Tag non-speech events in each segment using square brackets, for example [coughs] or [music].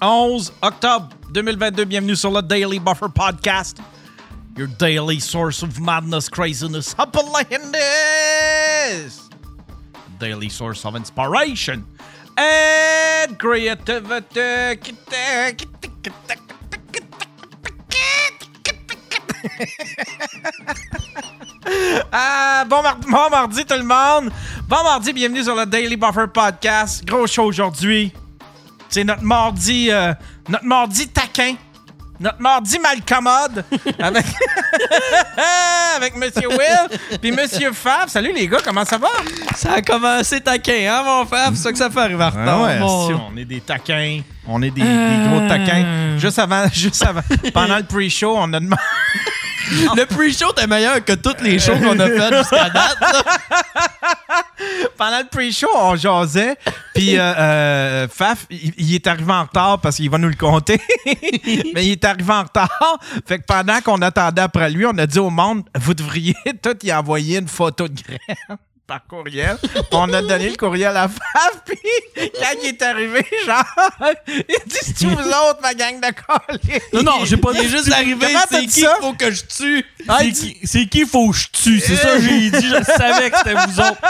11 octobre 2022. Bienvenue sur le Daily Buffer Podcast. Your daily source of madness, craziness, this Daily source of inspiration and creativity. [laughs] Ah, bon, mar- bon mardi tout le monde. [laughs] Bon mardi, bienvenue sur le Daily Buffer Podcast. Gros show aujourd'hui. C'est notre mardi, euh, notre mardi taquin. Notre mardi malcommode avec, avec Monsieur Will puis Monsieur Fab. Salut les gars, comment ça va? Ça a commencé taquin, hein, mon frère? C'est ça que ça fait arriver en retard, mon- Euh. si, on est des taquins. On est des, des gros taquins. Juste avant, [laughs] juste avant, pendant le pre-show, on a demandé. [laughs] Le pre-show était meilleur que toutes les shows qu'on a faites jusqu'à date. là. pendant le pre-show, on jasait. Puis euh, euh, Faf, il, il est arrivé en retard parce qu'il va nous le compter. [laughs] Mais il est arrivé en retard. Fait que pendant qu'on attendait après lui, on a dit au monde, vous devriez [laughs] tout y envoyer une photo de graine par courriel. [laughs] On a donné le courriel à Faf. Puis quand il est arrivé, genre, il dit, c'est vous autres, ma gang de collés. Non, non, j'ai [laughs] pas dit juste l'arrivée. Comment t'as C'est dit qui qu'il ça? Ah, faut que je tue? C'est qui- C'est qui faut que je tue? C'est ça que Eh. j'ai dit. Je le savais que c'était vous autres.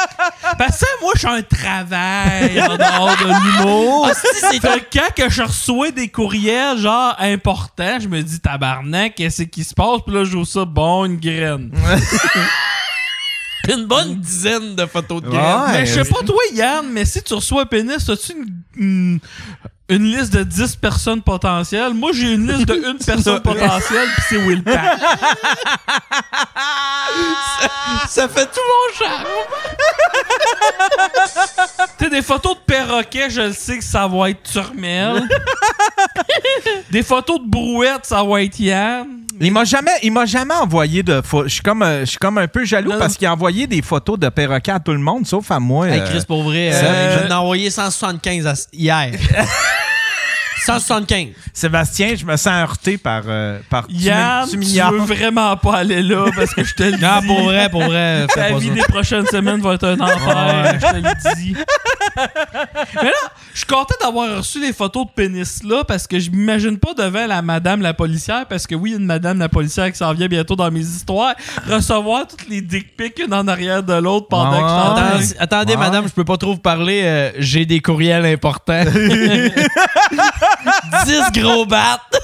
Parce que moi, je suis un travail en dehors de l'humour. Ah, si, c'est Fait que quand que je reçois des courriels, genre, importants, je me dis, tabarnak, qu'est-ce qui se passe? Puis là, je trouve ça bon, une graine. [laughs] une bonne dizaine de photos de Ouais. guerre. mais je sais pas, toi, Yann, mais si tu reçois un pénis, as-tu une, une, une liste de 10 personnes potentielles? Moi, j'ai une liste de [laughs] une personne potentielle, puis c'est Will Pack. Ça fait tout mon [laughs] charme. Tu sais, des photos de perroquets, je le sais que ça va [laughs] être turmel. des photos de brouettes, ça va être Yann. Il m'a jamais, il m'a jamais envoyé de photos. Je suis comme, euh, je suis comme un peu jaloux Non. parce qu'il a envoyé des photos de perroquets à tout le monde, sauf à moi. Hey, euh, Chris, pour vrai, euh, ça- je t'en ai envoyé 175 à- hier. 175. Sébastien, je me sens heurté par, euh, par tu m- Yann, tu, tu m'ignores. veux vraiment pas aller là parce que je [laughs] te le dis. vrai, pour [laughs] vrai, Ta vie des prochaines semaines va être un enfer, je te le dis. [laughs] Mais là, je suis content d'avoir reçu les photos de pénis là parce que je m'imagine pas devant la madame la policière parce que oui, il y a une madame la policière qui s'en vient bientôt dans mes histoires, recevoir toutes les dick pics une en arrière de l'autre pendant que je Attends- t'entends. Attendez, Ouais. madame, je peux pas trop vous parler. euh, J'ai des courriels importants. Ah, 10 gros battes.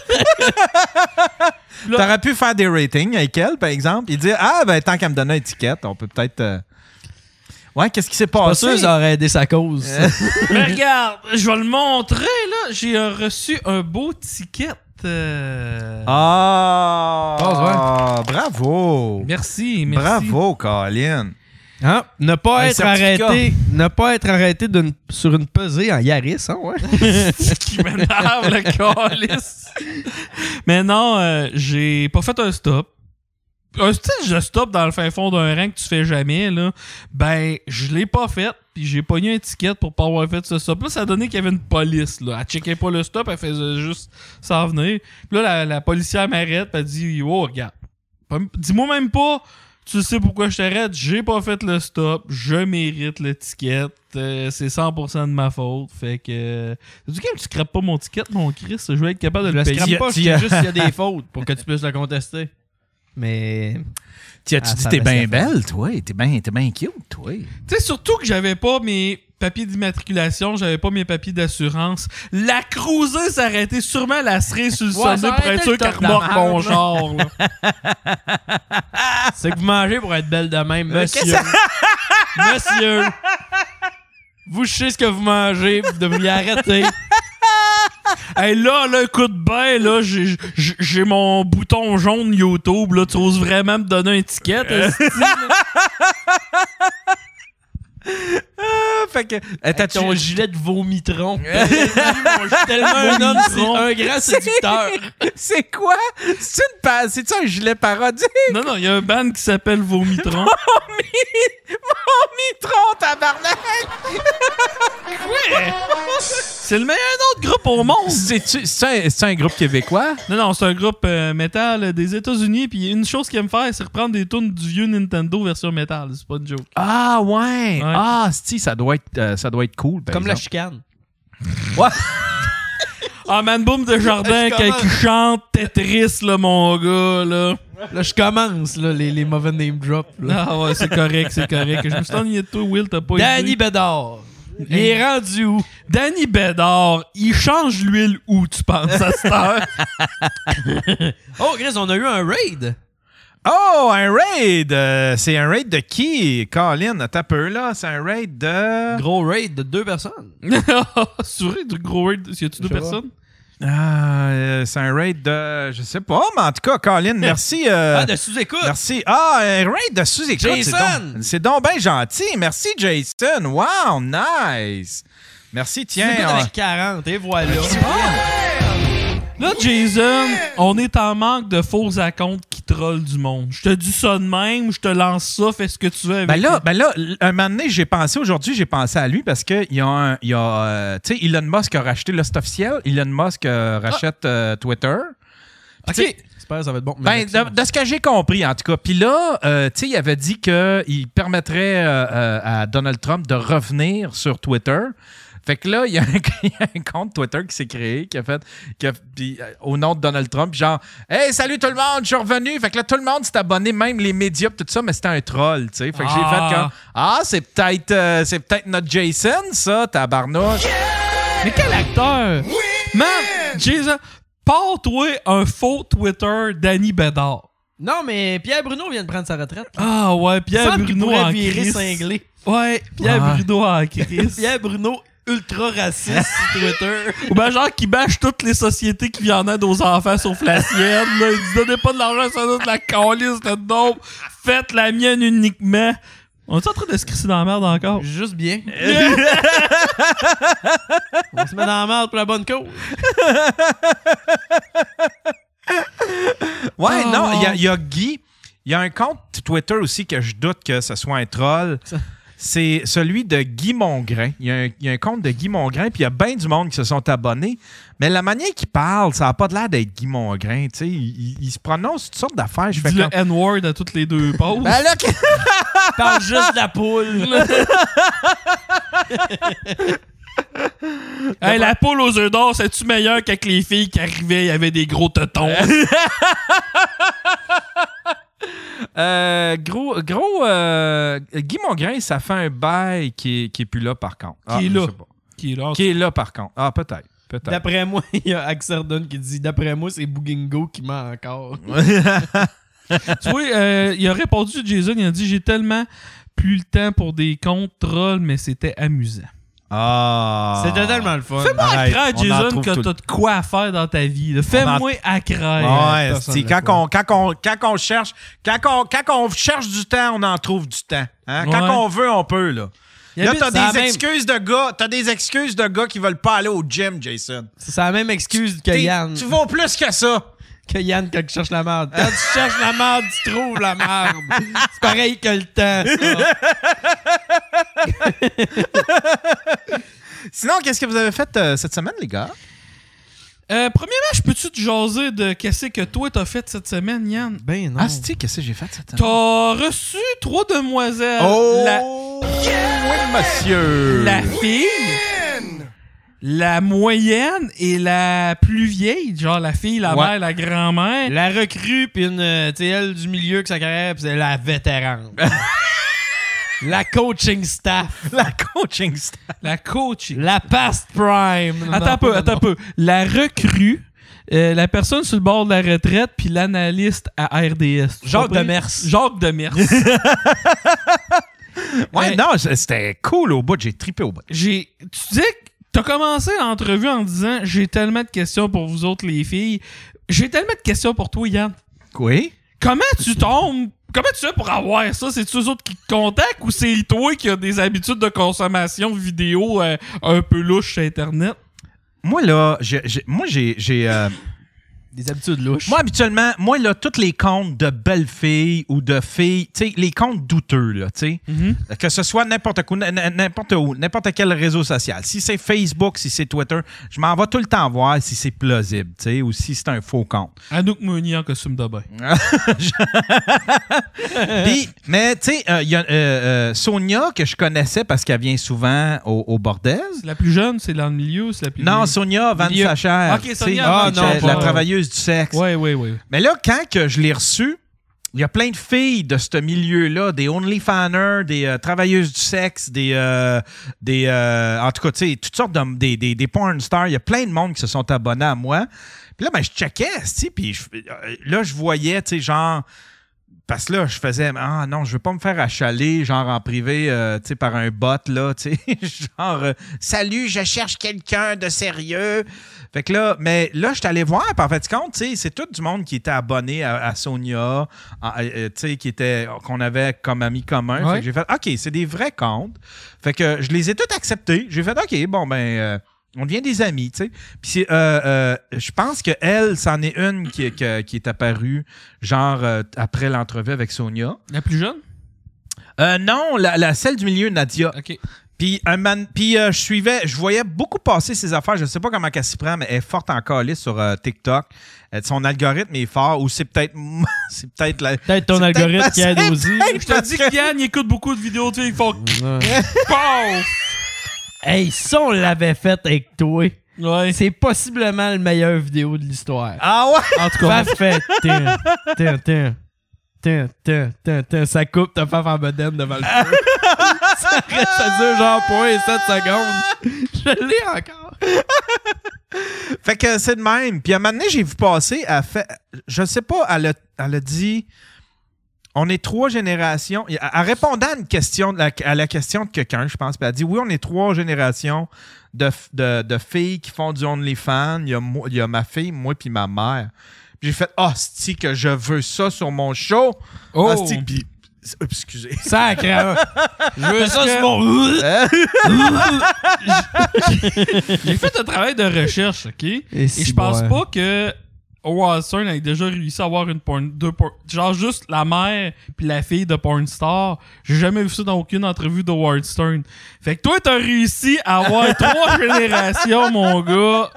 [laughs] T'aurais pu faire des ratings avec elle, par exemple, et dire Ah, ben, tant qu'elle me donne une étiquette, on peut peut-être. euh, Ouais, qu'est-ce qui s'est Pas passé? sûr, ça aurait aidé [laughs] sa cause. Mais regarde, je vais le montrer, là. J'ai euh, reçu un beau ticket. [laughs] euh, Ah! Passe, ouais. Ah, bravo! Merci, merci. Bravo, Colin! Ah, Hein? Ne pas Un être certificat. arrêté, ne pas être arrêté d'une- sur une pesée en Yaris, hein, ouais. qui m'énerve, Ah, le calice. Mais non, euh, j'ai pas fait un stop. Un style de stop dans le fin fond d'un rang que tu fais jamais, là. Ben, je l'ai pas fait, puis j'ai pogné une ticket pour pas avoir fait ce stop. Là, ça donnait qu'il y avait une police, là. Elle checkait pas le stop, elle faisait juste s'en venir. Puis là, la, la policière m'arrête, puis elle dit Oh, regarde, pas m- dis-moi même pas. Tu sais pourquoi je t'arrête? J'ai pas fait le stop. Je mérite l'étiquette. euh, c'est 100% de ma faute. Fait que. euh, T'as-tu quand tu scrapes pas mon ticket, mon Chris? Je vais être capable de Je le le payer. scrape pas, tu- je dis juste s'il Ben, y a [laughs] des fautes pour que tu puisses le contester. Mais. Tu as-tu dit, t'es ben belle, toi? T'es bien ben cute, toi? Tu sais, surtout que j'avais pas mes papiers d'immatriculation, j'avais pas mes papiers d'assurance. La cruiser s'arrêtait sûrement la cerise sur le Ouais, ça sommet pour aurait être été le sûr qu'elle top de la remorque marde, mon là. genre. là. C'est que vous mangez pour être belle de même, Euh, monsieur. [laughs] monsieur. Vous savez ce [laughs] que vous mangez, vous devriez arrêter. [laughs] Hey, là, là, écoute bien, là, j'ai- j'ai j'ai mon bouton jaune YouTube, là, tu oses vraiment me donner un [laughs] ticket? esti? Ah, fait que. euh, Avec t'as-tu- ton gilet de [laughs] vomitron. [laughs] Tellement un homme, c'est un grand [laughs] séducteur. C'est quoi? C'est une pa- C'est-tu un gilet parodie? non, non, il y a un band qui [laughs] s'appelle Vomitron. Mitron, tabarnak! C'est le meilleur autre groupe au monde! C'est-tu c'est-tu un, c'est-tu un groupe québécois? Non, non, c'est un groupe euh, métal euh, des États-Unis. Puis une chose qu'ils aiment faire, c'est reprendre des tunes du vieux Nintendo version métal. C'est pas une joke. Ah, ouais! Ouais. Ben, Ah, si, ça doit être, euh, ça doit être cool. par Comme la [laughs] exemple. chicane. Ah, Man Boom de Jardin, Je quand commence. il chante Tetris, là, mon gars, là. Là, je commence, là, les, les mauvais name drops. là. Ah ouais, c'est correct, c'est correct. Je me suis ennuyé de toi, Will, t'as pas Danny aidé. Bédard. Il est rendu où? Danny Bédard, il change l'huile où, tu penses, à cette [laughs] heure? Oh, Chris, on a eu un raid. Oh, un raid! Euh, c'est un raid de qui? Colin, t'as peu là. C'est un raid de. Gros raid de deux [laughs] personnes. Souris du gros raid, y a-tu deux Je sais personnes? Ah, euh, c'est un raid de. Je sais pas, Oh, mais en tout cas, Colin, merci. euh, Ah, de sous-écoute. Merci. Ah, un raid de sous-écoute. c'est Jason! donc- C'est donc, bien gentil. Merci, Jason. Wow, nice. Merci, tiens. Sous-écoute on- avec 40, et voilà. [laughs] Là, Jason, on est en manque de faux accounts qui trollent du monde. Je te dis ça de même, je te lance ça, fais ce que tu veux avec Ben là, ben là, l- un moment donné, j'ai pensé, aujourd'hui, j'ai pensé à lui parce que il y a un. il y a, euh, tu sais, Elon Musk a racheté, là, c'est officiel. Elon Musk euh, rachète euh, Twitter. Puis, tu sais, J'espère que ça va être bon. Ben, de, de ce que j'ai compris, en tout cas. Puis là, euh, tu sais, il avait dit qu'il permettrait euh, euh, à Donald Trump de revenir sur Twitter. Fait que là, il y, a un- [laughs] il y a un compte Twitter qui s'est créé, qui a fait, qui a- puis, euh, au nom de Donald Trump, genre, Hey, salut tout le monde, je suis revenu. Fait que là, tout le monde s'est abonné, même les médias, puis tout ça, mais c'était un troll, tu sais. Fait que j'ai Ah. fait comme, Ah, c'est peut-être euh, c'est peut-être notre Jason, ça, tabarnouche. Mais quel acteur! Man, Jason, pars-toi un faux Twitter Danny Bédard. Non, mais Pierre Bruno vient de prendre sa retraite. Ah ouais, Pierre Semble qu'il Bruno pourrait en virer crise. cinglé. Ouais, Pierre Ouais. Bruno en [laughs] crise. Pierre Bruno ultra raciste sur Twitter. [laughs] Ou ben genre qui bâche toutes les sociétés qui viennent en aide aux enfants sauf la sienne. Là. Il dit donnez pas de l'argent ça donne de la calice de dope. Faites la mienne uniquement. On est en train de se crisser dans la merde encore? Juste [laughs] bien. On se met dans la merde pour la bonne cause. [laughs] Ouais, Oh. non, il y a- il y, a Guy. Il y a un compte Twitter aussi que je doute que ce soit un troll. C'est celui de Guy Mongrain. Il y, a un- il y a un compte de Guy Mongrain, puis il y a bien du monde qui se sont abonnés. Mais la manière qu'il parle, ça n'a pas l'air d'être Guy Mongrain. tu sais. Il, il- il se prononce toutes sortes d'affaires. Je Je fais dis le comme... N-word à toutes [laughs] les deux pauses. Ben là, que- Il parle juste de la poule. [laughs] Hey, la poule aux œufs d'or, c'est-tu meilleur qu'avec les filles qui arrivaient, il y avait des [laughs] gros tetons? Euh, gros, gros euh, Guy Mongrain, ça fait un bail qui est, qui est plus là, par contre. Ah, Qui est je là. sais pas. qui est là. Qui est là, par contre. Ah, peut-être. Peut-être. D'après moi, [laughs] il y a Axerdon qui dit D'après moi, c'est Bougingo qui ment encore. [laughs] [laughs] Tu vois, euh, il a répondu, Jason, il a dit J'ai tellement plus le temps pour des comptes trolls, mais c'était amusant. Ah. C'était tellement le fun. Fais-moi Arrête, Jason, que t'as de quoi à faire dans ta vie. là. Fais-moi à craindre. Ouais, personne c'est- le quand, croit. on, quand, on, quand on cherche quand on, quand on cherche du temps, on en trouve du temps. hein. Quand Ouais. on veut, on peut. Là, Il là habite- t'as ça a des même- excuses de gars. T'as des excuses de gars qui veulent pas aller au gym, Jason. C'est la même excuse que T'es- Yann. Tu vaux plus que ça. Que Yann quand tu cherches la merde. Quand tu cherches la merde, tu trouves la merde. C'est pareil que le temps. ça. Sinon, qu'est-ce que vous avez fait euh, cette semaine, les gars? Euh, premièrement, je peux-tu te jaser de qu'est-ce que toi t'as fait cette semaine, Yann? Ben non. Ah, c'est qu'est-ce que j'ai fait cette semaine? T'as reçu trois demoiselles. Oh! La, Oui, monsieur! la fille, la moyenne et la plus vieille. Genre la fille, la Ouais. mère, [laughs] la grand-mère. La recrue, puis une, euh, tu sais, elle du milieu que sa carrière, puis c'est [laughs] la vétérante. la coaching staff. La coaching staff. La coach. La past prime. Attends Non, un peu, pas attends un non. peu. La recrue, euh, la personne sur le bord de la retraite, puis l'analyste à RDS. Tu Jacques comprends? Demers. Jacques [laughs] Demers. Ouais, Hey. non, c- c'était cool au bout. J'ai trippé au bout. J'ai. Tu dis que t'as commencé l'entrevue en disant j'ai tellement de questions pour vous autres les filles. J'ai tellement de questions pour toi, Yann. Oui? Comment tu tombes? Comment tu fais pour avoir ça? C'est-tu eux autres qui te contactent ou c'est toi qui as des habitudes de consommation vidéo euh, un peu louches sur Internet? Moi, là, j'ai- j'ai- moi, j'ai. j'ai, euh, Des habitudes louches. Moi, habituellement, moi, là, tous les comptes de belles filles ou de filles, tu sais, les comptes douteux, là, tu sais, Mm-hmm. que ce soit n'importe où, n- n- n'importe où, n'importe quel réseau social. Si c'est Facebook, si c'est Twitter, je m'en vais tout le temps voir si c'est plausible, tu sais, ou si c'est un faux compte. [laughs] Anouk Mouni en costume de bain. Ah. Puis, mais, tu sais, euh, il y a, euh, euh, Sonia, que je connaissais parce qu'elle vient souvent au, au bordel. La plus jeune, [laughs] c'est dans le milieu, c'est la plus Non, Sonia Van Milieu. Sacher. Ok, tu sais, Sonia ah, Van non, Sacher. la Ouais. travailleuse du sexe. Ouais, ouais, ouais. Mais là, quand que je l'ai reçu, il y a plein de filles de ce milieu-là, des OnlyFanners, des euh, travailleuses du sexe, des. euh, des euh, en tout cas, tu sais, toutes sortes de. des, des, des porn stars. Il y a plein de monde qui se sont abonnés à moi. Puis là, ben, je checkais, esti, puis je- euh, là, je voyais, tu sais, genre. Parce que là, je faisais, ah non, je veux pas me faire achaler, genre en privé, euh, tu sais, par un bot, là, [laughs] tu sais, genre, euh, salut, je cherche quelqu'un de sérieux. Fait que là, mais là, je suis allé voir, puis en fait, compte, tu sais, c'est tout du monde qui était abonné à, à Sonia, à- euh, tu sais, qui était, qu'on avait comme amis communs. Fait Ouais. que j'ai fait, OK, c'est des vrais comptes. Fait que je les ai tous acceptés. J'ai fait, OK, bon, ben, euh, on devient des amis, tu sais. Puis c'est, euh, euh, je pense que elle, c'en est une qui, que- qui est apparue, genre, euh, après l'entrevue avec Sonia. La plus jeune? Euh, non, la, la- celle du milieu, Nadia. OK. Puis, un man, puis euh, je suivais, je voyais beaucoup passer ses affaires. Je sais pas comment elle s'y prend, mais elle est forte en calice sur euh, TikTok. Euh, son algorithme est fort, ou c'est peut-être, [laughs] c'est peut-être la, Peut-être ton C'est peut-être algorithme parce- qui aide aussi. Je te dis que Yann, il écoute beaucoup de vidéos, tu sais, ils font paf! Hey, ça, on l'avait fait avec toi. Ouais. C'est possiblement le meilleur vidéo de l'histoire. Ah ouais? En tout cas, fait. Tiens, tiens, tiens. Tiens, tiens, tiens, tiens. Ça coupe ta femme en bedaine devant [laughs] le feu. ça reste à dure genre 0.7 secondes. Je l'ai encore. Fait que c'est de même. Puis à un moment donné, j'ai vu passer, elle fait, je sais pas, elle a, elle a dit, on est trois générations. Et En en répondant à, une question, de la- à la question de quelqu'un, je pense, puis elle a dit, oui, on est trois générations de, f- de, de filles qui font du OnlyFans. Il y a, moi- il y a ma fille, moi, puis ma mère. Puis j'ai fait, oh, c'est que je veux ça sur mon show. Oh! Asti, puis- excusez. [laughs] Sacré. hein. Je veux ça, c'est mon... [laughs] J'ai fait un travail de recherche, OK? Et, si je pense bon, pas que Howard Stern ait déjà réussi à avoir une porn... Deux porn- Genre juste la mère puis la fille de pornstar. J'ai jamais vu ça dans aucune entrevue de Howard Stern. Fait que toi, t'as réussi à [laughs] avoir trois générations, mon gars.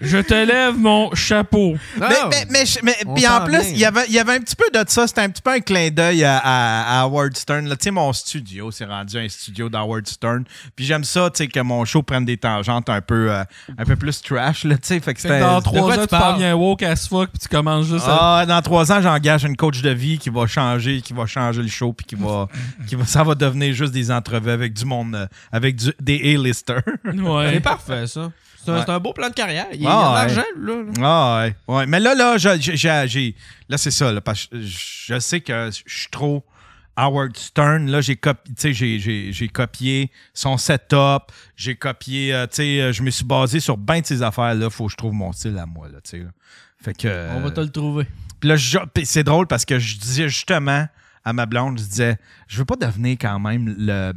Je te lève mon chapeau. Mais, mais, mais, je- mais- On puis en s'en plus, vient. il y avait, il y avait un petit peu de ça. C'était un petit peu un clin d'œil à, à, à Howard Stern. là. Tu sais, mon studio s'est rendu un studio d'Howard Stern. Puis j'aime ça, tu sais, que mon show prenne des tangentes un peu, euh, un peu plus trash, là, tu sais. Fait que Fait que c'était... dans de quoi trois ans, tu tu parles? parles bien woke as fuck puis tu commences juste à... Ah, dans trois ans, j'engage une coach de vie qui va changer, qui va changer le show, puis qui va, qui va, ça va devenir juste des entrevues avec du monde, euh, avec du, des [laughs] A-listers. Ouais. C'est parfait, ça. C'est un, Ouais. c'est un beau plan de carrière. Il y a Ah, de ouais. l'argent, là. là. Ah ouais, ouais. Mais là, là, je- je- j'ai. j'ai- Là, c'est ça. Là, parce que je je sais que je suis trop Howard Stern. Là, j'ai copié, tu sais, j'ai- j'ai- j'ai copié son setup. J'ai copié. euh, tu sais, euh, je me suis basé sur ben de ces affaires-là. Faut que je trouve mon style à moi. Là, tu sais, là. Fait que. On va te euh, le trouver. puis là, je- puis c'est drôle parce que je disais justement à ma blonde, je disais, je veux pas devenir quand même le.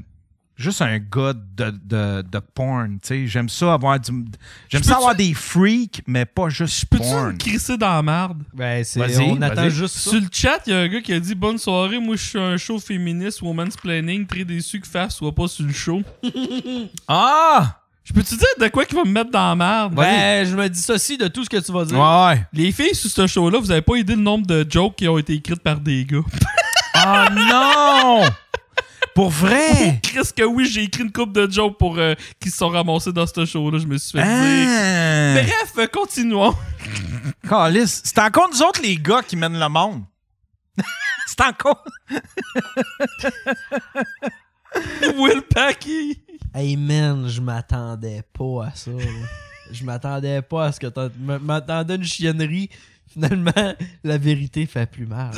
Juste un gars de, de, de porn, tu sais. J'aime ça avoir du. J'aime peux-tu- ça avoir des freaks, mais pas juste Peux-tu porn. me crisser dans la marde? Ben, c'est. Vas-y, On vas-y. attend juste ça. [laughs] Sur le chat, il y a un gars qui a dit Bonne soirée, moi je suis un show féministe, woman's planning, très déçu que Faf soit pas sur le show. Ah! Je peux-tu dire de quoi qui va me mettre dans la merde? Ben, je me dissocie de tout ce que tu vas dire. Ouais. Les filles sur ce show-là, vous avez pas idée le nombre de jokes qui ont été écrites par des gars. [laughs] Ah non! Pour vrai! Chris, que oui, j'ai écrit une couple de jokes pour euh, qui se sont ramassés dans ce show-là, je me suis fait dire. Hein? Bref, continuons. [laughs] Calisse. C'est encore nous autres les gars qui mènent le monde. [laughs] C'est encore. Will Packy. Hey man, je m'attendais pas à ça. là. je m'attendais pas à ce que t'en- m- m'attendais à une chiennerie. Finalement, la vérité fait plus mal.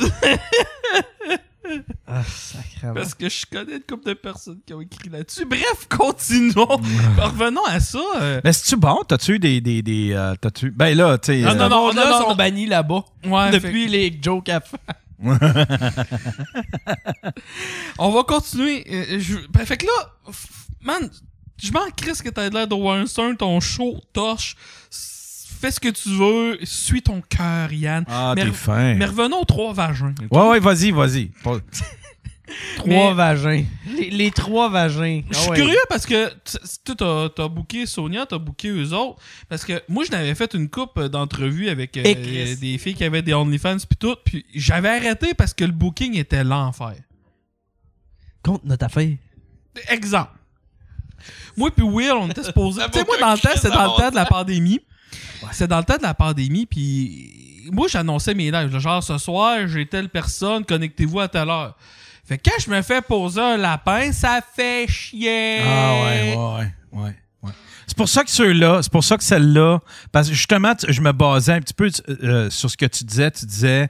ah, sacrément. Parce que je connais une couple de personnes qui ont écrit là-dessus. Bref, continuons. Revenons à ça. euh. Mais c'est-tu bon? T'as-tu eu des. des, des euh, t'as-tu. Ben là, tu sais. Non, euh, non, Non, non, là, non. sont bannis là-bas. Ouais, fait- depuis les jokes à faire. [laughs] On va continuer. Euh, je- ben, fait que là, f- man, je m'en crisse que t'as l'air de Warren Stern, ton show torche. S- fais ce que tu veux, suis ton cœur, Yann. Ah, mais, t'es fin. mais revenons aux trois vagins. Ouais, ouais, vas-y, vas-y. [laughs] Pas- Trois vagins. Les, les trois vagins. Je Ah suis ouais. curieux parce que tu- tu t'as t'as booké Sonia, t'as booké eux autres. Parce que moi, je n'avais fait une coupe d'entrevues avec euh, Et Chris. des filles qui avaient des OnlyFans puis tout. Puis j'avais arrêté parce que le booking était l'enfer. Compte notre affaire. Exemple. Moi puis Will, on était supposés. Ça tu sais, vaut moi, que dans le temps, Chris c'était dans le avance. temps de la pandémie. C'était dans le temps de la pandémie, puis moi, j'annonçais mes lives. là, Genre, ce soir, j'ai telle personne, connectez-vous à telle heure. Fait que quand je me fais poser un lapin, ça fait chier. Ah ouais, ouais, ouais, ouais, ouais. C'est pour ça que ceux-là, c'est pour ça que celle-là, parce que justement, tu- je me basais un petit peu euh, sur ce que tu disais. Tu disais,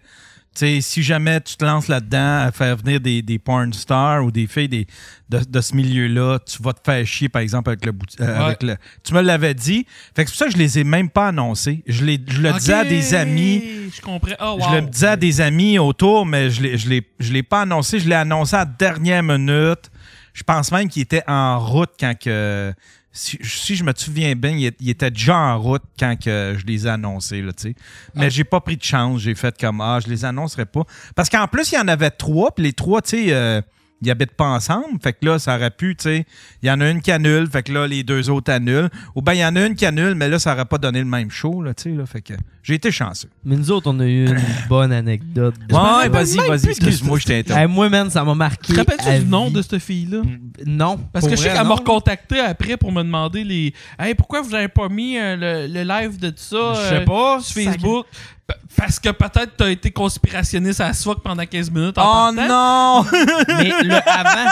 tu sais, si jamais tu te lances là-dedans à faire venir des, des porn stars ou des filles des, de, de ce milieu-là, tu vas te faire chier, par exemple, avec le bout. euh, Ouais. avec le- tu me l'avais dit. Fait que c'est pour ça que je les ai même pas annoncés. Je, les, je le Ok, disais à des amis. Je comprends. Ah, wow. Je le disais à des amis autour, mais je ne l'ai, je l'ai- je l'ai pas annoncé. Je l'ai annoncé à la dernière minute. Je pense même qu'il était en route quand que. Si, si je me souviens bien, il, est- il était déjà en route quand que je les ai annoncés. Là, tu sais. mais Ah. j'ai pas pris de chance. J'ai fait comme Ah, je les annoncerai pas. Parce qu'en plus, il y en avait trois, puis les trois, tu sais. euh, ils habitent pas ensemble, fait que là, ça aurait pu, tu sais, il y en a une qui annule, fait que là, les deux autres annulent. Ou bien, il y en a une qui annule, mais là, ça aurait pas donné le même show, là, tu sais, là, fait que j'ai été chanceux. Mais nous autres, on a eu [coughs] une bonne anecdote. Ouais, vas-y, vas-y, excuse-moi, je t'interromps. Hey, Eh, moi, man, ça m'a marqué. Te rappelles-tu à du nom vie. de cette fille-là? Non. Parce pour que je sais vrai, qu'elle m'a non. recontacté après pour me demander les. Hey, pourquoi vous avez pas mis euh, le, le live de ça? Je sais euh, pas. sur Facebook? Pa- Parce que peut-être t'as été conspirationniste à SWAC pendant 15 minutes. En Oh partant. non! [laughs] Mais le avant,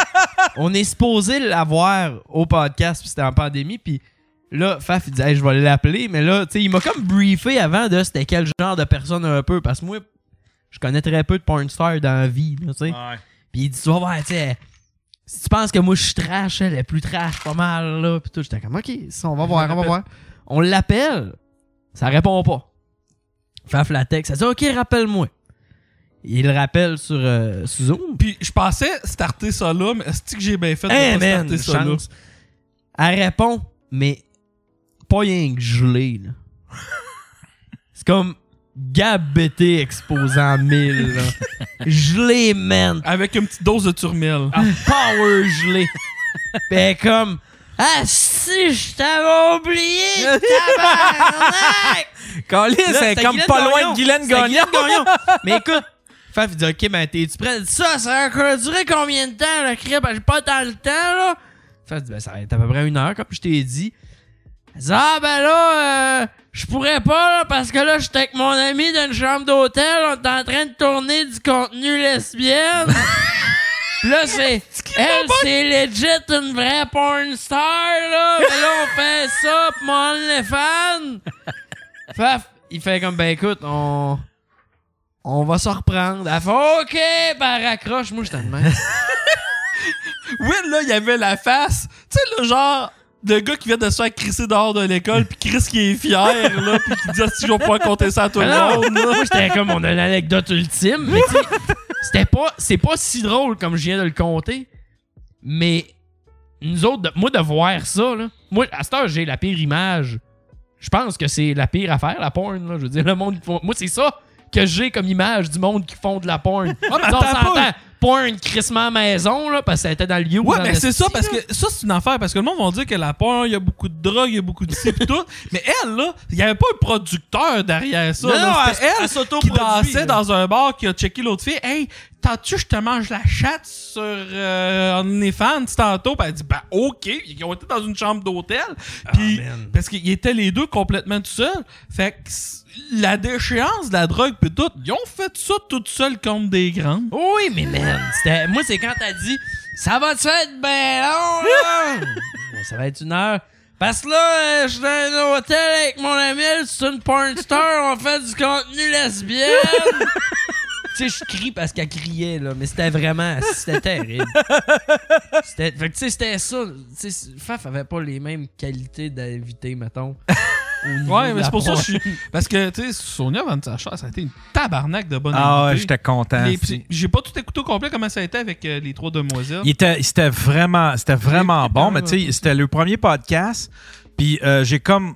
on est supposé l'avoir au podcast, puis c'était en pandémie, puis là, Faf, il dit Hey, je vais l'appeler », mais là, tu sais, il m'a comme briefé avant de c'était quel genre de personne un peu, parce que moi, je connais très peu de porn stars dans la vie, là, tu sais. Puis il dit « Tu vas voir, tu sais, si tu penses que moi, je suis trash, elle est plus trash, pas mal, là. » Puis tout, j'étais comme « OK, ça, on va voir, [laughs] on va voir. » On l'appelle, ça répond pas. Faf la texte, ça dit « OK, rappelle-moi. » Il le rappelle sur, euh, sur Zoom, Puis je pensais starter ça là, mais est-ce que j'ai bien fait de Hey, pas Eh, man, starter ça là? chance. Elle répond, mais pas rien que gelé, [laughs] là. C'est comme gabeté exposé en mille, là. Gelé, man. Ah, Avec une petite dose de turmel. Power [laughs] gelé. Ben, comme, ah si, je t'avais [laughs] oublié, tabarnak! Colin, Là, c'est c'était comme Guylaine pas loin Gagnon. de Guylaine C'était Gagnon. Gagnon. [laughs] Mais écoute, Faf, il dit Ok, ben, t'es-tu prêt? Elle dit, Ça, ça va durer combien de temps, la crêpe? J'ai pas tant le temps, [laughs] là. Faf dit Ben, ça va être à peu près une heure, comme je t'ai dit. Elle dit Ah, ben là, euh, je pourrais pas, là, parce que là, j'étais avec mon ami d'une chambre d'hôtel, on est en train de tourner du contenu lesbienne. Pis là, c'est. Elle, c'est legit une vraie porn star, là. Mais là, on fait ça pour mon fan. Faf, il fait comme, ben écoute, on. On va se reprendre. Elle fait, OK, ben raccroche, moi, je t'en demande. Will, là, il y avait la face. Tu sais, le genre de gars qui vient de se faire crisser dehors de [laughs] l'école, puis Chris qui est fier, là, puis qui dit Ah, si je vais pouvoir compter ça à tout le monde. moi, j'étais comme, on a l'anecdote ultime. Mais tu sais, c'était pas. C'est pas si drôle comme je viens de le compter. Mais nous autres, de- moi, de voir ça, là. Moi, à cette heure, j'ai la pire image. Je pense que c'est la pire affaire, la porn, là. Je veux dire, le monde qui font- Moi, c'est ça que j'ai comme image du monde qui font de la porn. Ah, mais on attends pas. s'entend. Porn crissement maison, là, parce que ça était dans le lieu. Ouais, mais c'est ça, parce que ça, c'est une affaire. Parce que le monde va dire que la porn, il y a beaucoup de drogue, il y a beaucoup de ci [laughs] pis tout. Mais elle, là, il n'y avait pas un producteur derrière ça. Non, là. non, elle- C'était elle, elle qui s'autoproduit, dansait là. dans un bar, qui a checké l'autre fille. Hey, t'as-tu, je te mange la chatte sur euh, OnlyFans tantôt? Puis elle dit, ben, OK. Ils ont été dans une chambre d'hôtel. Puis, Ah, man. parce qu'ils étaient les deux complètement tout seuls. Fait que c- la déchéance de la drogue pis tout, ils ont fait ça tout seuls comme des grands. Oui, mais man, c'était- moi, c'est quand t'as dit ça va tu être ben long, [laughs] là? Ben, ça va être une heure. Parce que là, euh, je suis dans un hôtel avec mon ami, c'est une porn star, on fait du contenu [laughs] lesbienne. tu sais, je crie parce qu'elle criait, là, mais c'était vraiment, c'était [laughs] terrible. C'était, fait que tu sais, c'était ça. Tu sais, Faf avait pas les mêmes qualités d'invité, mettons. [laughs] au niveau Ouais, de mais la c'est pour ça que porn. je suis. Parce que, tu sais, Sonia Van Sacha, ça a été une tabarnak de bonne Ah ouais, invitée. j'étais content. Les c'est- petits- J'ai pas tout écouté au complet comment ça a été avec euh, les trois demoiselles. Il était, c'était vraiment, c'était vraiment écouté bon, quand mais même tu sais, c'était le premier podcast. Puis euh, j'ai comme,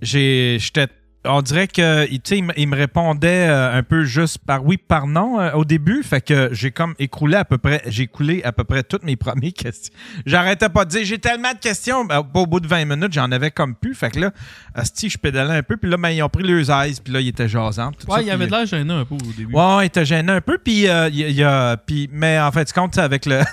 j'ai, j'étais on dirait que tu sais, il, me- il me répondait euh, un peu juste par oui par non euh, au début fait que j'ai comme écroulé à peu près j'ai coulé à peu près toutes mes [laughs] premières questions j'arrêtais pas de dire j'ai tellement de questions Ben, au bout de 20 minutes j'en avais comme plus fait que là asti je pédalais un peu puis là ben, ils ont pris leurs eyes puis là ils étaient jasants tout ça, Ouais, il y puis- avait de l'air gêné un peu au début. Ouais, ouais, il t'a gêné un peu, puis euh, il y a- il y a- puis- mais en fait, tu comptes avec le... [laughs]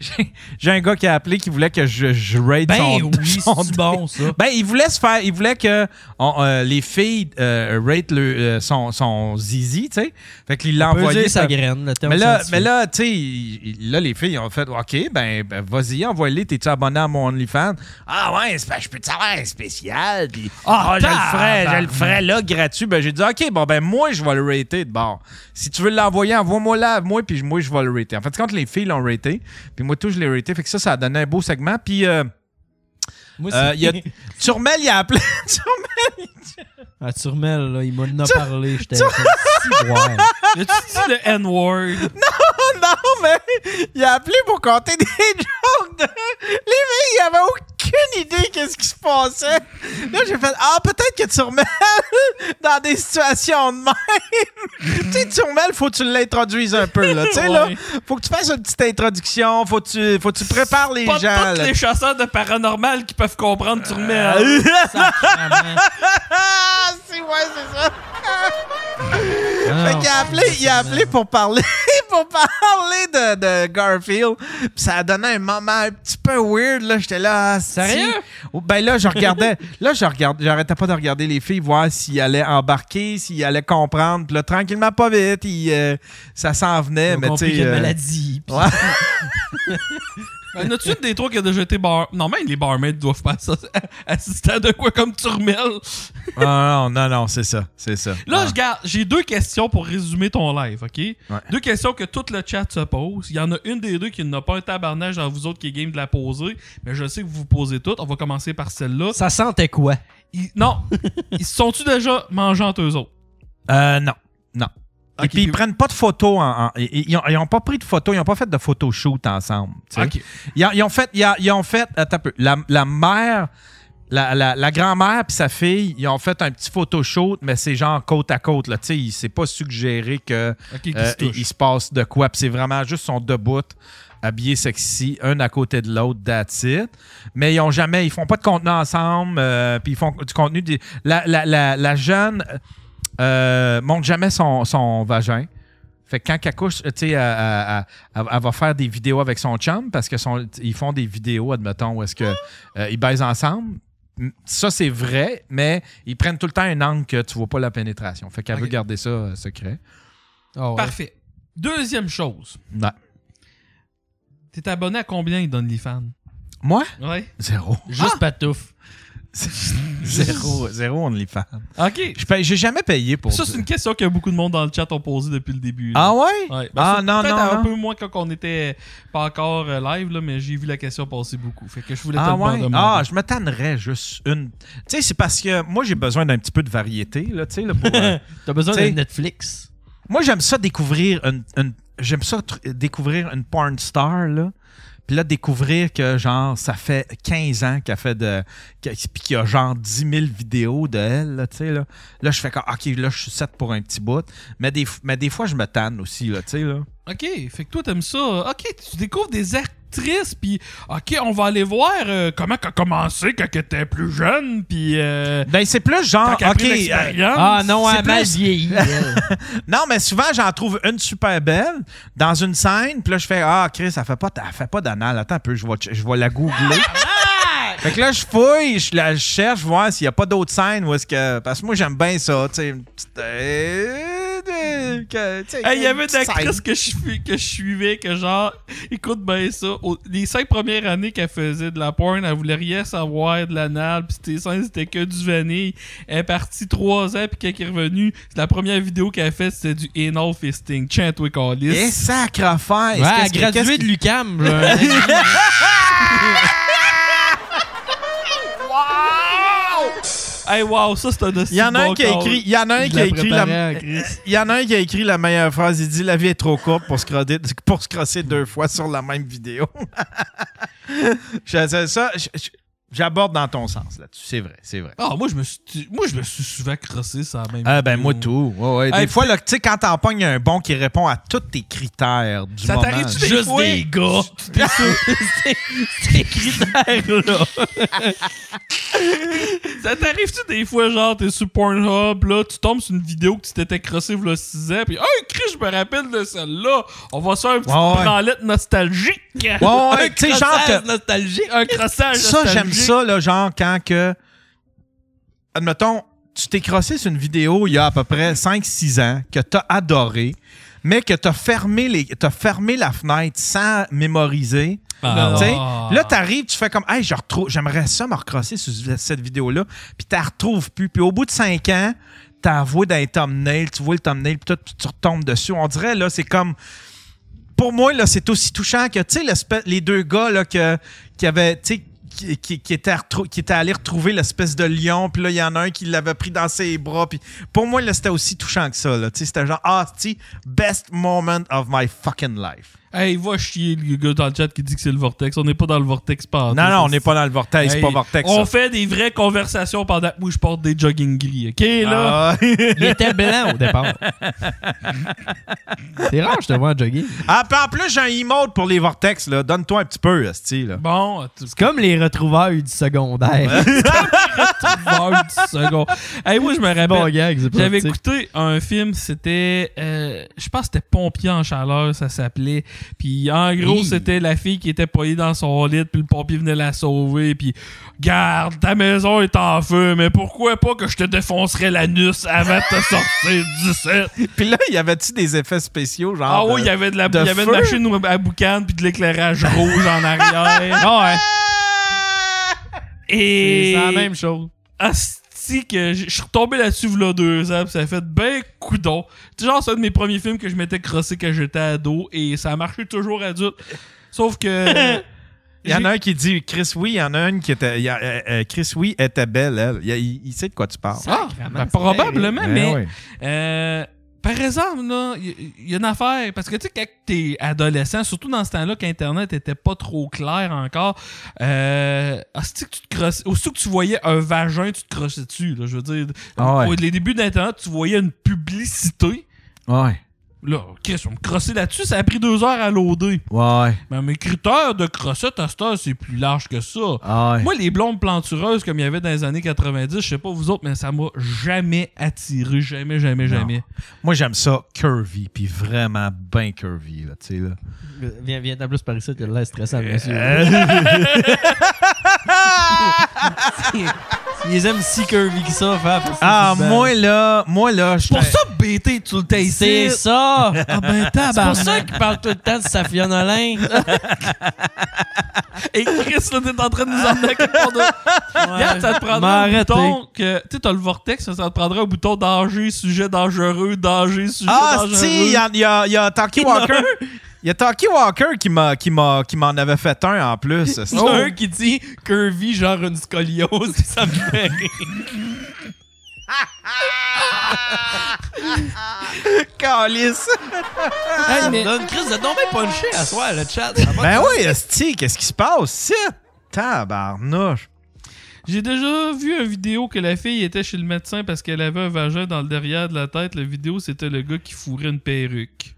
J'ai- J'ai un gars qui a appelé qui voulait que je, je raid Ben son, [laughs] oui, son- c'est bon, ça. Ben, il voulait se faire... Il voulait que on- euh, les filles euh, raid le, euh, son, son zizi, tu sais. Fait qu'il l'a On peut envoyé... dire sa par- graine, le terme mais là, scientifique. mais là, tu sais, il- il- là, les filles ont fait OK, ben, ben, vas-y, envoie-les, t'es-tu abonné à mon OnlyFans? Ah ouais, c'est pas- je peux te savoir un spécial. puis, ah, je le ferai, je le ferai là, gratuit. Ben, j'ai dit OK, bon, ben, moi, je vais le rater de bord. Si tu veux l'envoyer, envoie-moi là, moi, puis moi, je vais le rater. En fait, quand les filles l'ont raté, puis moi, tout, je l'ai raté. Fait que ça, ça a donné un beau segment. Puis, euh, Moi, euh, [laughs] il y a- c'est- Turmel, il a appelé. [laughs] Turmel- Ah, Turmel, là, il m'en [laughs] a parlé. J'étais comme si ouais. As-tu dit le N-word? [laughs] non, mais il a appelé pour compter des jokes. De... Les mecs, ils avaient aucune idée qu'est-ce qui se passait. Là, j'ai fait Ah, peut-être que tu remets [laughs] dans des situations de même. tu sais, tu remets, faut que tu l'introduises un peu. Là. Tu sais, là, Ouais. faut que tu fasses une petite introduction, faut que tu, [laughs] faut que tu prépares les Pas gens. tous là. les chasseurs de paranormal qui peuvent comprendre Euh, Turmel. [laughs] Ah, c'est ouais, c'est ça. Ah, Fait qu'il a appelé, il a appelé pour parler, [laughs] pour parler de, de Garfield. Puis ça a donné un moment un petit peu weird là. J'étais là. ah, si. Sérieux? Oh, Ben là, je [laughs] regardais. là, je regardais. J'arrêtais pas de regarder les filles, voir s'ils allaient embarquer, s'ils allaient comprendre. Puis là, tranquillement, pas vite, ils, euh, ça s'en venait. Ils ont [laughs] Mais tu compris qu'il y sais, a une euh, maladie. puis- [laughs] En as-tu une des trois qui a déjà été bar... Non, même les barmaids doivent pas ça- [laughs] assister à de quoi comme Turmel. Ah, non, non, non, non, c'est ça, c'est ça. Là, Ah. je garde, j'ai deux questions pour résumer ton live, OK? Deux questions que tout le chat se pose. Il y en a une des deux qui n'a pas un tabarnage dans vous autres qui est game de la poser, mais je sais que vous vous posez toutes. On va commencer par celle-là. Ça sentait quoi? Ils- [laughs] Non, ils se sont-tu déjà mangés entre eux autres? Euh, non. Non. Ok, et puis, ils puis- prennent pas de photos. En, en- ils- ils, ont, ils ont pas pris de photos. Ils ont pas fait de photoshoot ensemble. tu sais. Ok. Ils, ont, ils ont fait. Ils ont, ils ont fait. Attends un peu. La, la mère. La, la- la grand-mère puis sa fille, ils ont fait un petit photoshoot, mais c'est genre côte à côte. Là. Tu sais, il s'est pas suggéré que Ok, qui euh, se touchent. il se passe de quoi. Puis c'est vraiment juste son debout, habillé sexy, un à côté de l'autre, that's it. Mais ils ont jamais, ils font pas de contenu ensemble, euh, puis ils font du contenu. des- La, la, la, la jeune euh, montre jamais son, son vagin. Fait que quand elle couche, tu sais, elle, elle- elle- elle va faire des vidéos avec son chum parce que son- ils font des vidéos, admettons, où est-ce que euh, ils baisent ensemble. M- Ça, c'est vrai, mais ils prennent tout le temps un angle que tu vois pas la pénétration. Fait qu'elle Ok. veut garder ça euh, secret. Ah ouais. Parfait. Deuxième chose, Ouais. t'es abonné à combien d'OnlyFans? Moi? Ouais. Zéro. Ah! Juste patouf. [laughs] zéro. Zéro OnlyFans. Ok. Je paye- J'ai jamais payé pour Ça, c'est une question que beaucoup de monde dans le chat ont posée depuis le début. là. Ah ouais? Ouais, Ah, c'est non, peut-être non, un non. peu moins quand on était pas encore euh, live, là, mais j'ai vu la question passer beaucoup. Fait que je voulais Ah te ouais? demander. Ah, je me tannerais juste une. Tu sais, c'est parce que moi, j'ai besoin d'un petit peu de variété, là, tu sais, là, pour, [laughs] euh, T'as besoin T'sais- de Netflix. Moi, j'aime ça découvrir une, une- j'aime ça tr- découvrir une porn star là. Puis là, découvrir que, genre, ça fait 15 ans qu'elle fait de. que- Puis qu'il y a, genre, 10 000 vidéos de elle, là, tu sais, là. Là, je fais comme, OK, là, je suis set pour un petit bout. Mais des, f- mais des fois, je me tanne aussi, là, tu sais, là. Ok, fait que toi, t'aimes ça. Ok, tu découvres des actrices, puis ok, on va aller voir euh, comment t'as commencé quand t'étais plus jeune, puis euh, Ben, c'est plus genre, quand t'as OK. pris euh, l'expérience. Ah non, c'est elle m'a plus- vieilli. elle. [laughs] Non, mais souvent, j'en trouve une super belle dans une scène, puis là, je fais Ah, Chris, elle fait pas, elle fait pas d'anal. Attends un peu, je vais, je vais la [laughs] googler. fait que là, je fouille, je la cherche, voir s'il y a pas d'autres scènes où est-ce que. Parce que moi, j'aime bien ça, tu sais. une petite- euh, euh, que- tu sais, Hey, il y une avait une petite actrice scène. que je, suis- que je suivais, que genre, écoute ben ça, au- les cinq premières années qu'elle faisait de la porn, elle voulait rien savoir de l'anal, pis c'était seins, c'était que du vanille. Elle est partie trois ans, puis quand elle est revenue, la première vidéo qu'elle a faite, c'était du anal fisting. Chantwick Hollis. Eh, sacre-faire! Ouais, elle a Qu'est-ce que- qu'est-ce gradué que- de [laughs] l'UCAM. là. Hey, wow, ça c'est un dossier. Il y en a un qui a écrit, il y en a un Je qui a la écrit la, préparais en crise. il y en a un qui a écrit la meilleure phrase. Il dit la vie est trop courte pour se croder- [laughs] pour se crosser deux fois sur la même vidéo. Je- ça, ça, je- je- J'aborde dans ton sens là-dessus. C'est vrai, c'est vrai. Ah, moi, je me suis, moi, je me suis souvent crossé ça même. Ah ben moi tout. Ouais, ouais. Des Hey, fois, là, tu sais, quand t'en pognes un bon qui répond à tous tes critères du Ça moment. t'arrive-tu là. des Juste fois? des gars. Ces critères-là. [laughs] Ça t'arrive-tu des fois, genre, t'es sur Pornhub, là, tu tombes sur une vidéo que tu t'étais crossé v'là 6 ans, pis hey, Chris, je me rappelle de celle-là. On va se faire une petite Ouais, ouais. branlette nostalgique. Ouais, ouais, tu sais, genre que- Crossage nostalgique. Un crossage Ça, j'aime nostalgique. ça, là, genre, quand que. Admettons, tu t'es crossé sur une vidéo il y a à peu près 5-6 ans que t'as adoré, mais que t'as fermé, les... t'as fermé la fenêtre sans mémoriser. Ah, Tu sais, ah. Là, t'arrives, tu fais comme, hey, je retrouve, j'aimerais ça me recrosser sur cette vidéo-là, puis t'as retrouves plus. Puis au bout de 5 ans, t'as avoué dans les thumbnails, tu vois le thumbnail, puis tout, puis tu retombes dessus. On dirait, là, c'est comme. Pour moi, là, c'est aussi touchant que, tu sais, l'espèce- les deux gars, là, que, qui avaient, tu sais, qui, qui, qui étaient retrou- qui étaient allés retrouver l'espèce de lion, puis là, il y en a un qui l'avait pris dans ses bras. Puis pour moi, là, c'était aussi touchant que ça, là. Tu sais, c'était genre, ah, tu sais, best moment of my fucking life. Hey, va chier le gars dans le chat qui dit que c'est le vortex. On n'est pas dans le vortex pas. Non, non, on n'est pas dans le vortex, c'est Hey, pas vortex. On ça. fait des vraies conversations pendant que moi je porte des jogging gris, ok? Là, Ah. [laughs] Il était blanc au [laughs] départ. C'est rare, je te vois en jogging. Ah, puis en plus, j'ai un emote pour les vortex, là. Donne-toi un petit peu, Esti, là. bon, tu C'est comme [laughs] les [laughs] retrouvailles du secondaire. vas du second. [laughs] Hey, moi je me rappelle. bon gag, c'est J'avais pratique. écouté un film, c'était. euh, je pense que c'était Pompier en chaleur, ça s'appelait. Puis en gros, Hi. c'était la fille qui était poignée dans son lit, puis le pompier venait la sauver. Puis, garde, ta maison est en feu, mais pourquoi pas que je te défoncerais l'anus avant de te sortir du set? [laughs] Puis là, y avait-tu des effets spéciaux, genre. Ah de- oui, il y avait de la de il y avait une feu. machine à boucan, puis de l'éclairage rouge en arrière. Ah [laughs] ouais. Et. C'est la même chose. Asti que je je suis retombé là-dessus v'là deux ans, pis ça a fait ben coudon. C'est genre c'est un de mes premiers films que je m'étais crossé quand j'étais ado et ça a marché toujours adulte. [laughs] Sauf que Il y en a un qui dit Chris, oui, il y en a une qui était. il y a- euh, euh, Chris, oui, était belle, elle. Il, il- il sait de quoi tu parles. ah, ben, probablement Ben mais oui. euh, par exemple là, il y, y a une affaire parce que tu sais quand t'es adolescent, surtout dans ce temps-là qu'internet était pas trop clair encore, euh, asti que tu te crossais, aussitôt que tu voyais un vagin, tu te crossais dessus là, je veux dire. Ah ouais. Au- les débuts d'internet, tu voyais une publicité Ouais. Là, Chris, on me crossait là-dessus, ça a pris deux heures à loader. Ouais. Mais mes critères de crossette à cette heure, c'est plus large que ça. Ah Ouais. Moi, [laughs] les blondes plantureuses comme il y avait dans les années 90, je sais pas vous autres, mais ça m'a jamais attiré. Jamais, jamais, Non. jamais. Moi, j'aime ça curvy, puis vraiment bien curvy, là, tu sais, là. [laughs] Viens, viens, t'as plus par ici, t'as l'air stressant, monsieur. [laughs] Ils aiment si curvy que [laughs] ça, Faf. Ah, moi, là, moi, là, je. Pour ça, BT, tu le t'as C'est ici. ça! Ah ben C'est pour tabarnak. ça qu'ils parlent tout le temps de Safia Nolin. [laughs] [laughs] Et Chris, là, t'es en train de nous emmener [laughs] à quelque part de... Regarde, ça te prendra un M'arrêter. bouton que... Tu sais, t'as le vortex, ça te prendra un bouton danger, sujet dangereux, danger, sujet Ah, dangereux. si, il y a, il y a, il y a Taki Walker. Il y a Taki Walker qui m'a- qui m'a- qui m'en avait fait un en plus. Oh. esti. Il y a un qui dit curvy, genre une scoliose. Ça me fait rire. [laughs] Calice. Ça me donne Chris, vous êtes donc bien punché à soir, le chat. Ah, Ben oui, Esti, qu'est-ce qui se passe? C'est tabarnouche. J'ai déjà vu une vidéo que la fille était chez le médecin parce qu'elle avait un vagin dans le derrière de la tête. La vidéo, c'était le gars qui fourrait une perruque.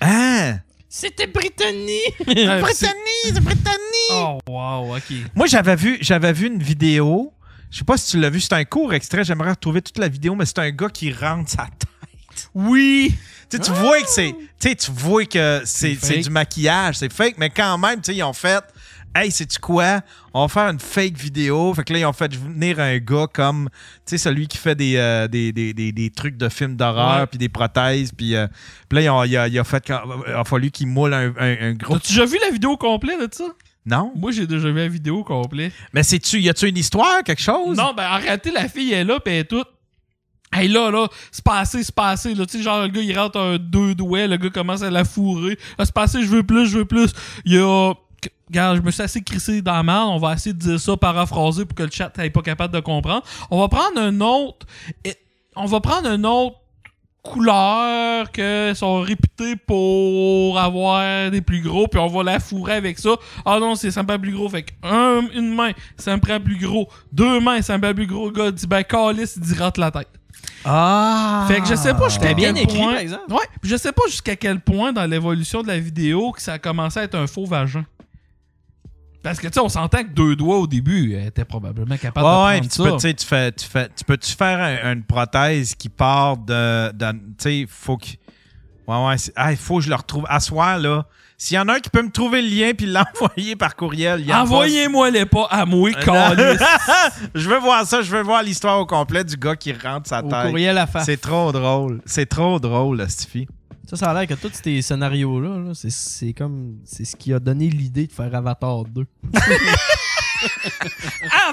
Hein? [laughs] C'était Brittany. Ah, c'est- Britannique, Britannique! oh, wow, ok. Moi, j'avais vu, j'avais vu une vidéo. Je sais pas si tu l'as vu, c'est un court extrait. J'aimerais retrouver toute la vidéo, mais c'est un gars qui rentre sa tête. Oui! Tu sais, tu vois que c'est. Tu sais, tu vois que c'est C'est c'est fake. du maquillage, c'est fake, mais quand même, tu sais, ils ont fait. Hey, sais-tu quoi? On va faire une fake vidéo. Fait que là, ils ont fait venir un gars comme, tu sais, celui qui fait des, euh, des, des, des, des trucs de films d'horreur, Ouais. puis des prothèses. Puis euh, puis là, ils ont- il a, il a fait. quand- Il a fallu qu'il moule un, un- un gros. T'as-tu déjà vu la vidéo complète de ça? Non? Moi, j'ai déjà vu la vidéo complète. Mais c'est-tu. Y a-tu une histoire, quelque chose? Non, ben, en réalité, la fille elle est là, pis elle est toute. Hey là, là, c'est passé, c'est passé. Là, tu sais, genre, le gars, il rentre un deux doigts, le gars commence à la fourrer. Là, c'est passé, je veux plus, je veux plus. Il y a. Regarde, je me suis assez crissé dans la merde. On va essayer de dire ça paraphrasé pour que le chat n'est pas capable de comprendre. On va prendre un autre. et- On va prendre un autre couleurs que sont réputés pour avoir des plus gros puis on va la fourrer avec ça ah non c'est sympa plus gros fait que un, une main ça me prend plus gros deux mains ça me prend plus gros le gars dit ben calice il dit rate la tête Ah! fait que je sais pas jusqu'à C'était bien quel écrit, point par exemple. ouais puis je sais pas jusqu'à quel point dans l'évolution de la vidéo que ça a commencé à être un faux vagin parce que tu sais on s'entend que deux doigts au début elle était probablement capable Ouais, de prendre ouais, tu ça peux, tu sais, tu fais, tu fais, tu peux-tu faire un- une prothèse qui part de, de- tu sais, faut que, ouais, ouais, c'est- ah, il faut que je le retrouve à soir là. S'il y en a un qui peut me trouver le lien puis [laughs] l'envoyer par courriel, il y a Envoyez-moi les pas à [laughs] moi, pas- calice. [laughs] Je veux voir ça, je veux voir l'histoire au complet du gars qui rentre sa Au tête. courriel à faire. C'est trop drôle, c'est trop drôle, Stifi. Ça, ça a l'air que tous ces scénarios-là, là, c'est- c'est comme. C'est ce qui a donné l'idée de faire Avatar 2. [laughs]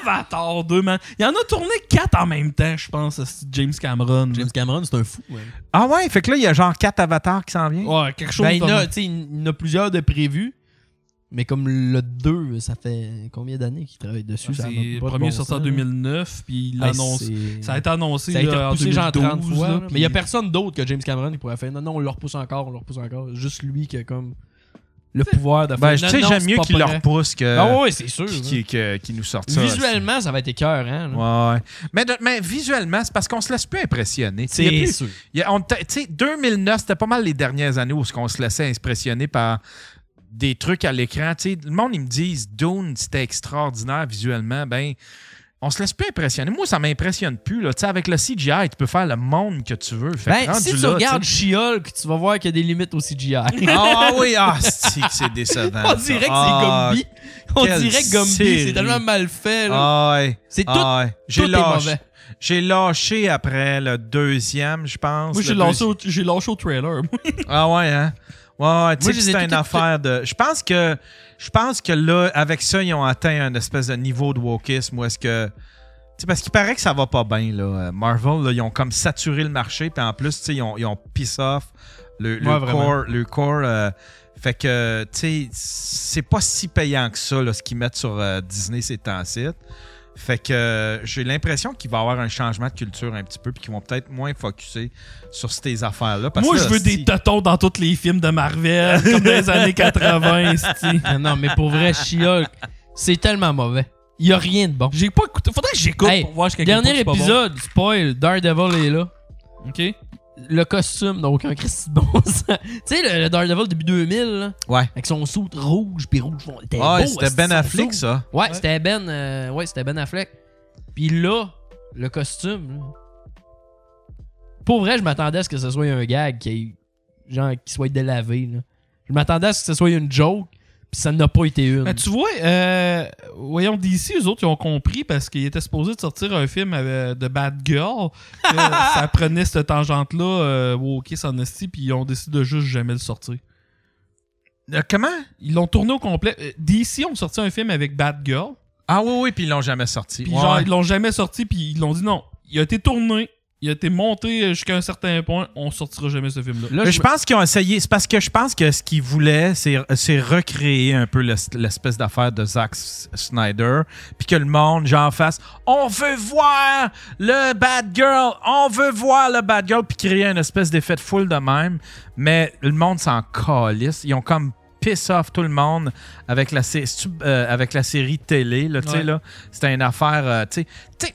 Avatar 2, man. Il y en a tourné 4 en même temps, je pense, c'est James Cameron. James Cameron, c'est un fou. Ouais, Ah ouais, fait que là il y a genre quatre avatars qui s'en viennent. Ouais, quelque chose ben, il y en comme- a, tu sais, il y en a plusieurs de prévus. Mais comme le 2, ça fait combien d'années qu'il travaille dessus? ça C'est n'a le pas de premier bon sorti en sens, 2009, puis il là. Hey, l'annonce. c'est- Ça a été annoncé Ça a été là, en repoussé genre 2012, 30 fois. là, là. puis- mais il n'y a personne d'autre que James Cameron qui pourrait faire. Non, non, on le repousse encore, on le repousse encore. Juste lui qui a comme le pouvoir de faire. Ben, tu Non, sais, non, j'aime c'est mieux pas qu'il le vrai. repousse que, Ah ouais, c'est sûr. qu'il là. qu'il- que- qu'il nous sorte ça. Visuellement, ça va être écœurant. là. Ouais, ouais. Mais, de- mais visuellement, c'est parce qu'on se laisse plus impressionner. Il y a C'est plus- sûr. il y a- on t'a- Tu sais, 2009, c'était pas mal les dernières années où on se laissait impressionner par des trucs à l'écran. Tu sais, le monde, ils me disent Dune, c'était extraordinaire visuellement. Ben, on se laisse plus impressionner. Moi, ça m'impressionne plus. Là. Tu sais, avec le CGI, tu peux faire le monde que tu veux. Fait que Ben, rendu si tu là, regardes tu sais- She-Hulk, tu vas voir qu'il y a des limites au CGI. Ah oui, ah, c'est que [laughs] c'est décevant. On ça. dirait que c'est Ah, Gumby. On quelle dirait que Gumby, série. c'est tellement mal fait. là. Ah ouais. C'est tout- Ah ouais. J'ai tout est lâché. mauvais. J'ai lâché après le deuxième, je pense. Moi, Le j'ai deuxi- lâché, au- j'ai lâché au trailer. moi. Ah ouais, hein? Ouais, ouais, tu sais, Moi, je les ai c'est une toutes affaire de. Je pense que. Je pense que là, avec ça, ils ont atteint un espèce de niveau de wokisme où est-ce que. Tu sais, parce qu'il paraît que ça va pas bien, là. Euh, Marvel, là, ils ont comme saturé le marché, puis en plus, tu sais, ils ont, ils ont piss off le, le Ouais, vraiment. core. Le core euh, fait que, tu sais, c'est pas si payant que ça, là, ce qu'ils mettent sur euh, Disney ces temps-ci. Fait que euh, j'ai l'impression qu'il va y avoir un changement de culture un petit peu, puis qu'ils vont peut-être moins focusser sur ces affaires-là. parce Moi, que là, je veux des si- totons dans tous les films de Marvel, comme dans les [laughs] années 80. c'ti. Non, non, mais pour vrai, She-Hulk, c'est tellement mauvais. Il n'y a rien de bon. J'ai pas écouté. Faudrait que j'écoute Hey, pour voir jusqu'à quel point Dernier c'est pas bon. épisode, spoil, Daredevil est là. Ok. Le costume n'a aucun Christy de bon sens. [laughs] Tu sais, le, le Daredevil début 2000, là, Ouais. avec son soute rouge, puis rouge, bon, il était Ah, beau, c'était esti, Ben son Affleck, suit. ça. Ouais, c'était Ben, euh, ouais, c'était Ben Affleck. Puis là, le costume. là. Pour vrai, je m'attendais à ce que ce soit un gag qui ait- genre qui soit délavé. là. Je m'attendais à ce que ce soit une joke, puis ça n'a pas été une. Ben, tu vois, euh, voyons, d'ici, eux autres, ils ont compris parce qu'ils étaient supposés de sortir un film euh, de Bad Girl. [laughs] que ça prenait cette tangente-là, euh, au Kiss Honesty, puis ils ont décidé de juste jamais le sortir. Euh, comment? Ils l'ont tourné au complet. Euh, DC ont sorti un film avec Bad Girl, Ah oui, oui, puis ils l'ont jamais sorti. puis Ouais, genre, ouais. ils l'ont jamais sorti, puis ils l'ont dit non. Il a été tourné, il a été monté jusqu'à un certain point, on sortira jamais ce film-là. Là, Mais je pense qu'ils ont essayé. C'est parce que je pense que ce qu'ils voulaient, c'est c'est recréer un peu l'es- l'espèce d'affaire de Zack S- Snyder. Puis que le monde, genre, fasse On veut voir le Bad Girl, on veut voir le Bad Girl, puis créer une espèce d'effet de foule de même. Mais le monde s'en calisse. Ils ont comme piss off tout le monde avec la, sé- stu- euh, avec la série télé. Là, tu sais, Ouais. là, C'était une affaire. euh, tu sais- tu sais,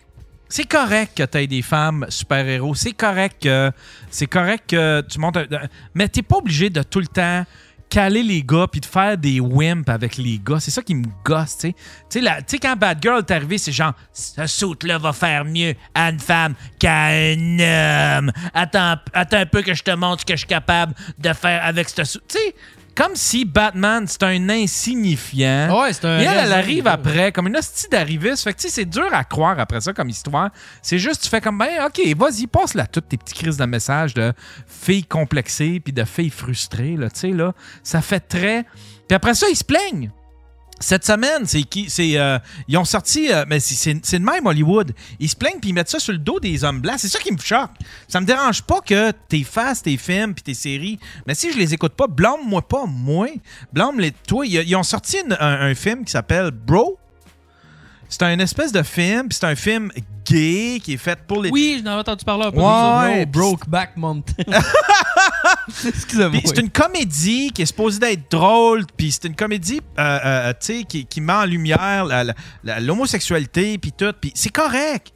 c'est correct que tu aies des femmes super-héros. C'est correct que c'est correct que tu montes un- mais t'es pas obligé de tout le temps caler les gars puis de faire des wimps avec les gars. C'est ça qui me gosse, tu sais. Tu sais, la- tu sais, quand Bad Girl est arrivé, c'est genre ce saute là va faire mieux à une femme qu'à un homme. Attends, attends un peu que je te montre ce que je suis capable de faire avec ce saut. Tu sais, comme si Batman, c'est un insignifiant. Ouais, c'est un Et elle, elle raisin, arrive là. après, comme une hostie d'arriviste. Fait que, tu sais, c'est dur à croire après ça comme histoire. C'est juste, tu fais comme, ben, OK, vas-y, passe-la toutes tes petits crises de messages de filles complexées puis de filles frustrées, là, tu sais, là. Ça fait très. Puis après ça, ils se plaignent. Cette semaine, c'est qui c'est euh, ils ont sorti euh, mais c'est- c'est c'est de même Hollywood. Ils se plaignent puis ils mettent ça sur le dos des hommes blancs. C'est ça qui me choque. Ça me dérange pas que tes fasses tes films puis tes séries, mais si je les écoute pas, blâme-moi pas moi. Blâme les toi, ils, ils ont sorti une- un, un film qui s'appelle Bro C'est un espèce de film, puis c'est un film gay qui est fait pour les. Oui, je n'avais entendu parler un peu. Ouais, de ouais, ça. Brokeback Mountain. [laughs] Excusez-moi. Puis c'est une comédie qui est supposée d'être drôle, puis c'est une comédie euh, euh, tu sais, qui, qui met en lumière la- la- la- l'homosexualité, puis tout. Puis c'est correct.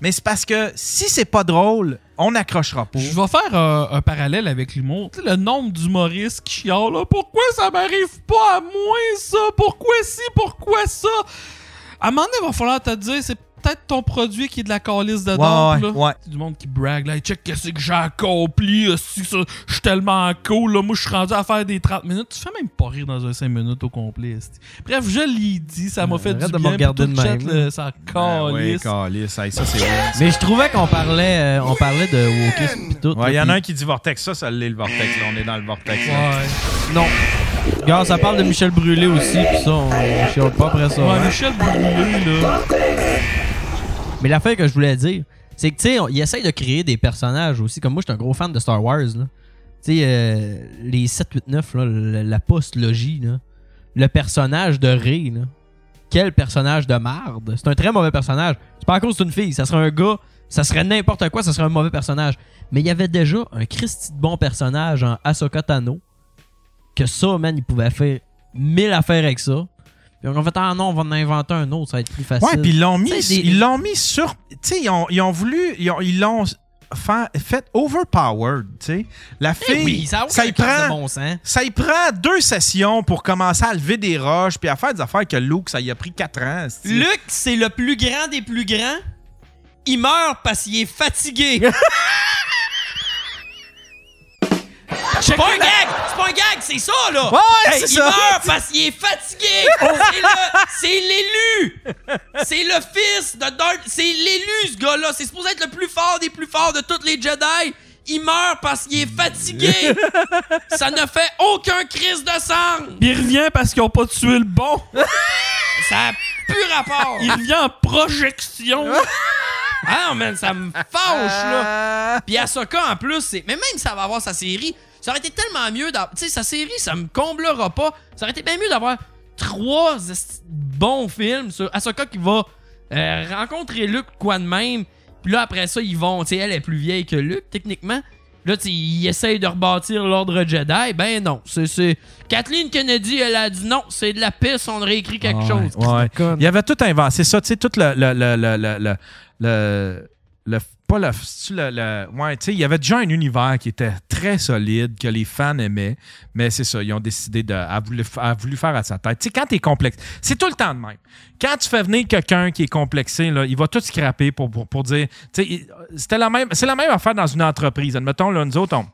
Mais c'est parce que si c'est pas drôle, on n'accrochera pas. Je vais faire euh, un parallèle avec l'humour. Tu sais, Le nombre d'humoristes qui chialent, là, pourquoi ça m'arrive pas à moi ça? Pourquoi ci? Pourquoi ça? À un moment donné, il va falloir te dire, c'est peut-être ton produit qui est de la calice de Ouais, dente, là. ouais, ouais. C'est du monde qui brague, là. Hey, Check qu'est-ce que j'ai accompli, si ça, je suis tellement cool, là. Moi, je suis rendu à faire des 30 minutes. Tu fais même pas rire dans un 5 minutes au complet, esti. Bref, je l'ai dit, ça m'a fait Euh, arrête du de me bien. regarder puis tout de le même, chat, là. là, ça Ah ouais, calisse. calisse. Hey, ça, c'est vrai. Mais je trouvais qu'on parlait, euh, on parlait de wokisme pis tout. Ouais, il y là, en a un pis- qui dit vortex. Ça, ça l'est, le vortex. Là, on est dans le vortex. là. Ouais. Non. Regarde, ça parle de Michel Brûlé aussi, pis ça, on on chiale pas après ça. Ouais, hein. Michel Brûlé, là. Mais l'affaire que je voulais dire, c'est que, tu sais, on- ils essayent de créer des personnages aussi. Comme moi, je suis un gros fan de Star Wars, là. Tu sais, euh, les 789, là, la, la post-logie, là. Le personnage de Ray, là. Quel personnage de marde. C'est un très mauvais personnage. C'est pas à cause d'une fille, ça serait un gars, ça serait n'importe quoi, ça serait un mauvais personnage. Mais il y avait déjà un Christy de bon personnage en Ahsoka Tano. Que ça, man, il pouvait faire mille affaires avec ça. Puis on a fait, ah non, on va en inventer un autre, ça va être plus facile. Ouais, puis ils l'ont mis, Tu sais, des- ils l'ont mis sur, tu sais, ils ont, ils ont voulu, ils ont- ils l'ont fa- fait overpowered, tu sais. La Eh fille, oui, ça, a aucun y crise de prend, bon sens. ça y prend deux sessions pour commencer à lever des roches puis à faire des affaires que Luke, ça y a pris quatre ans. c'est-tu. Luc, c'est le plus grand des plus grands. Il meurt parce qu'il est [laughs] fatigué. c'est pas un gag! C'est pas un gag, c'est ça, là! Ouais, c'est il ça. meurt parce qu'il est fatigué! [laughs] C'est le- c'est l'élu! C'est le fils de Darth... C'est l'élu, ce gars-là! C'est supposé être le plus fort des plus forts de tous les Jedi! Il meurt parce qu'il est [laughs] fatigué! ça ne fait aucun crise de sang! Il revient parce qu'ils ont pas tué le bon. [laughs] Ça a plus rapport! Il revient en projection. [laughs] Ah non, man, ça me fâche, là! Puis Ahsoka, en plus, c'est... Mais même si ça va avoir sa série, ça aurait été tellement mieux d'avoir... Tu sais, sa série, ça me comblera pas. Ça aurait été bien mieux d'avoir trois esti- bons films sur Ahsoka qui va euh, rencontrer Luke quoi de même. Puis là, après ça, ils vont... Tu sais, elle est plus vieille que Luke, techniquement. Là, tu sais, ils essayent de rebâtir l'ordre Jedi. Ben non, c'est- c'est... Kathleen Kennedy, elle a dit non, c'est de la pisse, on aurait écrit quelque Ah Ouais, chose. ouais. conne. Il avait tout inventé, c'est ça, tu sais, tout le, le, le, le, le, le, le- le- pas le, c'est-tu le- le- ouais, tu sais, il y avait déjà un univers qui était très solide, que les fans aimaient, mais c'est ça, ils ont décidé de, a voulu, a voulu faire à sa tête. Tu sais, quand t'es complexe, c'est tout le temps de même. Quand tu fais venir quelqu'un qui est complexé, là, il va tout scraper pour, pour, pour dire, tu sais, il- c'était la même, c'est la même affaire dans une entreprise. Admettons, là, nous autres, on-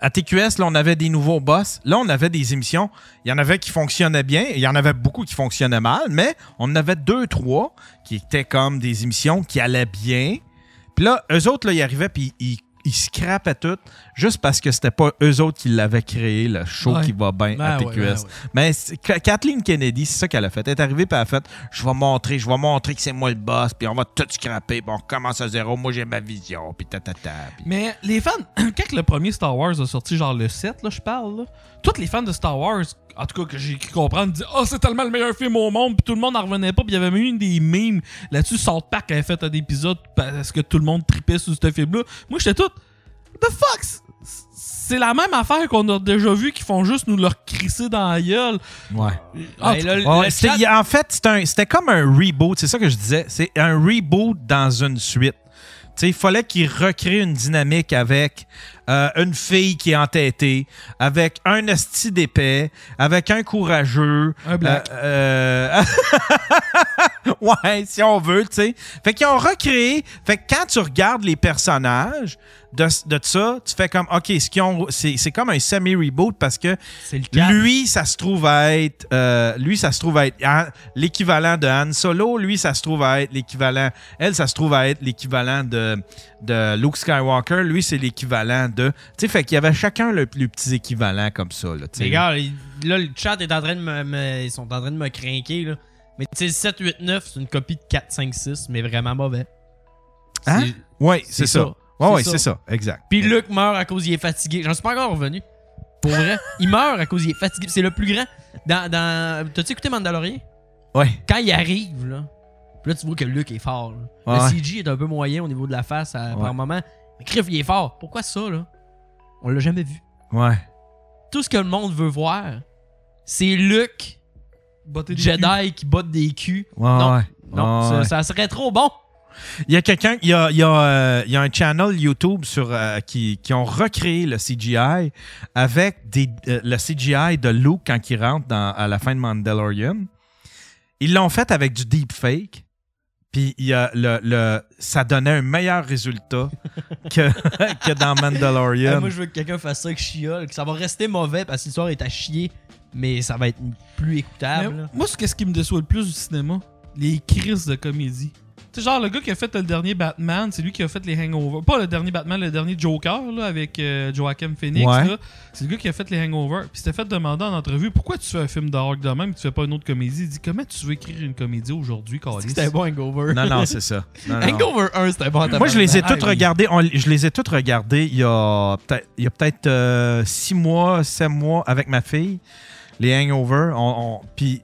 à TQS, là, on avait des nouveaux boss. Là, on avait des émissions. Il y en avait qui fonctionnaient bien. Il y en avait beaucoup qui fonctionnaient mal. Mais on en avait deux, trois qui étaient comme des émissions qui allaient bien. Puis là, eux autres, là, ils arrivaient puis ils, ils scrapaient tout juste parce que c'était pas eux autres qui l'avaient créé, le show Ouais. qui va bien à Ben TQS. ouais, ben ouais. Mais c'est- Ka- Kathleen Kennedy, c'est ça qu'elle a fait. Elle est arrivée puis elle a fait Je vais montrer, je vais montrer que c'est moi le boss, puis on va tout scraper, puis on commence à zéro. Moi, j'ai ma vision, puis tatata. puis- Mais les fans, [clears throat] quand le premier Star Wars a sorti, genre le 7, là, je parle, là, tous les fans de Star Wars, en tout cas que j'ai cru comprendre, disaient Oh, c'est tellement le meilleur film au monde, puis tout le monde n'en revenait pas, puis il y avait même eu des mimes là-dessus. South Park avait fait un épisode parce que tout le monde tripait sur ce film-là. Moi, j'étais tout The fuck C'est- C'est la même affaire qu'on a déjà vu, qu'ils font juste nous leur crisser dans la gueule. Ouais. En Ben tout là, cas, Ah, Ouais, le c'était- chat- y- en fait, c'était un- c'était comme un reboot. C'est ça que je disais. C'est un reboot dans une suite. Tu sais, il fallait qu'il recrée une dynamique avec euh, une fille qui est entêtée, avec un hostie d'épais, avec un courageux. Un black. Euh, [laughs] euh, [laughs] ouais, si on veut, tu sais. Fait qu'ils ont recréé. Fait que quand tu regardes les personnages de, de ça, tu fais comme, OK, ce qu'ils ont- c'est c'est comme un semi-reboot parce que C'est le lui, ça se trouve à être, euh, lui, ça se trouve à être Han- l'équivalent de Han Solo. Lui, ça se trouve à être l'équivalent. Elle, ça se trouve à être l'équivalent de, de Luke Skywalker. Lui, c'est l'équivalent de. Tu sais, fait qu'il y avait chacun le, le petit équivalent comme ça. Là, tu sais. Les gars, il- là, le chat est en train de me, me- Ils sont en train de me craquer, là. Mais tu sais, 7, 8, 9, c'est une copie de 4, 5, 6, mais vraiment mauvais. Hein? C'est- Ouais, c'est ça. Ouais, C'est ouais, ça. c'est ça. Exact. Puis Luc meurt à cause il est fatigué. J'en suis pas encore revenu. [laughs] Pour vrai. il meurt à cause il est fatigué. C'est le plus grand. Dans. dans... T'as-tu écouté Mandalorian? Ouais. Quand il arrive, là, pis là, tu vois que Luc est fort. là. Ouais. Le CG est un peu moyen au niveau de la face euh, à- Ouais. par moment. Mais Criff, il est fort. Pourquoi ça, là? On l'a jamais vu. Ouais. Tout ce que le monde veut voir, c'est Luc, Botter des culs. Jedi, qui botte des culs. Ouais, Non. ouais. Non, Ouais, ça- ouais. ça serait trop bon. Il y a quelqu'un, il y a, il y a, euh, il y a un channel YouTube sur, euh, qui, qui ont recréé le CGI avec des, euh, le CGI de Luke quand il rentre dans- à la fin de Mandalorian. Ils l'ont fait avec du deepfake. Puis il y a le, le- ça donnait un meilleur résultat que, [laughs] que dans Ah, [laughs] Euh, Mandalorian. moi, je veux que quelqu'un fasse ça, que je chiole, que ça va rester mauvais parce que l'histoire est à chier, mais ça va être plus écoutable. Mais là. moi, c'est qu'est-ce qui me déçoit le plus du cinéma Les crises de comédie. Tu sais, genre, le gars qui a fait le dernier Batman, c'est lui qui a fait les Hangover. Pas le dernier Batman, le dernier Joker, là, avec euh, Joachim Phoenix. Ouais. là. C'est le gars qui a fait les Hangover. Puis c'était fait demander en entrevue pourquoi tu fais un film d'horreur de même et tu fais pas une autre comédie. Il dit comment tu veux écrire une comédie aujourd'hui, C'est que Carlis C'était un bon hangover. Non, non, c'est ça. Non, non. Hangover 1, c'était un bon Moi, je les ai tabarnak. toutes Ah, oui. regardées. on- je les ai toutes regardées il y a peut-être, il y a peut-être euh, six mois, sept mois avec ma fille. Les Hangover. On, on- puis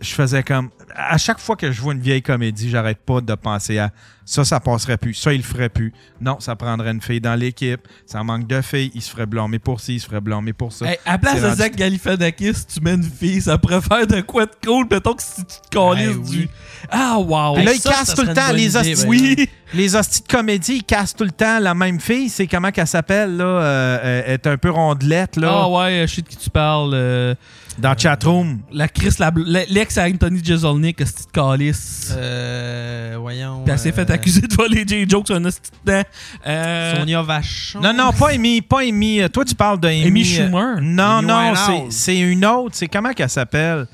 je faisais comme. À chaque fois que je vois une vieille comédie, j'arrête pas de penser à ça, ça passerait plus. Ça, il le ferait plus. Non, ça prendrait une fille dans l'équipe. Ça manque de filles. Il se ferait blâmer pour ci, il se ferait blâmer pour ça. Hey, à place C'est de rendu- Zach Galifianakis, tu mets une fille, ça préfère de quoi de cool, mettons que si tu te calisses Ben du. oui. Ah, wow! Puis là, Hey, ils ça, ça cassent tout le serait une temps bonne les idée, hosties. ben oui. [laughs] Les hosties de comédie, ils cassent tout le temps la même fille. C'est comment qu'elle s'appelle, là? euh, euh, elle est un peu rondelette, là, Ah ouais, je sais de qui tu parles. euh, dans Chatroom. la Chris, la bl- la- l'ex à Anthony Jeselnik, ce petite calice. Euh, voyons. Puis elle s'est fait euh, accuser de voler J. Jokes un petit dedans. Euh, Sonia Vachon. Non, non, pas Amy. Pas Amy. Euh, Toi, tu parles de Amy. Amy euh, Schumer. Non, Amy non, Winehouse. c'est- c'est une autre. C'est comment qu'elle s'appelle?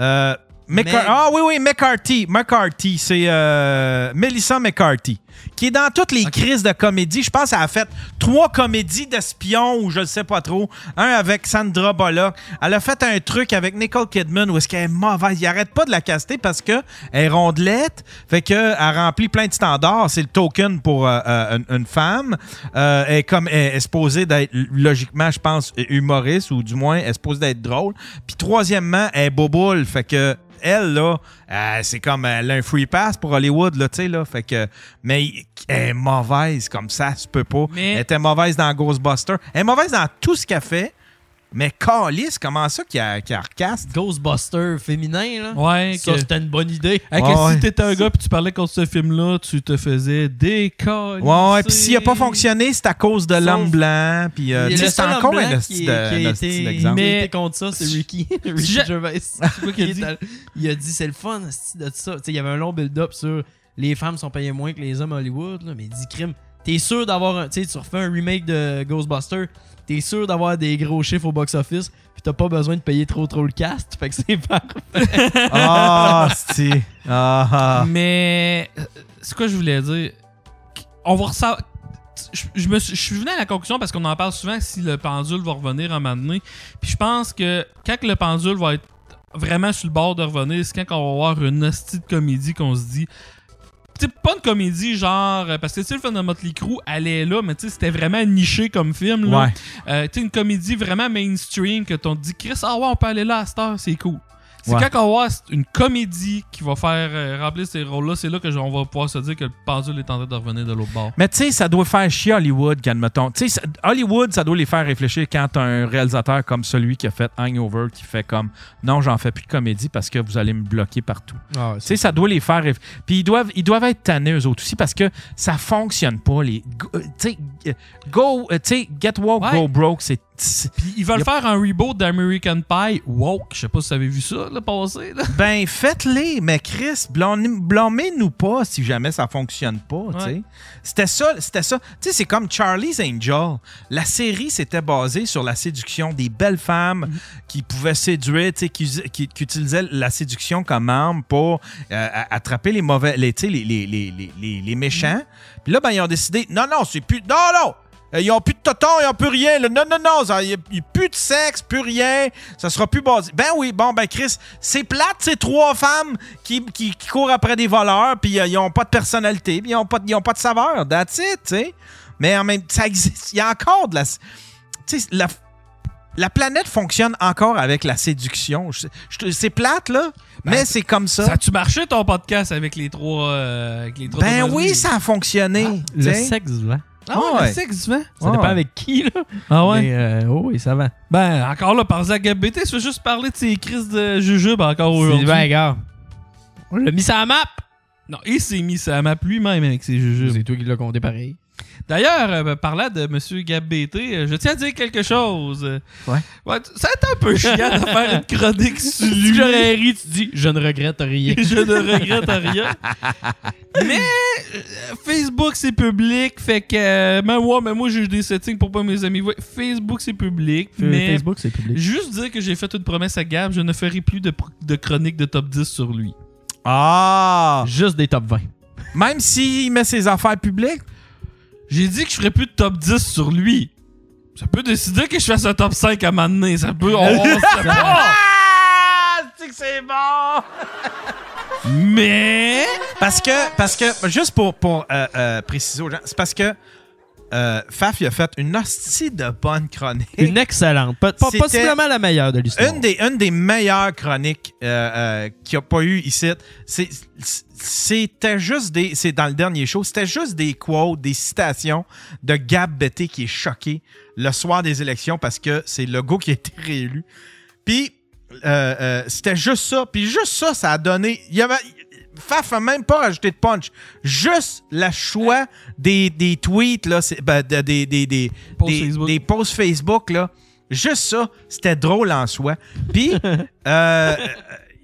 Euh, Mc- Meg. Ah oui, oui, McCarthy. McCarthy, c'est euh, Melissa McCarthy, qui est dans toutes les crises de comédie. Je pense qu'elle a fait trois comédies d'espions ou je ne sais pas trop. Un avec Sandra Bullock. Elle a fait un truc avec Nicole Kidman où est-ce qu'elle est mauvaise. Ils n'arrêtent pas de la caster parce qu'elle est rondelette, fait qu'elle remplit plein de standards. C'est le token pour euh, euh, une, une femme. Euh, elle, est comme, elle est supposée d'être, logiquement, je pense, humoriste ou du moins, elle est supposée d'être drôle. Puis troisièmement, elle est boboule, fait que elle, là, euh, c'est comme elle a un free pass pour Hollywood, là, tu sais, là. Fait que, mais elle est mauvaise comme ça, tu peux pas. Mais- Elle était mauvaise dans Ghostbusters. Elle est mauvaise dans tout ce qu'elle fait. Mais Calis, comment ça qu'il a- qu'il a recaste? Ghostbuster féminin, là. Ouais, Ça, que- c'était une bonne idée. Hey, que Ouais, ouais. si t'étais un gars puis tu parlais contre ce film-là, tu te faisais des calices. Ouais, ouais. Puis s'il n'a pas fonctionné, c'est à cause de l'homme blanc. Puis euh, Et tu sais, le c'est seul encore homme un blanc esti de- qui- qui a un esti été- d'exemple. qui a Mais- été contre ça, c'est Si- [laughs] Ricky. si Ricky je- [laughs] Gervais. quoi qu'il a Il est dit? allé- Il a dit, c'est le fun, esti, de ça. Tu sais, il y avait un long build-up sur les femmes sont payées moins que les hommes à Hollywood, là, mais il dit crime. T'es sûr d'avoir un. Tu sais, tu refais un remake de Ghostbusters, t'es sûr d'avoir des gros chiffres au box-office, puis t'as pas besoin de payer trop trop le cast, fait que [laughs] c'est parfait. Ah, esti. Ah, ah. Mais euh, c'est quoi je voulais dire On va ressavoir. Je, je me suis- je suis venu à la conclusion parce qu'on en parle souvent si le pendule va revenir un moment donné. Puis je pense que quand que le pendule va être vraiment sur le bord de revenir, c'est quand on va avoir une hostie de comédie qu'on se dit. Tu sais, pas une comédie genre. euh, Parce que tu sais, le film de Motley Crue, elle est là, mais tu sais, c'était vraiment niché comme film. Là. Ouais. Euh, tu sais, une comédie vraiment mainstream que t'on te dit, Chris, ah ouais, on peut aller là à cette heure, c'est cool. C'est Ouais. quand on voit une comédie qui va faire euh, remplir ces rôles-là, c'est là que je- on va pouvoir se dire que le pendule est en train de revenir de l'autre bord. Mais tu sais, ça doit faire chier Hollywood, admettons. Tu sais, ça- Hollywood, ça doit les faire réfléchir quand t'as un réalisateur comme celui qui a fait Hangover, qui fait comme non, j'en fais plus de comédie parce que vous allez me bloquer partout. Ah, Tu sais, ça doit les faire. réf- Puis ils doivent, ils doivent être tannés eux autres aussi parce que ça fonctionne pas. Les, go- euh, tu sais, euh, go, euh, tu sais, get woke, Ouais. go broke, c'est. c'est- Puis ils veulent Yep. faire un reboot d'American Pie woke. Je sais pas si vous avez vu ça, le passé. Là. [laughs] Ben, faites-les, mais Chris, blâme- blâmez-nous pas si jamais ça fonctionne pas, tu sais. Ouais. C'était ça, c'était ça. Tu sais, c'est comme Charlie's Angel. La série s'était basée sur la séduction des belles femmes Mhm. qui pouvaient séduire, tu sais, qui, us- qui- qui utilisaient la séduction comme arme pour euh, a- attraper les mauvais, les, tu sais, les, les, les, les- les- les méchants. Puis là, ben, ils ont décidé, non, non, c'est plus, non, non! Euh, Ils ont plus de toton, ils ont plus rien. là. Non, non, non, ça- il n'y a plus de sexe, plus rien. Ça sera plus basé. Ben oui, bon, ben Chris, c'est plate, ces trois femmes qui, qui, qui courent après des voleurs, puis euh, ils n'ont pas de personnalité, puis ils n'ont pas, de- ils ont pas de saveur. That's it, tu sais. Mais en même temps, ça existe. Il y a encore de la. Tu sais, la. La planète fonctionne encore avec la séduction. Je- je- C'est plate, là, mais c'est comme ça. Ben, Ça a-tu marché ton podcast avec les trois. euh, avec les trois ben demoiselles? oui, ça a fonctionné. Le t'sais. sexe vend. Ah ouais, Ouais. le sexe, hein? Ça Ouais. dépend avec qui, là. Ah ouais? Mais, euh, oh, oui, ça vend. Ben, encore là, par Zach BT, tu veux juste parler de ces crises de jujube encore aujourd'hui. Sylvain, gars. On l'a mis sur la map. Non, il s'est mis sa map lui-même avec ses jujubes. C'est toi qui l'as compté pareil. D'ailleurs, euh, ben, parlant de M. Gab BT, euh, je tiens à dire quelque chose. Euh, Ouais. tu- ça a été un peu chiant de faire une [laughs] chronique sur [laughs] Si lui. j'aurais ri, tu dis, je ne regrette rien. [laughs] je ne regrette rien. Mais euh, Facebook, c'est public. Fait que, euh, même, ouais, mais moi, j'ai des settings pour pas mes amis. voient. Facebook, c'est public. mais Euh, Facebook, c'est public. juste dire que j'ai fait une promesse à Gab, je ne ferai plus de, pr- de chronique de top 10 sur lui. Ah! Juste des top 20. Même s'il met ses affaires publiques, J'ai dit que je ferais plus de top 10 sur lui. Ça peut décider que je fasse un top 5 à un moment donné. Ça peut. On, [laughs] on sait Ah. pas. [laughs] Mais. Parce que, parce que juste pour, pour euh, euh, préciser aux gens, c'est parce que euh, Faf il a fait une hostie de bonne chronique. Une, [laughs] Une excellente. Pas- pas- C'était- possiblement la meilleure de l'histoire. des, une des meilleures chroniques euh, euh, qu'il n'y a pas eu ici. C'est- C'était juste des. C'est dans le dernier show, c'était juste des quotes, des citations de Gab Betté qui est choqué le soir des élections parce que c'est le go qui a été réélu. Puis euh, euh, c'était juste ça. Puis juste ça, ça a donné. Il y avait. Faf a même pas rajouté de punch. Juste le choix des, des tweets, là, c'est- ben, de- des, des, des, Posts des- Facebook. des posts Facebook, là. Juste ça, c'était drôle en soi. [laughs] Puis, euh,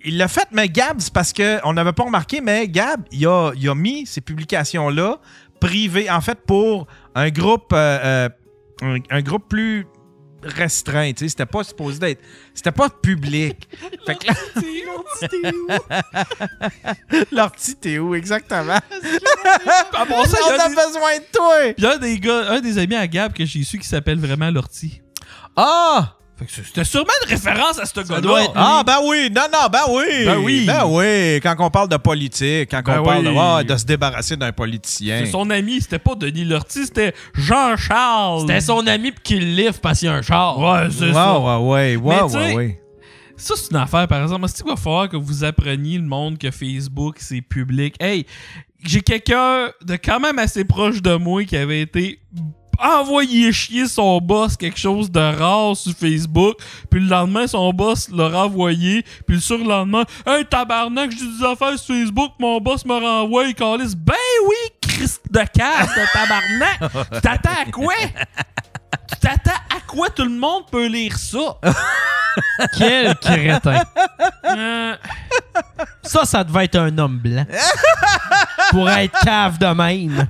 il l'a fait, mais Gab, c'est parce qu'on n'avait pas remarqué, mais Gab, il a, il a mis ces publications-là privées, en fait, pour un groupe, euh, euh, un, un groupe plus restreint. tu sais, C'était pas supposé d'être. C'était pas [laughs] public. fait que là, [laughs] leur petit Théo, exactement. Ah bon, ça, il y on a a des- besoin de toi. il y a des gars, un des amis à Gab que j'ai su qui s'appelle vraiment Lortie. Ah! Fait que c'était sûrement une référence à ce doit gars-là. être- Ah, ben oui! Non, non, ben oui! Ben oui. Ben oui! Quand on parle de politique, quand Ben on parle de, oui. ouais, de se débarrasser d'un politicien. C'est son ami, c'était pas Denis Lortie, c'était Jean-Charles. C'était son ami pis qu'il livre parce qu'il y a un char. Ouais, c'est Ouais, ça. ouais, ouais, ouais, Mais tu ouais, sais- ouais. Ça, c'est une affaire, par exemple. Est-ce qu'il va falloir que vous appreniez le monde que Facebook, c'est public? Hey, j'ai quelqu'un de quand même assez proche de moi qui avait été envoyé chier son boss quelque chose de rare sur Facebook, puis le lendemain, son boss l'a renvoyé, puis le surlendemain, « Hey, tabarnak, j'ai des affaires sur Facebook, mon boss me renvoie, il calisse. » Ben oui, Christ de casse, le [laughs] tabarnak! tu t'attends à quoi? Tu t'attends à quoi? Tout le monde peut lire [laughs] ça! Quel crétin. Euh, Ça, ça devait être un homme blanc. [laughs] Pour être cave de même.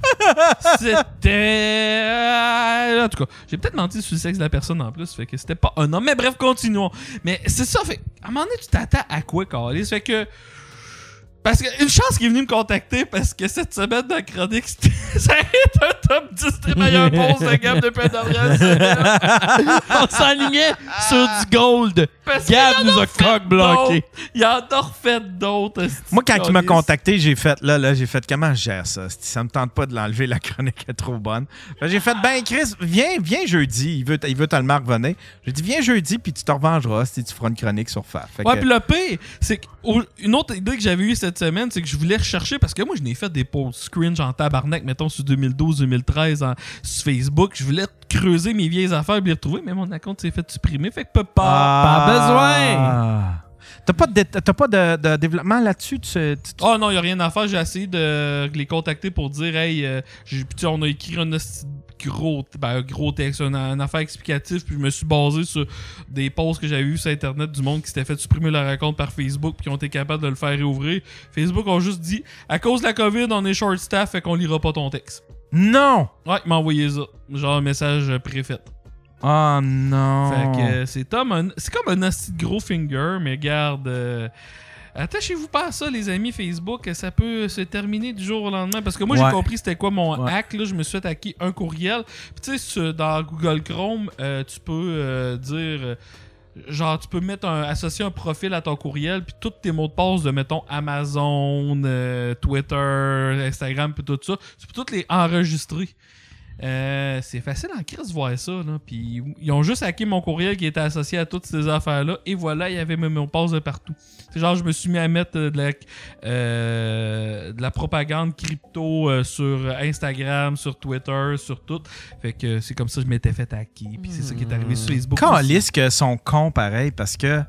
C'était. euh, En tout cas, j'ai peut-être menti sur le sexe de la personne en plus, fait que c'était pas un homme. Mais bref, continuons. Mais c'est ça, fait. À un moment donné, tu t'attends à quoi, Carlis? Fait que. Parce que une chance qu'il est venu me contacter parce que cette semaine dans Chronique, c'était- [laughs] ça a été un top 10 des meilleurs posts de Gab depuis la dernière semaine. On s'alignait sur du gold. Parce Gab qu'il y en nous a refait coq bloqué. d'autres. Il en a refait d'autres. esti, Moi, quand il m'a Carlis. contacté, j'ai fait là, là, j'ai fait comment je gère ça? Si Ça me tente pas de l'enlever, la chronique est trop bonne. Fait que J'ai fait ben Chris, viens, viens jeudi. Il veut, il veut tellement revenir. J'ai dit viens jeudi, puis tu te revengeras si tu feras une chronique sur Faf. Fait que- Ouais, puis le pire, c'est qu'une autre idée que j'avais eue cette semaine, c'est que je voulais rechercher, parce que moi, je n'ai fait des posts cringe en tabarnak, mettons, sur 2012-2013 en- sur Facebook. Je voulais creuser mes vieilles affaires et les retrouver, mais mon compte s'est fait supprimer, fait que peut pas. Ah. T'as pas de, dé- t'as pas de, de développement là-dessus? Tu, tu- tu- Oh non, il a rien à faire. J'ai essayé de les contacter pour dire, hey, euh, j'ai- puis tu sais, on a écrit un esti de gros, ben, un gros texte, un, un affaire explicatif, puis je me suis basé sur des posts que j'avais vus sur Internet du monde qui s'était fait supprimer leur compte par Facebook, puis qui ont été capables de le faire réouvrir. Facebook ont juste dit, à cause de la COVID, on est short staff, fait qu'on lira pas ton texte. Non! Ouais, ils m'ont envoyé ça. Genre un message euh, préfait. Oh non! Fait que euh, c'est Tom, un- c'est comme un asti de gros finger, mais garde. euh, Attachez-vous pas à ça, les amis Facebook. Ça peut se terminer du jour au lendemain. Parce que moi, Ouais. j'ai compris c'était quoi mon Ouais. hack. Là. Je me suis fait hacker un courriel. Puis tu sais, sur- dans Google Chrome, euh, tu peux euh, dire. euh, Genre, tu peux mettre un, associer un profil à ton courriel, puis tous tes mots de passe de, mettons, Amazon, euh, Twitter, Instagram, puis tout ça, tu peux tous les enregistrer. Euh, c'est facile en crise de voir ça. Là. Puis ils ont juste hacké mon courriel qui était associé à toutes ces affaires-là. Et voilà, il y avait mes mots de passe de partout. C'est genre, je me suis mis à mettre euh, de la, euh, de la propagande crypto euh, sur Instagram, sur Twitter, sur tout. Fait que c'est comme ça que je m'étais fait hacker. Puis c'est ça qui est arrivé sur Facebook. Quand aussi. que sont cons pareil parce que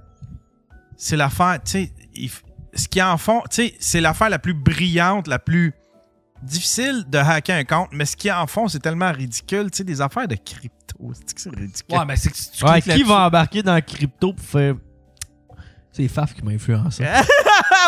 c'est l'affaire, tu sais, il f- ce qu'ils en font, tu sais, c'est l'affaire la plus brillante, la plus difficile de hacker un compte, mais ce qu'ils en font, c'est tellement ridicule, tu sais, des affaires de crypto, [laughs] c'est que c'est ridicule. Ouais, mais c'est que si tu Ouais, cliques qui là-dessus- va embarquer dans la crypto pour faire. C'est Faf qui m'a influencé. [laughs]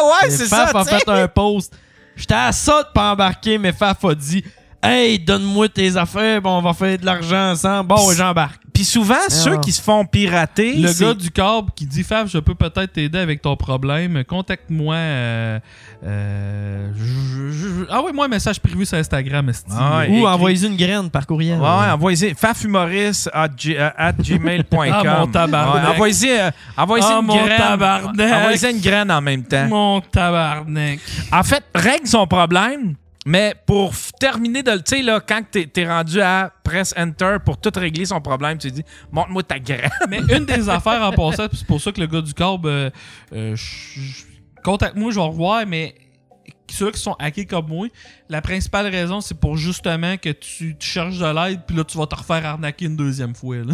Ah ouais, Et c'est ça, Faf a tu sais. fait un post. J'étais à ça de pas embarquer, mais Faf a dit Hey, donne-moi tes affaires, bon, on va faire de l'argent ensemble. Bon, Psst. j'embarque. Puis souvent, ceux non. qui se font pirater, Le c'est- gars du corps qui dit Fab, je peux peut-être t'aider avec ton problème. Contacte-moi. euh, euh, je- je- je- Ah oui, moi, un message privé sur Instagram. esti. Ah ouais. Ou écrit- envoyez une graine par courriel. Ouais, ouais, envoyez-y fafhumoriste at g- euh, at gmail.com. Ah, mon tabarnak. Ouais, envoyez-y euh, envoyez-y Ah, une mon graine. tabarnak. Envoyez-y une graine en même temps. Mon tabarnak. En fait, règle son problème, mais pour f- terminer de le. Tu sais, là, quand t'es t'es rendu à press enter pour tout régler son problème, tu dis montre-moi ta graine. Mais une des affaires en passant, puis c'est pour ça que le gars du corps, euh, euh, je- je- contacte-moi, je vais revoir, mais ceux qui sont hackés comme moi, la principale raison, c'est pour justement que tu te cherches de l'aide, puis là, tu vas te refaire arnaquer une deuxième fois. Là.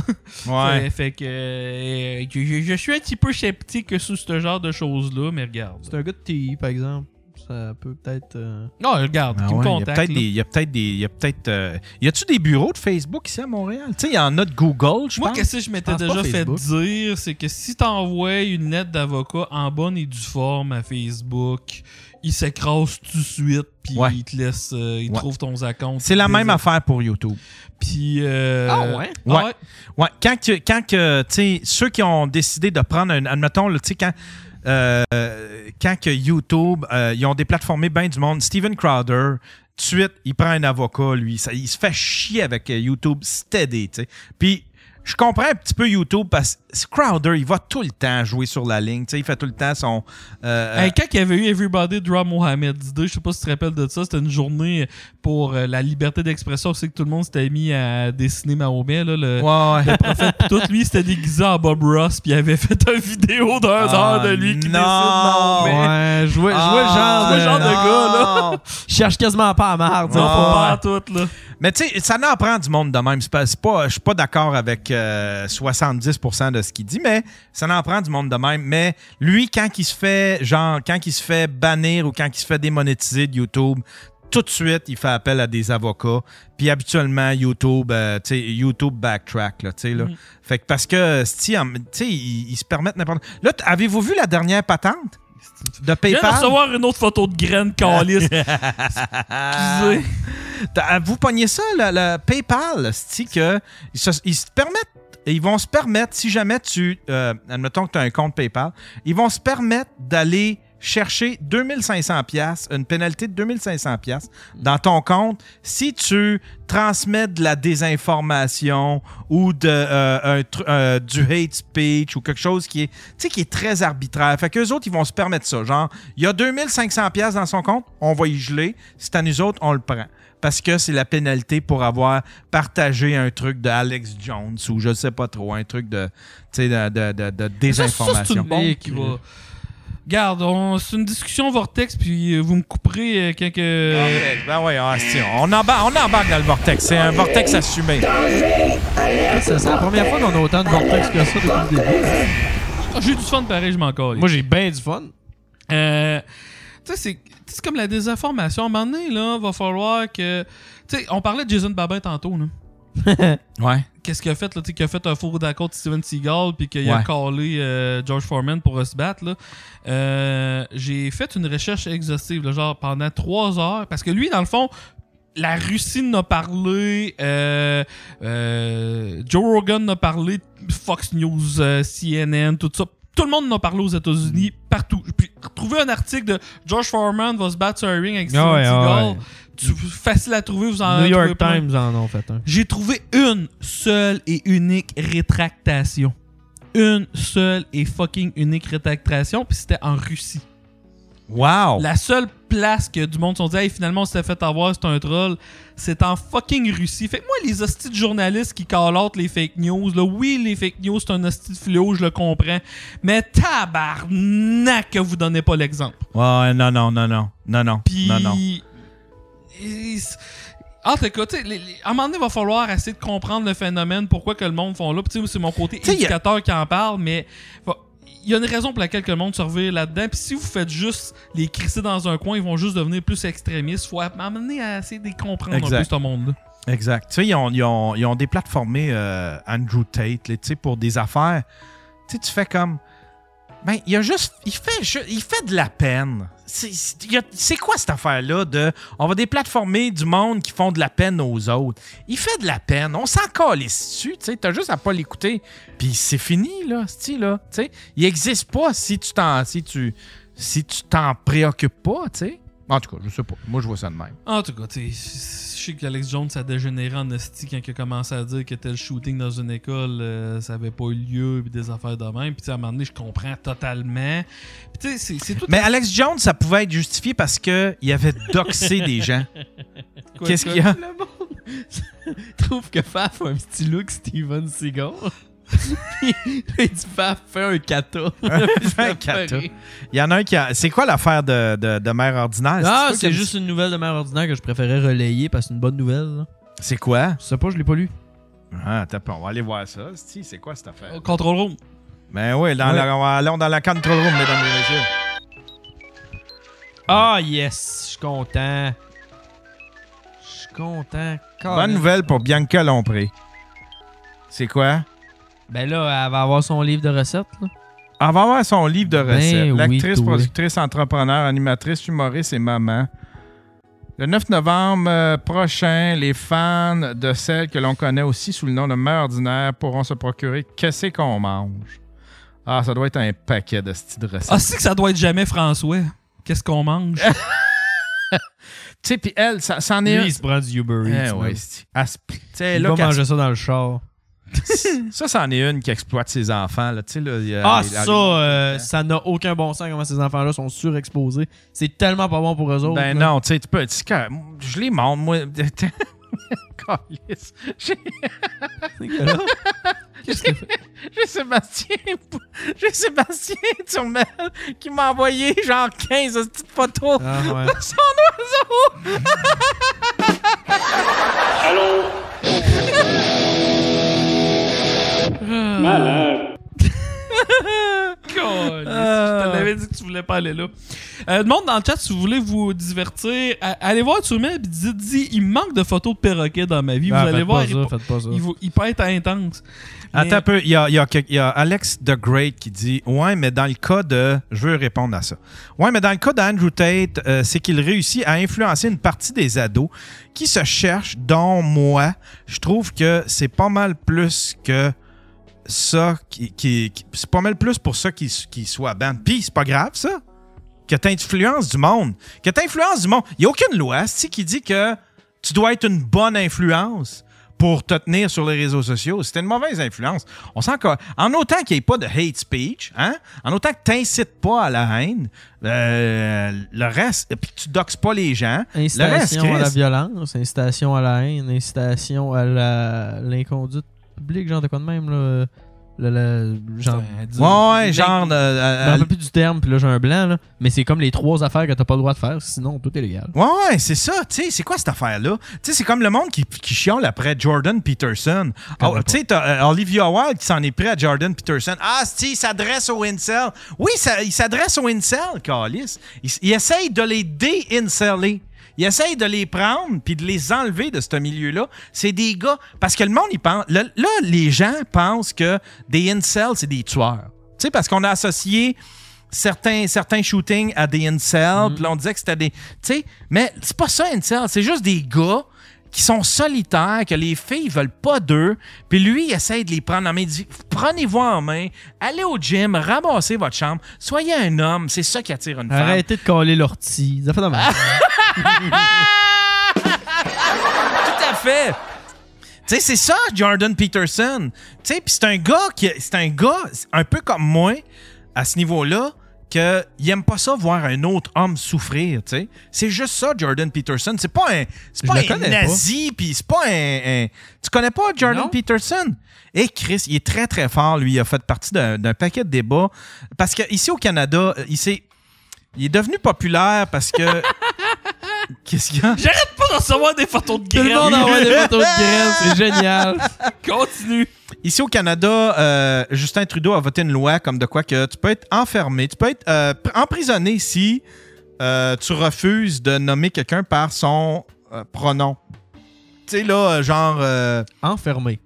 [laughs] Fait, fait que euh, je, je- je suis un petit peu sceptique sur ce genre de choses-là, mais regarde. C'est un gars de TI, par exemple. Ça peut peut-être. euh, Non, regarde, qui me Ah il y a contacte. peut-être là. des. Il y a peut-être des. Il y a peut-être. euh, y a-tu des bureaux de Facebook ici à Montréal? Tu sais, il y en a de Google, je Moi, pense. qu'est-ce que je m'étais pense pas déjà fait Facebook. dire, c'est que si t'envoies une lettre d'avocat en bonne et due forme à Facebook, il s'écrase tout de suite, puis Ouais. il te laisse, euh, il Ouais. trouve ton compte. C'est la même affaire pour YouTube. Puis, euh, Ah ouais? ah Ouais. Ouais, quand que, quand que, tu sais, ceux qui ont décidé de prendre un. Admettons, là, tu sais, quand. euh, quand que YouTube, euh, ils ont déplateformé bien du monde. Steven Crowder, tout de suite, il prend un avocat, lui. Ça- il se fait chier avec euh, YouTube steady, tu sais. Puis, je comprends un petit peu YouTube parce que Crowder, il va tout le temps jouer sur la ligne, tu sais. Il fait tout le temps son. euh, Hey, quand il y avait eu Everybody Draw Mohamed Didé, je sais pas si tu te rappelles de ça, c'était une journée pour euh, la liberté d'expression. C'est que tout le monde s'était mis à dessiner Mahomet, là, le, ouais, ouais. prophète pis tout, lui, il s'était déguisé en Bob Ross puis il avait [laughs] fait une vidéo d'un Ah, heure de lui qui non. dessine Mahomet. Ouais, je vois, je vois Ah, le je genre vois de. le genre non. Je cherche quasiment pas à marre, Non, disons. pas en tout, là. Mais tu sais, ça n'en prend du monde de même. C'est pas- c'est pas- Je suis pas d'accord avec euh, 70% de ce qu'il dit, mais ça n'en prend du monde de même. Mais lui, quand il se fait, genre, quand il se fait bannir ou quand il se fait démonétiser de YouTube, tout de suite, il fait appel à des avocats. Puis habituellement, YouTube, euh, tu sais, YouTube backtrack, là, tu sais, là. Mm. Fait que parce que, si, en- tu sais, ils, ils se permettent n'importe Là, t- avez-vous vu la dernière patente de Je viens de PayPal? recevoir une autre photo de graine [laughs] calice. Excusez. Ah. T'as- ah, Vous pognez ça, le, le PayPal, cest que ils se, ils se permettent, ils vont se permettre, si jamais tu, euh, admettons que tu as un compte PayPal, ils vont se permettre d'aller chercher 2500 pièces, une pénalité de 2500 pièces dans ton compte si tu transmets de la désinformation ou de euh, un tru- euh, du hate speech ou quelque chose qui est tu sais qui est très arbitraire. Fait que autres ils vont se permettre ça, genre il y a 2500 pièces dans son compte, on va y geler, c'est à nous autres, on le prend parce que c'est la pénalité pour avoir partagé un truc de Alex Jones ou je sais pas trop, un truc de tu sais de, de, de- de Ça, ça, c'est désinformation. une bombe qui va. Garde, on- c'est une discussion vortex, puis euh, vous me couperez euh, quand que. Ben ouais, ah, si, on embarque, on embarque dans le vortex. C'est un vortex assumé. C'est c'est la première fois qu'on a autant de vortex que ça depuis le début. Ah, J'ai du fun pareil, je m'en calisse. Moi, j'ai bien du fun. Euh, tu sais, c'est tu sais, c'est comme la désinformation. À un moment donné, là, va falloir que. Tu sais, on parlait de Jason Babin tantôt, là. Ouais. Qu'est-ce qu'il a fait, là, tu sais, qu'il a fait un faux d'accord de Steven Seagal, puis qu'il a Ouais. callé euh, George Foreman pour euh, se battre, là. Euh, J'ai fait une recherche exhaustive, là, genre pendant trois heures, parce que lui, dans le fond. La Russie n'a parlé, euh, euh, Joe Rogan n'a parlé, Fox News, euh, CNN, tout ça. Tout le monde n'a parlé aux États-Unis, partout. Puis trouver un article de George Foreman va se battre sur un ring avec Steven Ouais, Seagal, ouais. tu- facile à trouver, vous en New trouvez York plein. Times en ont fait un. J'ai trouvé une seule et unique rétractation. Une seule et fucking unique rétractation, puis c'était en Russie. Wow! La seule place que du monde se sont dit, hey, finalement, on s'est fait avoir, c'est un troll, c'est en fucking Russie. Fait que moi, les hosties de journalistes qui call out les fake news, là, oui, les fake news, c'est un hostie de fléau, je le comprends. Mais tabarnak que vous donnez pas l'exemple. Ouais, non, non, non, non. Non, non. Puis. Non, non. Et c'est- En tout cas, tu sais, les- les- à un moment donné, il va falloir essayer de comprendre le phénomène, pourquoi que le monde font là. Puis, tu sais, c'est mon côté Tu sais, il y a- éducateur qui en parle, mais va- il y a une raison pour laquelle que le monde se revire là-dedans. Puis si vous faites juste les crisser dans un coin, ils vont juste devenir plus extrémistes. Faut amener à essayer de les comprendre un Exact. peu ce monde-là. Exact. Tu sais, ils ont, ils ont, ils ont déplatformé euh, Andrew Tate, là, tu sais, pour des affaires. Tu sais, tu fais comme. Ben, il a juste. Il fait, ju- il fait de la peine. C'est- C'est il y a- c'est quoi cette affaire-là de. On va déplatformer du monde qui font de la peine aux autres. Il fait de la peine. On s'en colle dessus, tu sais. T'as juste à pas l'écouter. Puis c'est fini, là, ce là Tu sais, il existe pas si tu t'en. Si tu. Si tu t'en préoccupes pas, tu sais. En tout cas, je sais pas. Moi, je vois ça de même. En tout cas, tu sais, je sais qu'Alex Jones, ça a dégénéré en esti quand il a commencé à dire que tel shooting dans une école, euh, ça avait pas eu lieu, puis des affaires de même. Puis tu sais, à un moment donné, je comprends totalement. Puis tu sais, c'est- c'est tout. Mais Alex Jones, ça pouvait être justifié parce que il avait doxé des [laughs] gens. quoi- Qu'est-ce quoi- qu'il y a? Le monde [laughs] [laughs] trouve que Faf a un petit look Steven [laughs] Seagal. Puis là, il dit Faf, [laughs] fais un kata. Fais un kata. Il y en a un qui a. C'est quoi l'affaire de, de, de mère ordinaire? Ah, toi c'est qui- juste une nouvelle de mère ordinaire que je préférais relayer parce que c'est une bonne nouvelle. là. C'est quoi? Je sais pas, je l'ai pas lu. Ah, attends, on va aller voir ça. C'est c'est quoi cette affaire? Control room. Ben oui, dans Ouais. La, on va- allons dans la control room, mesdames et messieurs. Ah, yes, je suis content. Je suis content. Bonne nouvelle pour Bianca Lompré. C'est quoi? Ben là, elle va avoir son livre de recettes. Là. Elle va avoir son livre de Ben recettes. oui, L'actrice, toi. productrice, entrepreneur, animatrice, humoriste et maman. Le 9 novembre euh, prochain, les fans de celle que l'on connaît aussi sous le nom de Mère Ordinaire pourront se procurer Qu'est-ce qu'on mange? Ah, ça doit être un paquet de styles de recettes. Ah, c'est que ça doit être jamais François. Qu'est-ce qu'on mange? [laughs] tu sais, puis elle, ça, ça en est. Lui, il se prend du Uber Eats. Eh man. ouais, c'est- elle se- tu sais, Il là, va qu'elle manger ça dans le char. se- [laughs] ça, c'en est une qui exploite ses enfants. Là. Tu sais, là, il y a- Ah, il y a- ça, euh, ça n'a aucun bon sens comment ces enfants-là sont surexposés. C'est tellement pas bon pour eux autres. Ben là. non, tu sais, tu peux. tu sais, quand- Je les montre, moi. [laughs] Calisse. J'ai- [laughs] Qu'est-ce que J'ai Sébastien, j'ai Sébastien Turmel qui m'a envoyé genre 15 petites photos. Ah, ouais. [laughs] Son oiseau! [laughs] Caliste, Je te l'avais dit que tu voulais pas aller là. Euh, le monde dans le chat, si vous voulez vous divertir, a- allez voir Turmel et dites dis, il manque de photos de perroquets dans ma vie. Ben, vous allez faites voir, pas il, ça, faites pas ça. il, va- il peut être intense. Mais- Attends un peu, il y a, il y a quel- il y a Alex The Great qui dit Ouais, mais dans le cas de. Je veux répondre à ça. Ouais, mais dans le cas d'Andrew Tate, euh, c'est qu'il réussit à influencer une partie des ados qui se cherchent, dont moi. Je trouve que c'est pas mal plus que ça qui. qui- qui- c'est pas mal plus pour ça qu'il qu'il soit ban. Puis c'est pas grave, ça. Que t'influences du monde. Que t'influences du monde. Il n'y a aucune loi c'est-tu, qui dit que tu dois être une bonne influence pour te tenir sur les réseaux sociaux. C'était une mauvaise influence. On sent qu'en en autant qu'il n'y ait pas de hate speech, hein, en autant que tu n'incites pas à la haine, euh, le reste, et puis que tu doxes pas les gens, le reste, Incitation à la Chris, violence, incitation à la haine, incitation à la- l'inconduite publique, genre de quoi de même, là. Le, le- genre, Ben, dis- Ouais, ouais, genre. de- je me euh, euh, rappelle plus du terme, puis là j'ai un blanc, là. Mais c'est comme les trois affaires que t'as pas le droit de faire, sinon tout est légal. Ouais, ouais, c'est ça. Tu sais, c'est quoi cette affaire-là? Tu sais, c'est comme le monde qui, qui chiale après Jordan Peterson. connais Oh, pas. Tu sais, t'as euh, Olivia Wilde qui s'en est pris à Jordan Peterson. Ah, si, il s'adresse aux incels. Oui, ça- il s'adresse aux incels, Calis. Il, s- il essaye de les dé-inceler. Il essaye de les prendre puis de les enlever de ce milieu-là. C'est des gars. Parce que le monde, il pense. le- là, les gens pensent que des incels, c'est des tueurs. Tu sais, parce qu'on a associé certains, certains shootings à des incels, puis là, on disait que c'était des. Tu sais, mais c'est pas ça, incel. C'est juste des gars qui sont solitaires, que les filles veulent pas d'eux, puis lui, il essaie de les prendre en main. Il dit Prenez-vous en main, allez au gym, ramassez votre chambre, soyez un homme, c'est ça qui attire une femme. Arrêtez de coller l'ortie. Ça [laughs] fait de la merde. Tout à fait. Tu sais, c'est ça, Jordan Peterson. Tu sais, puis c'est un gars qui, c'est un gars, un peu comme moi, à ce niveau-là, qu'il n'aime pas ça voir un autre homme souffrir, tu sais. C'est juste ça, Jordan Peterson. C'est pas un, c'est Je pas le un connais nazi, puis c'est pas un, un- Tu connais pas Jordan Non. Peterson? Et Chris, il est très, très fort, lui. Il a fait partie d'un, d'un paquet de débats. Parce qu'ici au Canada, il s'est... Il est devenu populaire parce [laughs] que... Qu'est-ce qu'il y a? J'arrête pas de recevoir des photos de Tout le monde graines. envoie des photos [laughs] de graines, c'est génial. Continue. Ici au Canada, euh, Justin Trudeau a voté une loi comme de quoi que tu peux être enfermé, tu peux être euh, pr- emprisonné si euh, tu refuses de nommer quelqu'un par son euh, pronom. Tu sais, là, euh, genre... euh, Enfermé.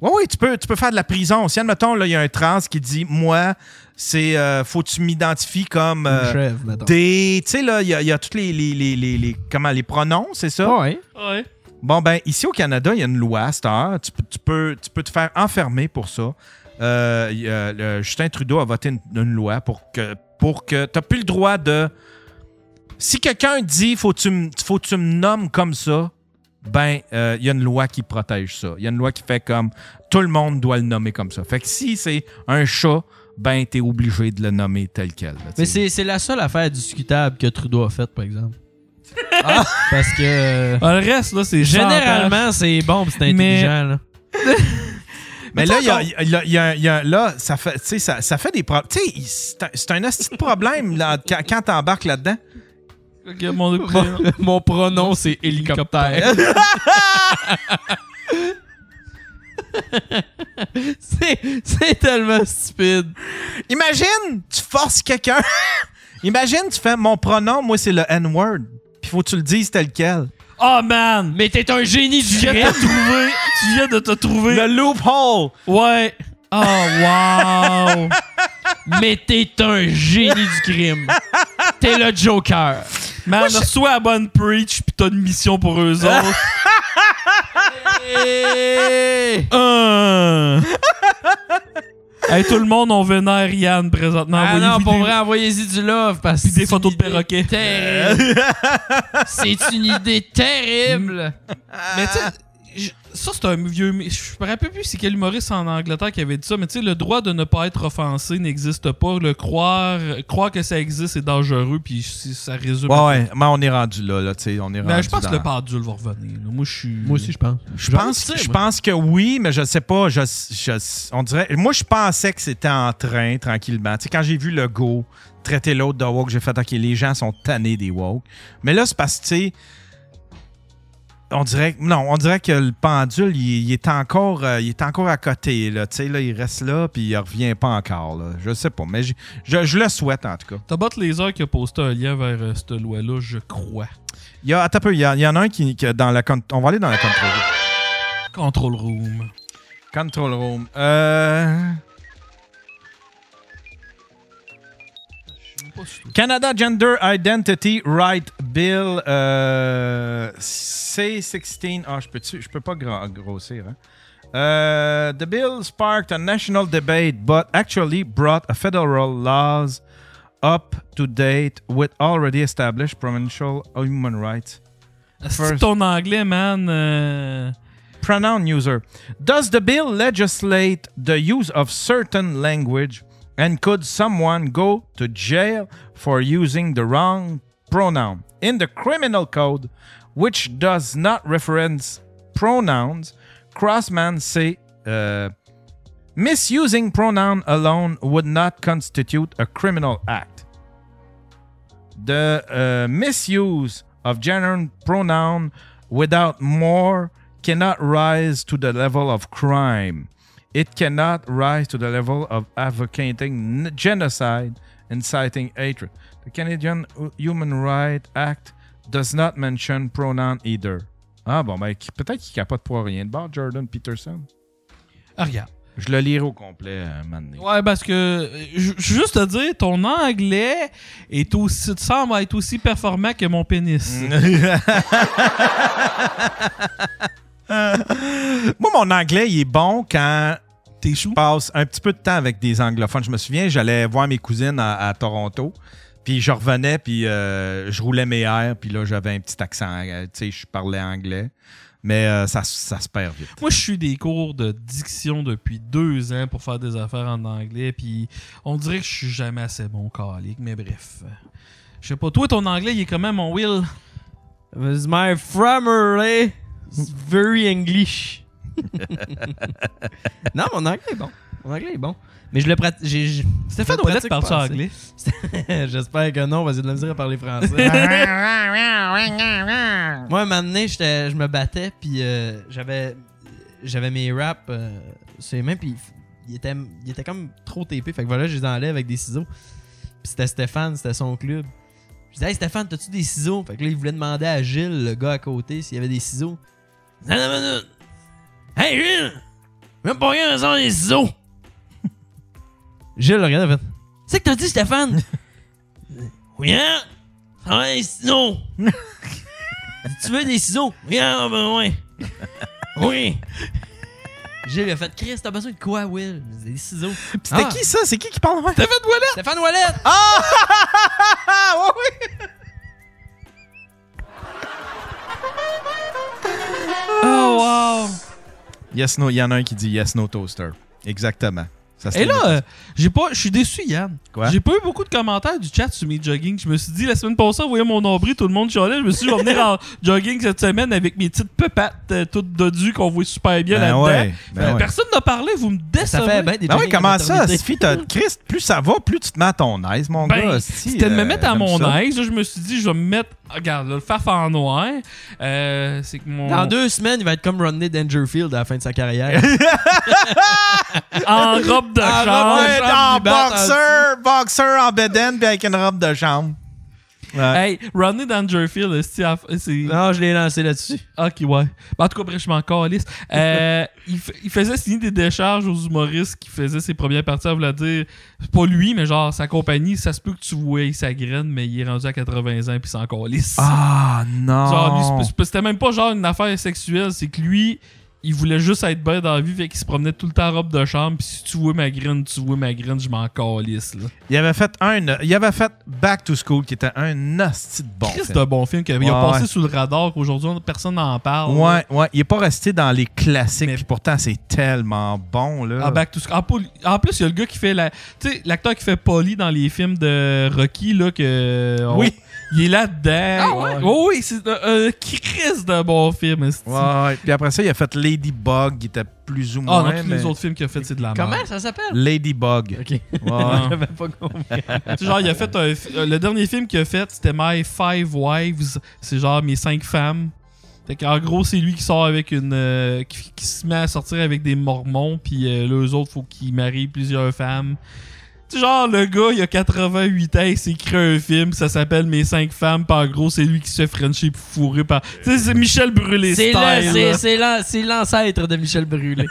oui, oui, tu peux, tu peux faire de la prison. Si, admettons, là, il y a un trans qui dit « Moi, c'est... euh, faut que tu m'identifies comme... Une euh, chèvre, mettons. des... » Tu sais, là, il y a, il y a tous les, les, les, les, les- Comment? Les pronoms, c'est ça? Ouais. Ouais. Bon, ben, ici au Canada, il y a une loi à cette heure. Tu, peux- tu peux, tu peux te faire enfermer pour ça. Euh, il y a- le- Justin Trudeau a voté une, une loi pour que, pour que tu plus le droit de. Si quelqu'un dit faut que tu me- faut que tu me nommes comme ça, ben, euh, il y a une loi qui protège ça. Il y a une loi qui fait comme tout le monde doit le nommer comme ça. Fait que si c'est un chat, ben, t'es obligé de le nommer tel quel. là, Mais tu sais. c'est c'est la seule affaire discutable que Trudeau a faite, par exemple. Ah! Parce que euh, Ah, le reste, là, c'est généralement, c'est bon, pis c'est intelligent. Mais- [laughs] Là. Mais Mais là, t'sais, il y a- il y a- il y a- il y a- là, ça fait, tu sais, ça, ça fait des problèmes. Tu sais, il- c'est un- c'est un hostie de problème là, quand, quand t'embarques là-dedans. Ok, mon Mon, [laughs] mon pronom, [laughs] c'est hélicoptère. c'est c'est tellement stupide. Imagine, tu forces quelqu'un. [laughs] Imagine, tu fais mon pronom, moi, c'est le N-word. Puis faut que tu le dises tel quel. Oh man! Mais t'es un génie Tu du viens de rêve. te trouver! Tu viens de te trouver! Le loophole. Ouais! [laughs] Oh wow! Mais t'es un génie du crime. T'es le Joker. Man, reçois la bonne preach pis t'as une mission pour eux autres. Hey! Hein. hey tout le monde, on vénère Yann présentement. Ah Envoyez non, pour vidéo. vrai, envoyez-y du love parce que Pis des c'est photos de une idée perroquets. terrible. C'est une idée terrible. Mais tu sais, j- ça c'est un vieux. mais Je me rappelle plus c'est quel humoriste en Angleterre qui avait dit ça, mais tu sais, le droit de ne pas être offensé n'existe pas. Le croire, croire que ça existe c'est dangereux, puis si ça résume. Ouais, ouais, mais on est rendu là, là, tu sais, on est rendu Mais je pense dans- que le pendule va revenir. là. Moi, je suis. Moi aussi, je pense. Je pense, je pense que oui, mais je sais pas. Je, je- on dirait, moi, je pensais que c'était en train, tranquillement. Tu sais, quand j'ai vu le go traiter l'autre de woke, j'ai fait OK, les gens sont tannés des woke. Mais là, c'est parce que, tu sais, on dirait, que- non, on dirait que le pendule, il, il est, encore, euh, il est encore à côté. Là, tu sais, là, il reste là, puis il revient pas encore. Là. Je sais pas, mais j- je, je le souhaite en tout cas. Tabot Laser qui a posté un lien vers euh, cette loi-là, je crois. Il y a, attends un peu, il y, a- il y en a un qui, qui a dans la. con- On va aller dans la contrôle. Control Room. Control Room. Euh. Canada Gender Identity Right Bill euh, C16. Ah, je peux, je peux pas gra- grossir. hein. Euh, the bill sparked a national debate, but actually brought federal laws up to date with already established provincial human rights. C'est ton anglais, man. euh, uh, pronoun user. Does the bill legislate the use of certain language and could someone go to jail for using the wrong pronoun in the criminal code which does not reference pronouns? Crossman say uh, misusing pronoun alone would not constitute a criminal act. The uh, misuse of gender pronoun without more cannot rise to the level of crime. It cannot rise to the level of advocating n- genocide, inciting hatred. The Canadian Hu- Human Rights Act does not mention pronoun either. Ah bon, ben, qui- peut-être qu'il capote pour rien de bord, Jordan Peterson. Ah, regarde. Je le lirai au complet, euh, un moment donné. Ouais, parce que euh, ju- juste te dire, ton anglais est aussi, te semble être aussi performant que mon pénis. Mm. Moi, mon anglais, il est bon quand T'es je chou. passe un petit peu de temps avec des anglophones. Je me souviens, j'allais voir mes cousines à, à Toronto. Puis je revenais, puis euh, je roulais mes airs, puis là, j'avais un petit accent. euh, tu sais, je parlais anglais. Mais euh, ça, ça se perd [laughs] vite. [laughs] Moi, je suis des cours de diction depuis deux ans pour faire des affaires en anglais, puis on dirait que je suis jamais assez bon calique, mais bref. Je sais pas, toi, ton anglais, il est comment, mon Will? It's my family. It's very English. [laughs] non, mon anglais est bon. Mon anglais est bon. Mais je le prat- j'ai- j'ai- Stéphane je le pratique Ouellette parle pas ça assez. [laughs] anglais. J'espère que non, vas-y de la misère à parler français. [laughs] Moi, un moment donné, j'étais- je me battais, puis euh, j'avais j'avais mes raps euh, sur les mains, puis il était, il était comme trop tapé. Fait que voilà, je les enlève avec des ciseaux. Puis c'était Stéphane, c'était son club. Je disais, hey Stéphane, t'as-tu des ciseaux? Fait que là, il voulait demander à Gilles, le gars à côté, s'il y avait des ciseaux. Il disait, Non, non, non, non. Hey Gilles! Même pas rien raison des ciseaux! Gilles le regarde, en fait. C'est que t'as dit, Stéphane? oui, hein? Ah, les [laughs] ciseaux! tu veux des ciseaux? Oui, hein, ben ouais. Oui! Gilles lui a fait, Chris, t'as besoin de quoi, Will? Il dit, Des ciseaux. C'était Ah. qui ça? C'est qui qui parle? ouais? T'as fait de Ouellette! Stéphane Wallet! [laughs] Ah, ouais, oui! Oh, wow! Yes, no. Il y en a un qui dit Yes, no toaster. Exactement. Ça, c'est Et là, le- euh, j'ai pas, je suis déçu, Yann. Quoi? J'ai pas eu beaucoup de commentaires du chat sur mes jogging. Je me suis dit, la semaine passée, vous voyez mon nombril, tout le monde chialait. Je me suis dit, je vais venir [laughs] en jogging cette semaine avec mes petites pepates euh, toutes dodues qu'on voit super bien Ben là-dedans. ouais, ben Euh, ouais. Personne n'a parlé, vous me Ça décevez. fait bien des Ben oui, jogging comment de ça? maternité. Sophie, t'as- Christ, plus ça va, plus tu te mets à ton aise, mon Ben, gars. si, C'était de me euh, mettre à j'aime mon ça. aise. Là, je me suis dit, je vais me mettre. Regarde, là, le faf en noir. Euh, c'est que mon. Dans deux semaines, il va être comme Rodney Dangerfield à la fin de sa [laughs] carrière. En robe de En chambre. robe de Ouais, chambre dans du bat, boxeur, boxeur en bedaine puis avec une robe de chambre. Ouais. Hey, Rodney Dangerfield, euh, c'est. c'est- non, je l'ai lancé là-dessus. Ok, ouais. Ben, en tout cas, bref, je m'en calisse. Euh, [laughs] il, fa- il faisait signer des décharges aux humoristes qui faisaient ses premières parties, à vous la dire. C'est Pas lui, mais genre sa compagnie, ça se peut que tu voyais sa graine, mais il est rendu à 80 ans puis s'en calisse. Ah Genre, non. lui, c'est- c'était même pas genre une affaire sexuelle, c'est que lui, il voulait juste être bien dans la vie, fait qu'il se promenait tout le temps en robe de chambre, puis si tu vois ma graine, tu vois ma graine, je m'en calisse, là. Il avait fait un, il avait fait Back to School qui était un hostie de bon. Chris, c'est film. un bon film, qu'il Ouais, a passé ouais. sous le radar, qu'aujourd'hui, on- personne n'en parle. Ouais, ouais, il est pas resté dans les classiques, Mais- puis pourtant c'est tellement bon là. En, back to School. En poul- en plus, il y a le gars qui fait la. Tu sais, l'acteur qui fait Polly dans les films de Rocky, là, que. on- Oui. Il est là-dedans. Ah ouais? Oh, oui, c'est un un Chris de bon film. esti. Ouais, ouais. Puis après ça, il a fait Ladybug qui était plus ou Ah, non, moins. tous mais- les autres films qu'il a fait, c'est de la merde. Comment ça s'appelle? Ladybug. [laughs] Ok. Ouais, [laughs] ouais. J'avais pas compris. Tu sais, genre, il a fait un fi- euh, le dernier film qu'il a fait, c'était My Five Wives. C'est genre mes cinq femmes. Fait qu'en gros, c'est lui qui sort avec une. euh, qui, qui se met à sortir avec des mormons, puis euh, là, eux autres, faut qu'ils marient plusieurs femmes. Tu sais, genre, le gars, il a 88 ans, il s'est créé un film, ça s'appelle Mes cinq femmes, puis en gros, c'est lui qui se fait frencher puis fourrer par. Tu sais, c'est Michel Brûlé C'est style. le- c'est- là. c'est l'an- c'est l'ancêtre de Michel Brûlé.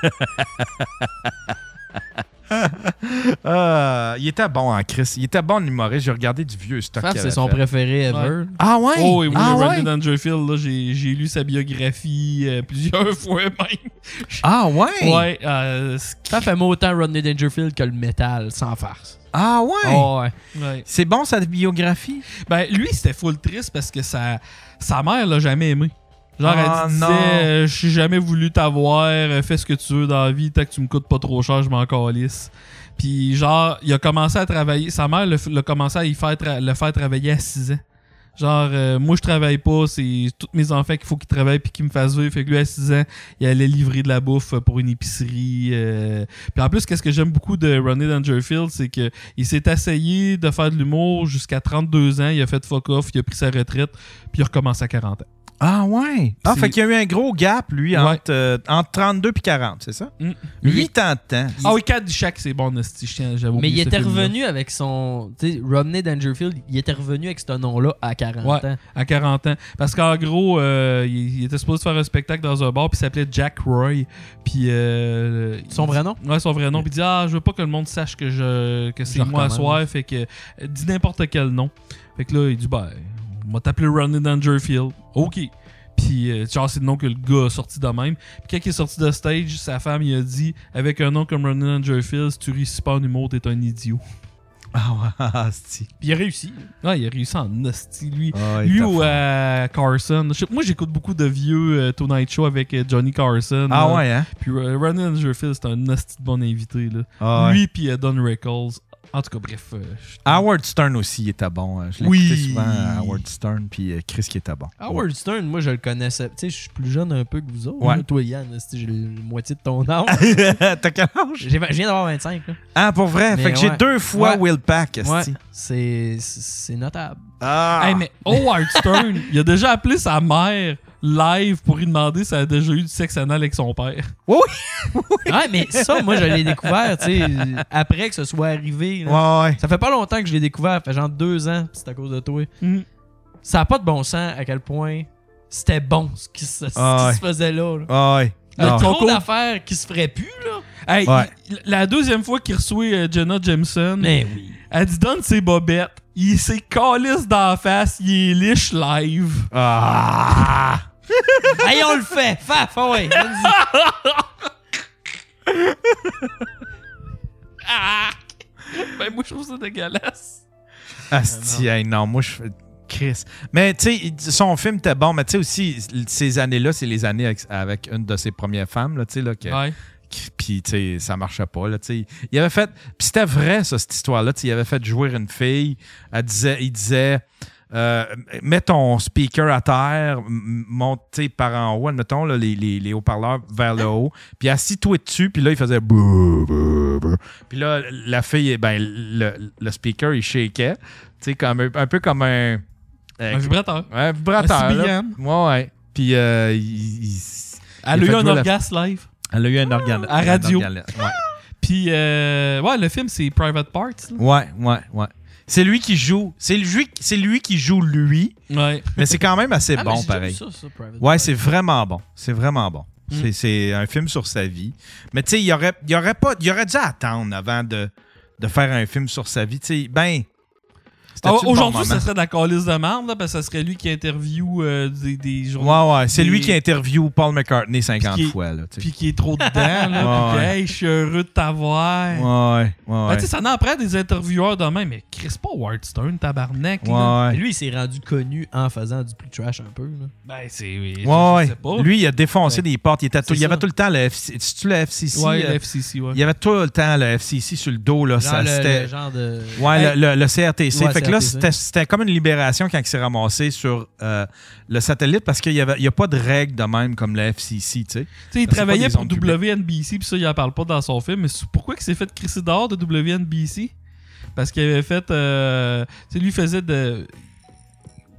Euh, il était bon en Chris. Il était bon en humoriste. J'ai regardé du vieux stock. Fab, qu'il c'est avait son fait. préféré ever. Ouais. Ah ouais? Oh, et oui, ah, Rodney ouais? Dangerfield, là, j'ai j'ai lu sa [laughs] biographie euh, plusieurs [laughs] fois même. ah ouais? Ouais, euh, ce qui- Fab aime autant Rodney Dangerfield que le métal, sans farce. Ah ouais? Oh, ouais. ouais. C'est bon sa biographie? Ben, lui, c'était full triste parce que sa, sa mère l'a jamais aimé. Genre, Ah, elle disait non. euh, J'ai jamais voulu t'avoir, euh, fais ce que tu veux dans la vie, tant que tu me coûtes pas trop cher, je m'en calisse. Puis, genre, il a commencé à travailler, sa mère l'a f- l'a commencé à y faire tra- le faire travailler à 6 ans. Genre, euh, moi, je travaille pas, c'est tous mes enfants qu'il faut qu'ils travaillent puis qu'ils me fassent vivre. Fait que lui, à 6 ans, il allait livrer de la bouffe euh, pour une épicerie. euh. Puis en plus, qu'est-ce que j'aime beaucoup de Ronnie Dangerfield, c'est que il s'est essayé de faire de l'humour jusqu'à 32 ans. Il a fait fuck off, il a pris sa retraite, puis il recommence à 40 ans. Ah ouais? Ah, C'est- fait qu'il y a eu un gros gap, lui, Ouais. entre, euh, entre 32 puis 40, c'est ça? Mm. 8 ans de temps. Ah oui, 4 du chaque, c'est bon, hostie, je tiens, j'avoue. Mais il oublié ce était film-là. revenu avec son. Tu sais, Rodney Dangerfield, il était revenu avec ce nom-là à 40 Ouais. ans. À 40 ans. Parce qu'en gros, euh, il, il était supposé faire un spectacle dans un bar, puis il s'appelait Jack Roy. Puis. euh, Son il- vrai nom? Ouais, son vrai nom. Puis il dit Ah, je veux pas que le monde sache que, je, que c'est Je moi à recommence. soir. Fait que. euh, Dis n'importe quel nom. Fait que là, il dit Ben, on va t'appeler Ronnie Dangerfield. Ok. Puis, euh, genre, c'est le nom que le gars a sorti de même. Puis, quand il est sorti de stage, sa femme, il a dit Avec un nom comme Ronnie Dangerfield, si tu réussis pas en humour, t'es un idiot. Ah ouais, [laughs] ah, c'est-tu. Puis il a réussi. Ouais, il a réussi en hostie, lui. Ah, il lui t'a ou fait. euh, Carson. Je sais- moi, j'écoute beaucoup de vieux euh, Tonight Show avec euh, Johnny Carson. Ah là. ouais, hein? Puis euh, Ronan Jerfield, c'est un hostie de bon invité. Là. Ah, ouais. Lui, puis euh, Don Rickles. En tout cas, bref. euh, je- Howard Stern aussi il était bon. hein. Je l'ai Oui. écouté souvent à Howard Stern puis euh, Chris qui était bon. Howard Stern, moi, je le connaissais. Tu sais, je suis plus jeune un peu que vous autres. Ouais. là. Toi, Yann, là, si j'ai la moitié de [laughs] ton âge. T'as quel âge? J'ai- Je viens d'avoir 25. Là. Ah, pour vrai. Mais fait que j'ai ouais. deux fois Ouais. Will Pack. Ouais, esti. c'est c'est notable. Ah. Hey, mais Howard Stern, [laughs] il a déjà appelé sa mère live pour lui demander si elle a déjà eu du sexe anal avec son père. Ouais, mais ça, moi, je l'ai découvert, tu sais, après que ce soit arrivé. là. Ouais, ouais. Ça fait pas longtemps que je l'ai découvert, ça fait genre deux ans, pis c'est à cause de toi. Mm. Ça a pas de bon sens à quel point c'était bon ce qui se, ce qui Ah ouais. se faisait là. là. Ah, ouais. Il y Ah, a ouais. trop Concours. d'affaires qui se feraient plus, là. Hey, Ouais. il- la deuxième fois qu'il reçoit euh, Jenna Jameson, Mais oui. elle dit donne ses bobettes. Il s'est calisse d'en face, il est liche live. [laughs] Ah. hey, on le fait! Faf, ah ouais! Ben moi je trouve ça dégueulasse. Asti, Ah, hey, non, moi, je fais. Chris. Mais, tu sais, il- son film était bon, mais tu sais aussi, ces années-là, c'est les années avec, avec une de ses premières femmes, là, tu sais, là, que- Ouais. qui- puis, tu sais, ça marchait pas, là, tu sais. Il avait fait. Puis c'était vrai, ça, cette histoire-là, tu sais, il avait fait jouer une fille. Elle disait, il disait. euh, mets ton speaker à terre, m- monte tu sais, par en haut, admettons, là, les, les- les haut-parleurs vers le haut, puis assis-toi dessus, puis là, il faisait... brrr, brrr, brrr. Puis là, la fille, ben, le, le speaker, il shakeait, tu sais, comme un, un peu comme un... euh, Un vibrateur. un vibrateur, un là. CBM. Ouais, ouais. Puis euh, il- il- Il Elle a fait eu un jouer la- orgasme live. elle a eu un organe. Ah, à un radio. organe- [laughs] ouais. Puis, euh, ouais, le film, c'est Private Parts. là. ouais, ouais, ouais. C'est lui qui joue. C'est lui, c'est lui qui joue lui, Ouais. mais c'est quand même assez Ah, mais bon, j'ai pareil. déjà vu ça, ça, Private Ouais, Parts. c'est vraiment bon. C'est vraiment bon. Mm. C'est- C'est un film sur sa vie. Mais tu sais, il aurait, il aurait pas, il aurait dû attendre avant de, de faire un film sur sa vie. Tu sais, ben. c'était-tu Ah, le bon Aujourd'hui, moment? ça serait de la calisse de merde, là, parce que ça serait lui qui interview euh, des, des journaux. Ouais, ouais. C'est lui Et- qui interview Paul McCartney 50 Puis qui- fois, là. tu sais. Puis qui est trop dedans, là. [laughs] puis Ouais, que, hey, je suis heureux de t'avoir. Ouais, ouais, ouais. Ben, tu sais, ça n'en prend des intervieweurs demain, mais Chris pas Howard Stern, tabarnak. ouais, là. ouais. Mais Lui, il s'est rendu connu en faisant du plus trash un peu, là. Ben, c'est. je- Ouais, je ouais. sais pas. Lui, il a défoncé des portes. Il, était tout- C'est il y avait ça. tout le temps le FCC. C'est-tu le FCC? ouais, euh, le FCC, ouais. Il y avait tout le temps le FCC sur le dos. Là, Genre ça, le, c'était- le genre de... Ouais, Hey. le, le- le CRTC. Ouais, fait que là, CRTC. c'était- c'était comme une libération quand il s'est ramassé sur euh, le satellite parce qu'il n'y a pas de règles de même comme le FCC, tu sais. Tu sais, il Ben, c'est pas travaillait des pour ondes publiques. WNBC, puis ça, il en parle pas dans son film. Mais c'est- pourquoi il s'est fait crisser dehors de WNBC Parce qu'il avait fait. Euh, tu sais, lui faisait de.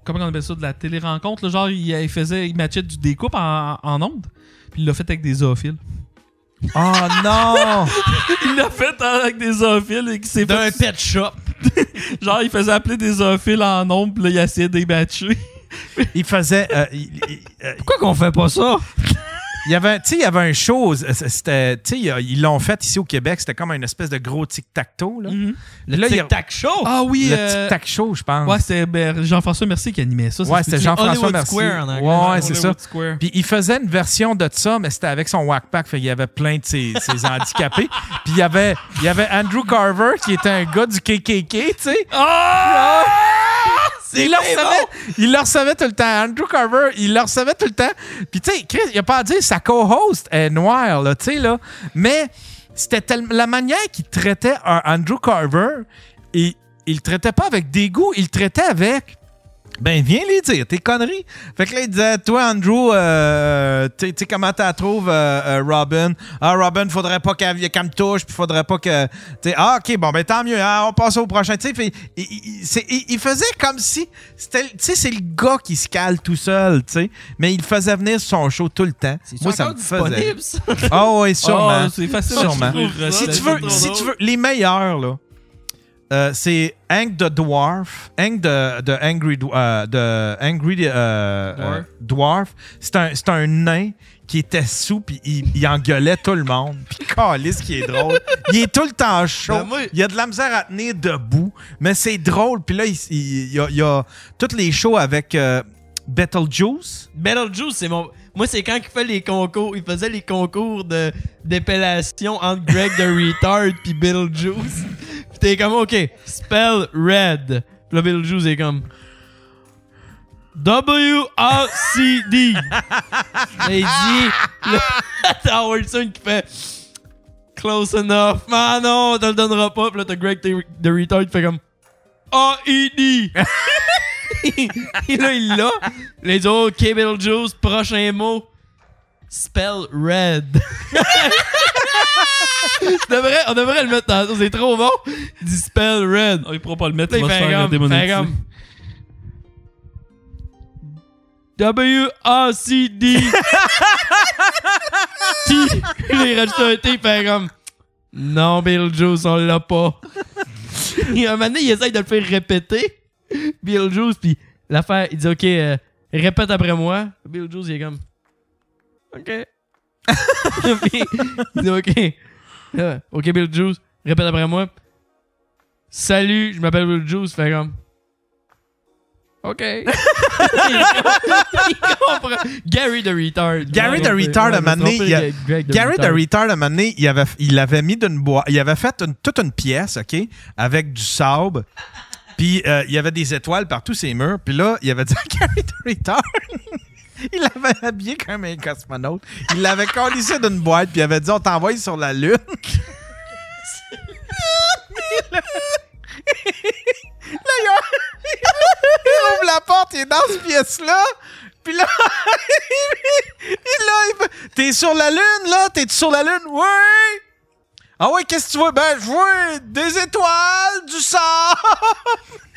Comment on appelle ça De la télé-rencontre. là, Genre, il, il faisait. Il matchait du découpe en, en ondes. Puis il l'a fait avec des zoophiles. Oh non! [laughs] Il l'a fait avec des zoophiles et qui s'est D'un fait. pet shop! [laughs] Genre, il faisait appeler des zoophiles en ondes, puis là, il essayait de les matcher. Il faisait. euh, il, il- euh, Pourquoi qu'on fait pas ça? [laughs] il y avait, tu sais, il y avait un show. euh, C'était, tu sais, il- ils l'ont fait ici au Québec. C'était comme une espèce de gros tic-tac-toe. là. Mhm. Puis là, il y a- Tic-tac show! Ah oui, le euh, tic-tac show, je pense. ouais, c'était ben, Jean-François Mercier qui animait ça. ça Hein. Ouais, se c'était peut-tu? Jean-François Hollywood Mercier. Square en anglais. Ouais, ouais, Hollywood c'est ça. Square. Puis il faisait une version de ça, mais c'était avec son Wackpack. Fait qu'il y avait plein de ses, [laughs] ses handicapés. Puis il y avait, il y avait Andrew Carver, qui était un gars du KKK, tu sais. Ah! Il leur savait, il leur savait tout le temps. Andrew Carver, il leur savait tout le temps. Puis tu sais, Chris, il a pas à dire, sa co-host est noire, là, tu sais, là. Mais c'était tellement... La manière qu'il traitait un Andrew Carver, il, il le traitait pas avec dégoût, il le traitait avec... Ben, viens les dire, tes conneries. Fait que là, il disait, toi, Andrew, euh, tu sais comment t'as trouves euh, euh, Robin? Ah, Robin, faudrait pas qu'elle qu'elle me touche, puis faudrait pas que. Tu sais, ah, ok, bon, ben tant mieux, hein, on passe au prochain. Tu sais, puis il, il- c'est- il- il faisait comme si. c'était le- Tu sais, c'est le gars qui se cale tout seul, tu sais, mais il le faisait venir sur son show tout le temps. Moi, ça me faisait. ça? [laughs] Ah, oui, sûrement. Oh, c'est facile Sûrement. à hein. trouver. si, tu veux, si tu veux, les meilleurs, là. euh, c'est Hank the Dwarf. Hank de, de Angry, Dw- euh, de Angry euh, euh, Dwarf. C'est un, c'est un nain qui était sous puis il, il engueulait tout le monde. Puis calisse qui est drôle. Il est tout le temps chaud. Ben, moi- Il a de la misère à tenir debout. Mais c'est drôle. Puis là, il, il- il y a, il y a toutes les shows avec euh, Beetlejuice. Beetlejuice, c'est mon. Moi, c'est quand il fait les concours. Il faisait les concours de d'épellation entre Greg the Retard puis Beetlejuice. [laughs] Puis t'es comme, OK, spell red. Puis là, Beetlejuice est comme... W-A-C-D. Et il dit... là, [laughs] T'as Howardson qui fait... Close enough. Ah non, on te le donnera pas. Puis là, t'as Greg the the Retard qui fait comme... A-E-D. [laughs] Et là, il l'a. Là, il dit, OK, Beetlejuice, prochain mot. Spell red. [laughs] Tu devrais- on devrait le mettre dans C'est trop bon. Il dit spell red. Oh, Ah, il pourra pas le mettre, Là, il il va se fait faire euh, comme, fait démonétiser. comme. W-A-C-D. T. Il rajoute un T, il fait comme. Non, Beetlejuice, on l'a pas. [laughs] Et à un moment donné, il essaye de le faire répéter. Beetlejuice, puis l'affaire, il dit Ok, euh, répète après moi. Beetlejuice, il est comme. [laughs] Ok. Puis, il dit Ok. Euh, Ok, Beetlejuice, répète après moi. Salut, je m'appelle Beetlejuice. Fait comme. [laughs] OK. [laughs] il comprend. Gary the Retard. Gary the Ouais, ouais, Retard, à un ouais, moment donné, trompé, il y a- Greg the Gary the Retard. Retard, à un moment donné, il avait, il avait mis d'une boîte, il avait fait une- toute une pièce, OK, avec du sable. Puis euh, il y avait des étoiles partout ses murs. Puis là, il avait dit à Gary the Retard. [laughs] il l'avait habillé comme un cosmonaute. Il l'avait collissé d'une boîte, puis il avait dit on t'envoie sur la lune. [laughs] Là, il, il ouvre la porte, il est dans cette pièce-là. Puis là, [laughs] il, là, il fait, T'es sur la lune, là? T'es-tu sur la lune? Oui! Ah ouais, qu'est-ce que tu vois? Ben, je vois des étoiles, du sable! [laughs]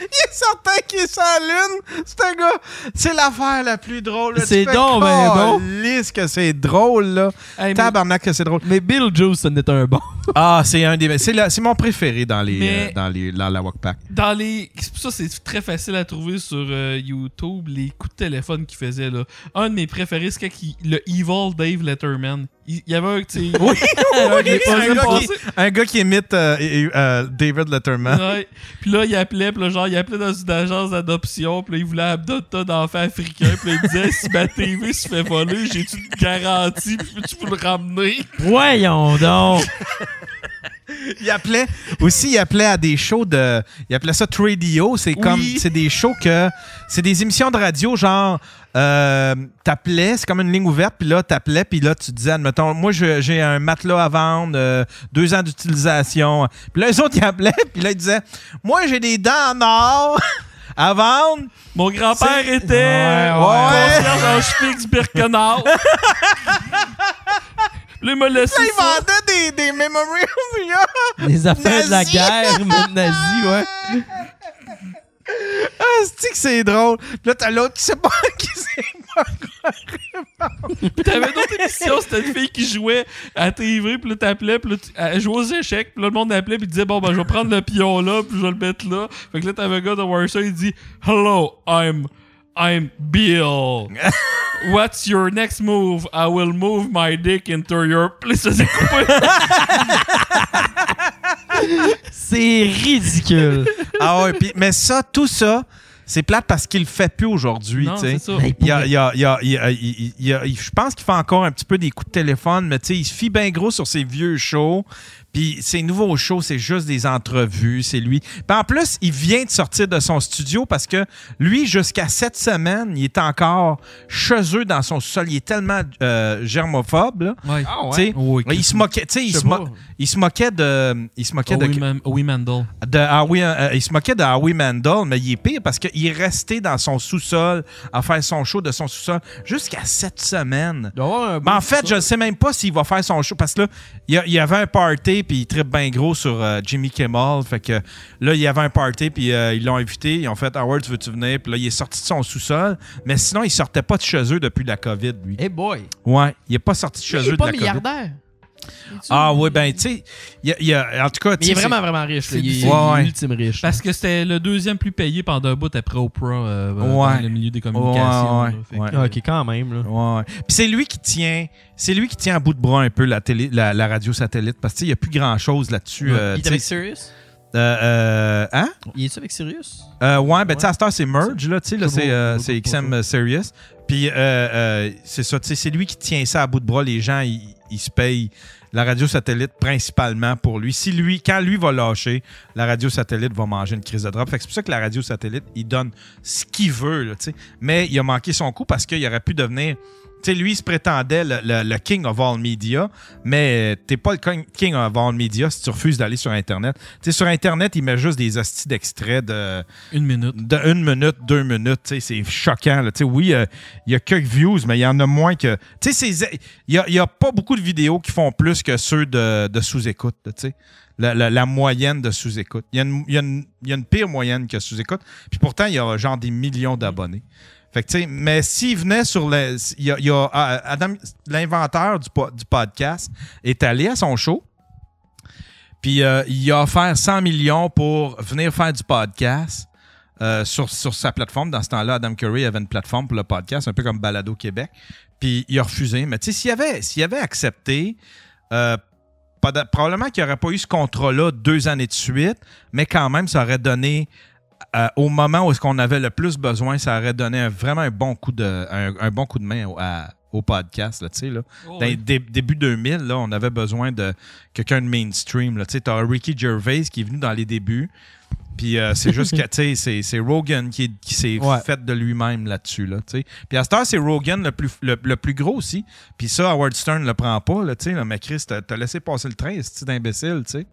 Il est certain qu'il est sur la lune! C'est un gars... C'est l'affaire la plus drôle. là. Tu C'est fais, donc ben bon. Calisse que c'est drôle, là! Hey, mais, Tabarnak que c'est drôle. mais Beetlejuice, ce n'est un bon. Ah, c'est un des... C'est la- c'est mon préféré dans les... Mais- euh, dans les... Dans la Walkpack. Dans les. c'est pour Ça, c'est très facile à trouver sur euh, YouTube, les coups de téléphone qu'il faisait, là. Un de mes préférés, c'est quand il- le Evil Dave Letterman. Il il y avait un, tu sais. Oui, [laughs] un oui, qui un passait- gars qui- passait- Un gars qui imite euh, euh, euh, David Letterman. Ouais. Puis là, il appelait, puis là, genre, il appelait dans une agence d'adoption, puis là, il voulait adopter un enfant africain, puis là, il disait si ma TV se fait voler, j'ai-tu une garantie, puis peux-tu vous le ramener? Voyons donc. [laughs] Il appelait aussi, il appelait à des shows de, il appelait ça tradio. C'est comme, c'est des shows que, c'est des émissions de radio genre, euh, t'appelais, c'est comme une ligne ouverte, puis là t'appelais, puis là tu disais, admettons, moi je- j'ai un matelas à vendre, euh, deux ans d'utilisation. Puis là les autres ils appelaient, puis là ils disaient, moi j'ai des dents en or [laughs] à vendre. Mon grand-père C'est- était Ouais, ouais, concierge en Spix Birkenau. Puis là, il m'a laissé Là ils ça. vendaient des, des memories. [laughs] là. Les affaires de la Nazi. guerre, même nazi, ouais. Ah, c'est que c'est drôle. Puis là t'as l'autre qui sait pas [laughs] qui c'est. Puis t'avais d'autres émissions, c'était une fille qui jouait à TV, puis là, t'appelais, puis là, tu- elle jouait aux échecs, puis là, le monde appelait, puis disait, bon, ben, je vais prendre le pion là, puis je vais le mettre là. Fait que là, t'avais un gars de Warsaw, il dit, Hello, I'm, I'm [laughs] Bill. What's your next move? I will move my dick into your. Puis là, ça s'est coupé. C'est ridicule. Ah ouais, puis- mais ça, tout ça, c'est plate parce qu'il le fait plus aujourd'hui, Non, tu c'est sais. ça. Mais il Il y a- pourrait- il y a- il y a- il y a- il- il y a- il- je pense qu'il fait encore un petit peu des coups de téléphone, mais tu sais, il se fie bien gros sur ses vieux shows. Puis ses nouveaux shows, c'est juste des entrevues, c'est lui. Puis en plus, il vient de sortir de son studio parce que lui, jusqu'à cette semaine, il est encore chez eux dans son sol. Il est tellement euh, germophobe, là. Ouais. Ah Tu sais, Oh, oui, il se moquait, tu sais, il Je se, sais pas. mo- il se moquait de, il se moquait de, oui, man- oui, Mandel. de Howie- euh, il se moquait de Howie Mandel, mais il est pire parce qu'il est resté dans son sous-sol à faire son show de son sous-sol jusqu'à cette semaine. Il doit y avoir un Mais en bon fait, je ne sais même pas s'il va faire son show parce que là, il y, a- il y avait un party puis il tripe bien gros sur euh, Jimmy Kimmel. Fait que là, il y avait un party puis euh, ils l'ont invité. Ils ont fait Howard, veux-tu venir? Puis là, il est sorti de son sous-sol. Mais sinon, il sortait pas de chez eux depuis la COVID, lui. Hey boy. Ouais, il est pas sorti de chez Il eux est de pas la COVID. milliardaire. Ah ouais, ben, tu sais, il y a- il y a- en tout cas, tu Mais il sais, est c'est- vraiment, vraiment riche. là. c'est Il est, difficile. Ouais, ouais. ultime riche. hein. Parce que c'était le deuxième plus payé pendant un bout après Oprah euh, dans Ouais. le milieu des communications. Ouais, là. Fait que- Ah, euh, ouais, ouais. Ah, Ok, quand même, là. Ouais. Puis c'est lui qui tient, c'est lui qui tient à bout de bras un peu la télé, la, la radio satellite parce qu'il n'y a plus grand chose là-dessus. euh, il est tu avec sais. Sirius? Euh, euh, hein? Il est avec Sirius? Euh, ouais, ben tu sais, à cette heure, c'est Merge là, tu sais, là, C'est c'est bon, euh, bon, c'est bon, XM Serious. Puis euh, euh, c'est ça, tu sais, c'est lui qui tient ça à bout de bras. Les gens, ils, il se paye la radio satellite principalement pour lui. Si lui, quand lui va lâcher, la radio satellite va manger une crise de drop. Fait que c'est pour ça que la radio satellite, il donne ce qu'il veut, là, tu sais. Mais il a manqué son coup parce qu'il aurait pu devenir. Tu sais, lui, il se prétendait le, le- le king of all media, mais euh, t'es pas le king- king of all media si tu refuses d'aller sur Internet. Tu sais, sur Internet, il met juste des hosties d'extraits de Une minute. de une minute, deux minutes, tu sais, c'est choquant. là. Tu sais, oui, euh, il y a quelques views, mais il y en a moins que. Tu sais, c'est- il y a, il y a pas beaucoup de vidéos qui font plus que ceux de, de sous-écoute. là, tu sais. La, la- la moyenne de sous-écoute. Il y, a une- il y a une- il y a une pire moyenne que sous-écoute. Puis pourtant, il y a genre des millions d'abonnés. Fait que, tu sais, mais s'il venait sur le. Il y a, il y a, euh, Adam, l'inventeur du, po- du podcast, est allé à son show. Puis euh, il a offert 100 millions pour venir faire du podcast euh, sur, sur sa plateforme. Dans ce temps-là, Adam Curry avait une plateforme pour le podcast, un peu comme Balado Québec. Puis il a refusé. Mais tu sais, s'il avait, s'il avait accepté, euh, pas de- probablement qu'il n'aurait pas eu ce contrat-là deux années de suite, mais quand même, ça aurait donné, euh, au moment où est-ce qu'on avait le plus besoin, ça aurait donné un- vraiment un bon coup de, un, un bon coup de main au, à- au podcast, là, tu sais, là. Dans les Ben, dé- début 2000, là, on avait besoin de quelqu'un de mainstream. là. Tu sais, t'as Ricky Gervais qui est venu dans les débuts. Puis euh, c'est juste que, tu sais, c'est- c'est Rogan qui, qui s'est Ouais. fait de lui-même là-dessus, là, tu sais. Puis à cette heure, c'est Rogan le plus, le, le plus gros aussi. Puis ça, Howard Stern le prend pas, là, tu sais. là. mais Chris, t'as t'as laissé passer le train, c'est d'imbécile, tu sais.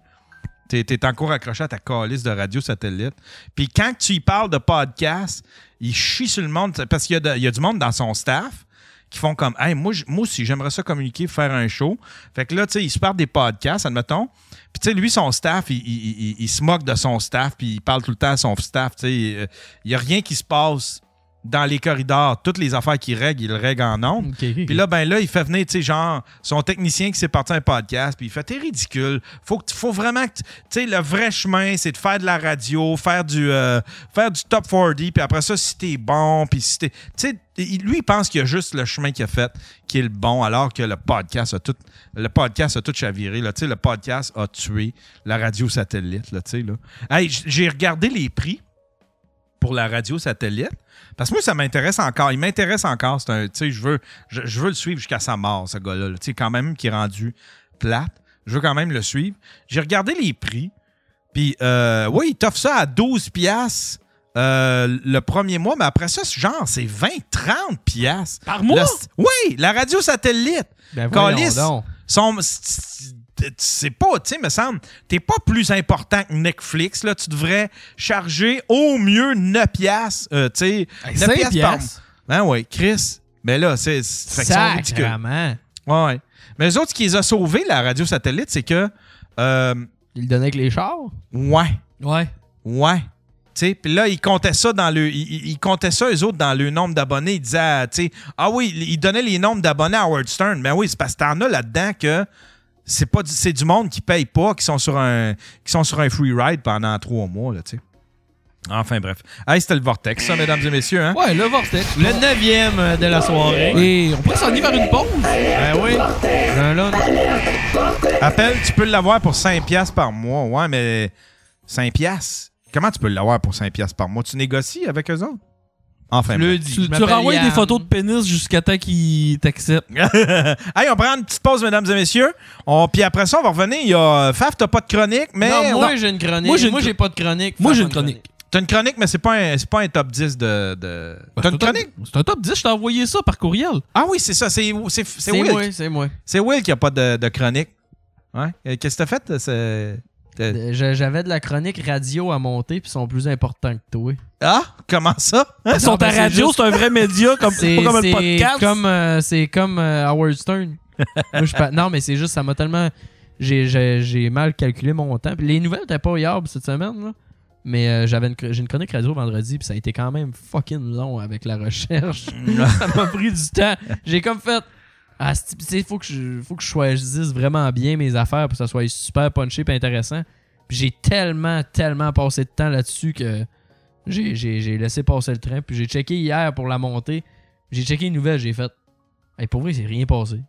T'es- T'es encore accroché à ta calice de radio satellite. Puis quand tu y parles de podcast, il chie sur le monde. Parce qu'il y, a de- il y a du monde dans son staff qui font comme Hey, moi, j- moi aussi, j'aimerais ça communiquer, faire un show. Fait que là, tu sais, il se parle des podcasts, admettons. Puis, tu sais, lui, son staff, il, il- il- il se moque de son staff, puis il parle tout le temps à son staff. Tu sais, il n'y a rien qui se passe dans les corridors. Toutes les affaires qu'il règle, il le règle en ondes. OK. Puis là, ben là, il fait venir, tu sais, genre, son technicien qui s'est parti un podcast, puis il fait, t'es ridicule. Faut, que tu- faut vraiment que, tu tu sais, le vrai chemin, c'est de faire de la radio, faire du, euh, faire du top 40, puis après ça, si t'es bon, puis si t'es. Tu sais, il- lui, il pense qu'il y a juste le chemin qu'il a fait qui est le bon, alors que le podcast a tout, le podcast a tout chaviré, là. Tu sais, le podcast a tué la radio satellite, là, tu sais, là. Hey, j- j'ai regardé les prix pour la radio satellite. Parce que moi, ça m'intéresse encore. Il m'intéresse encore. C'est un, tu sais, je veux, je, je veux le suivre jusqu'à sa mort, ce gars-là. là. Tu sais, quand même, qui est rendu plate. Je veux quand même le suivre. J'ai regardé les prix. Puis, euh, oui, il t'offre ça à 12 piastres euh, le premier mois. Mais après ça, c'est genre, c'est 20, 30 piastres. Par mois? Le- oui, la radio satellite. Ben Calisse. voyons donc. Son- c'est pas, tu sais, me semble, t'es pas plus important que Netflix, là, tu devrais charger au mieux 9 piastres, euh, tu sais, 9 5 piastres par piastres. Ben oui, Chris, mais là, c'est, c'est fait qu'ils sont ridicules. Sacrement. Ouais, ouais. Mais les autres, ce qui les a sauvés, la radio satellite, c'est que, euh, Il le donnait avec les chars. ouais, Ouais. Ouais. Tu sais, Puis là, ils comptaient ça dans le. Ils, ils- ils comptaient ça, eux autres, dans le nombre d'abonnés. Ils disaient, ah, tu sais, ah oui, ils donnaient les nombres d'abonnés à Howard Stern. Mais oui, c'est parce que t'en as là-dedans que c'est pas du, c'est du monde qui paye pas, qui sont sur un, qui sont sur un free ride pendant trois mois, là, tu sais. Enfin, bref. Hey, c'était le Vortex, ça, mesdames et messieurs, hein? euh, Ouais, le Vortex. Le neuvième de la soirée. Et on pourrait s'en aller vers une pause. Ben oui. Un long- Appelle, tu peux l'avoir pour 5$ piastres par mois. Ouais, mais 5$. piastres? Comment tu peux l'avoir pour 5$ piastres par mois? Tu négocies avec eux autres? Enfin, bref. dis. Tu, Je tu m'appelle renvoies Yann. des photos de pénis jusqu'à temps qu'ils t'acceptent. [laughs] Hey, on prend une petite pause, mesdames et messieurs. On, puis après ça, on va revenir. Il y a euh, Faf, t'as pas de chronique, mais non, moi j'ai une chronique. Moi, j'ai une Moi j'ai pas de chronique. Moi, Fais j'ai pas une chronique. t'as une chronique, mais c'est pas un, c'est pas un top 10 de. de... T'as une Ben, C'est un top- chronique? C'est un top 10, je t'ai envoyé ça par courriel. Ah oui, c'est ça. C'est, c'est, c'est C'est Will. moi, c'est moi. C'est Will qui a pas de, de chronique. Ouais. Euh, Qu'est-ce que t'as fait? c'est- t'as- Euh, j'a- J'avais de la chronique radio à monter, puis ils sont plus importants que toi. Ah, comment ça? Ils sont mais à c'est radio, juste- c'est un vrai média, comme, C'est pas comme un c'est podcast. comme, euh, c'est comme euh, Howard Stern. Moi, je suis pas- non, mais c'est juste, ça m'a tellement. J'ai- J'ai j'ai mal calculé mon temps. Puis les nouvelles étaient pas hier puis cette semaine, là. Mais euh, j'avais une chr- j'ai une chronique radio vendredi, puis ça a été quand même fucking long avec la recherche. [laughs] ça m'a pris du temps. J'ai comme fait. Ah, c'est- c'est- faut que, je, faut que je choisisse vraiment bien mes affaires pour que ça soit super punché et intéressant. Puis j'ai tellement, tellement passé de temps là-dessus que j'ai- j'ai j'ai laissé passer le train. Puis j'ai checké hier pour la montée. J'ai checké les nouvelles, j'ai fait. Hey, pour vrai, c'est rien passé.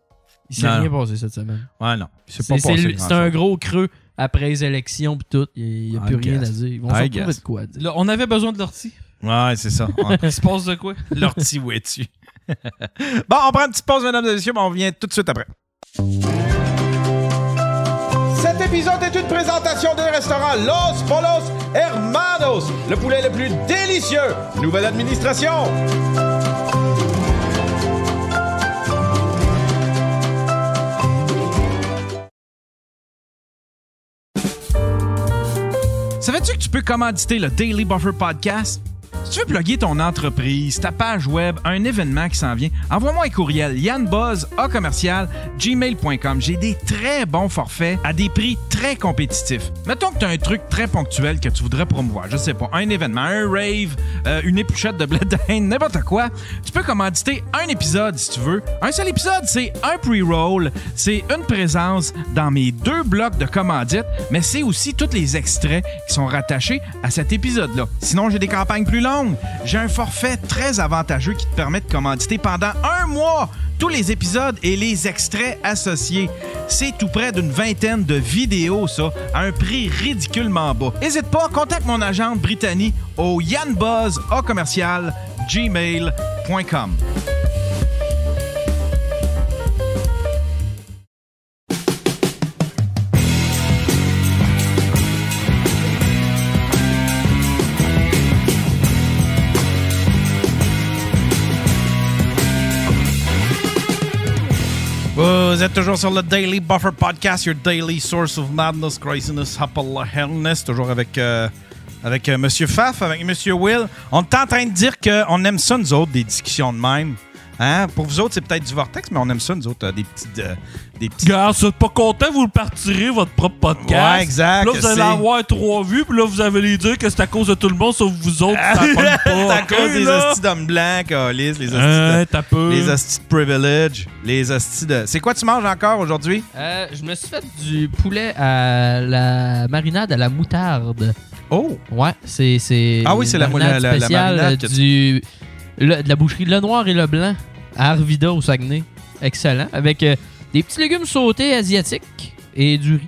Il s'est Non. rien passé cette semaine. Ouais, non. C'est pas C'est c'est passé le- grand-chose. c'est un gros creux après les élections puis tout. Il n'y a I plus rien à guess. dire. Ils vont I se guess. retrouver de quoi. à dire. Là, on avait besoin de l'ortie. Ouais, c'est [laughs] ça. On- Il se passe [laughs] de quoi? L'ortie, où es-tu? bon, on prend une petite pause, mesdames et messieurs, mais on revient tout de suite après. épisode est une présentation des restaurants Los Polos Hermanos, le poulet le plus délicieux. Nouvelle administration. Savais-tu que tu peux commanditer le Daily Buffer Podcast? Si tu veux plugger ton entreprise, ta page web, un événement qui s'en vient, envoie-moi un courriel YannBuzz à commercial gmail.com. J'ai des très bons forfaits à des prix très compétitifs. Mettons que tu as un truc très ponctuel que tu voudrais promouvoir, je sais pas, un événement, un rave, euh, une épluchette de blé d'Inde, [laughs] n'importe quoi. Tu peux commanditer un épisode si tu veux. Un seul épisode, c'est un pre-roll, c'est une présence dans mes deux blocs de commandite, mais c'est aussi tous les extraits qui sont rattachés à cet épisode-là. Sinon, j'ai des campagnes plus longues. J'ai un forfait très avantageux qui te permet de commanditer pendant un mois tous les épisodes et les extraits associés. C'est tout près d'une vingtaine de vidéos, ça, à un prix ridiculement bas. N'hésite pas, contacte mon agent Brittany au yanbuzz, au commercial, gmail.com. Vous êtes toujours sur le Daily Buffer Podcast, your daily source of madness, craziness, hellness. Toujours avec, euh, avec euh, Monsieur Faf, avec Monsieur Will. On est en train de dire qu'on aime ça, nous autres, des discussions de même. Hein? Pour vous autres, c'est peut-être du vortex, mais on aime ça, nous autres, euh, des petites. euh, des petites... Gars, si vous êtes pas content, vous le partirez, votre propre podcast. Ouais, exact, Là, vous c'est- allez avoir trois vues, puis là, vous allez les dire que c'est à cause de tout le monde, sauf vous autres. [laughs] ça pogne pas. C'est à cause des Là. hosties d'hommes blancs, câlisse, les hosties Hein, de... t'as peu. Les hosties de privilege, les hosties de... C'est quoi tu manges encore aujourd'hui? Euh, je me suis fait du poulet à la marinade à la moutarde. Oh! Ouais, c'est. c'est Ah oui, c'est la marinade mou- la- la- la spéciale marinade que tu- du, le- de la boucherie Le Noir et Le Blanc à Arvida au Saguenay. Excellent. Avec euh, des petits légumes sautés asiatiques et du riz.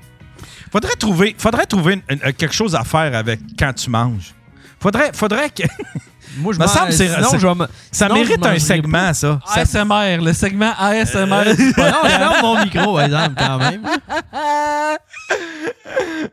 Faudrait trouver, faudrait trouver une- une- quelque chose à faire avec quand tu manges. Faudrait, faudrait que... [laughs] Moi, [laughs] je Me mange- semble que c'est- sinon, c'est- je vais me- Ça Sinon, je mérite un mangerai segment, ça. Ah, Ça- ASMR, le segment ASMR. Ah [laughs] non, je ferme mon micro, par exemple, quand même.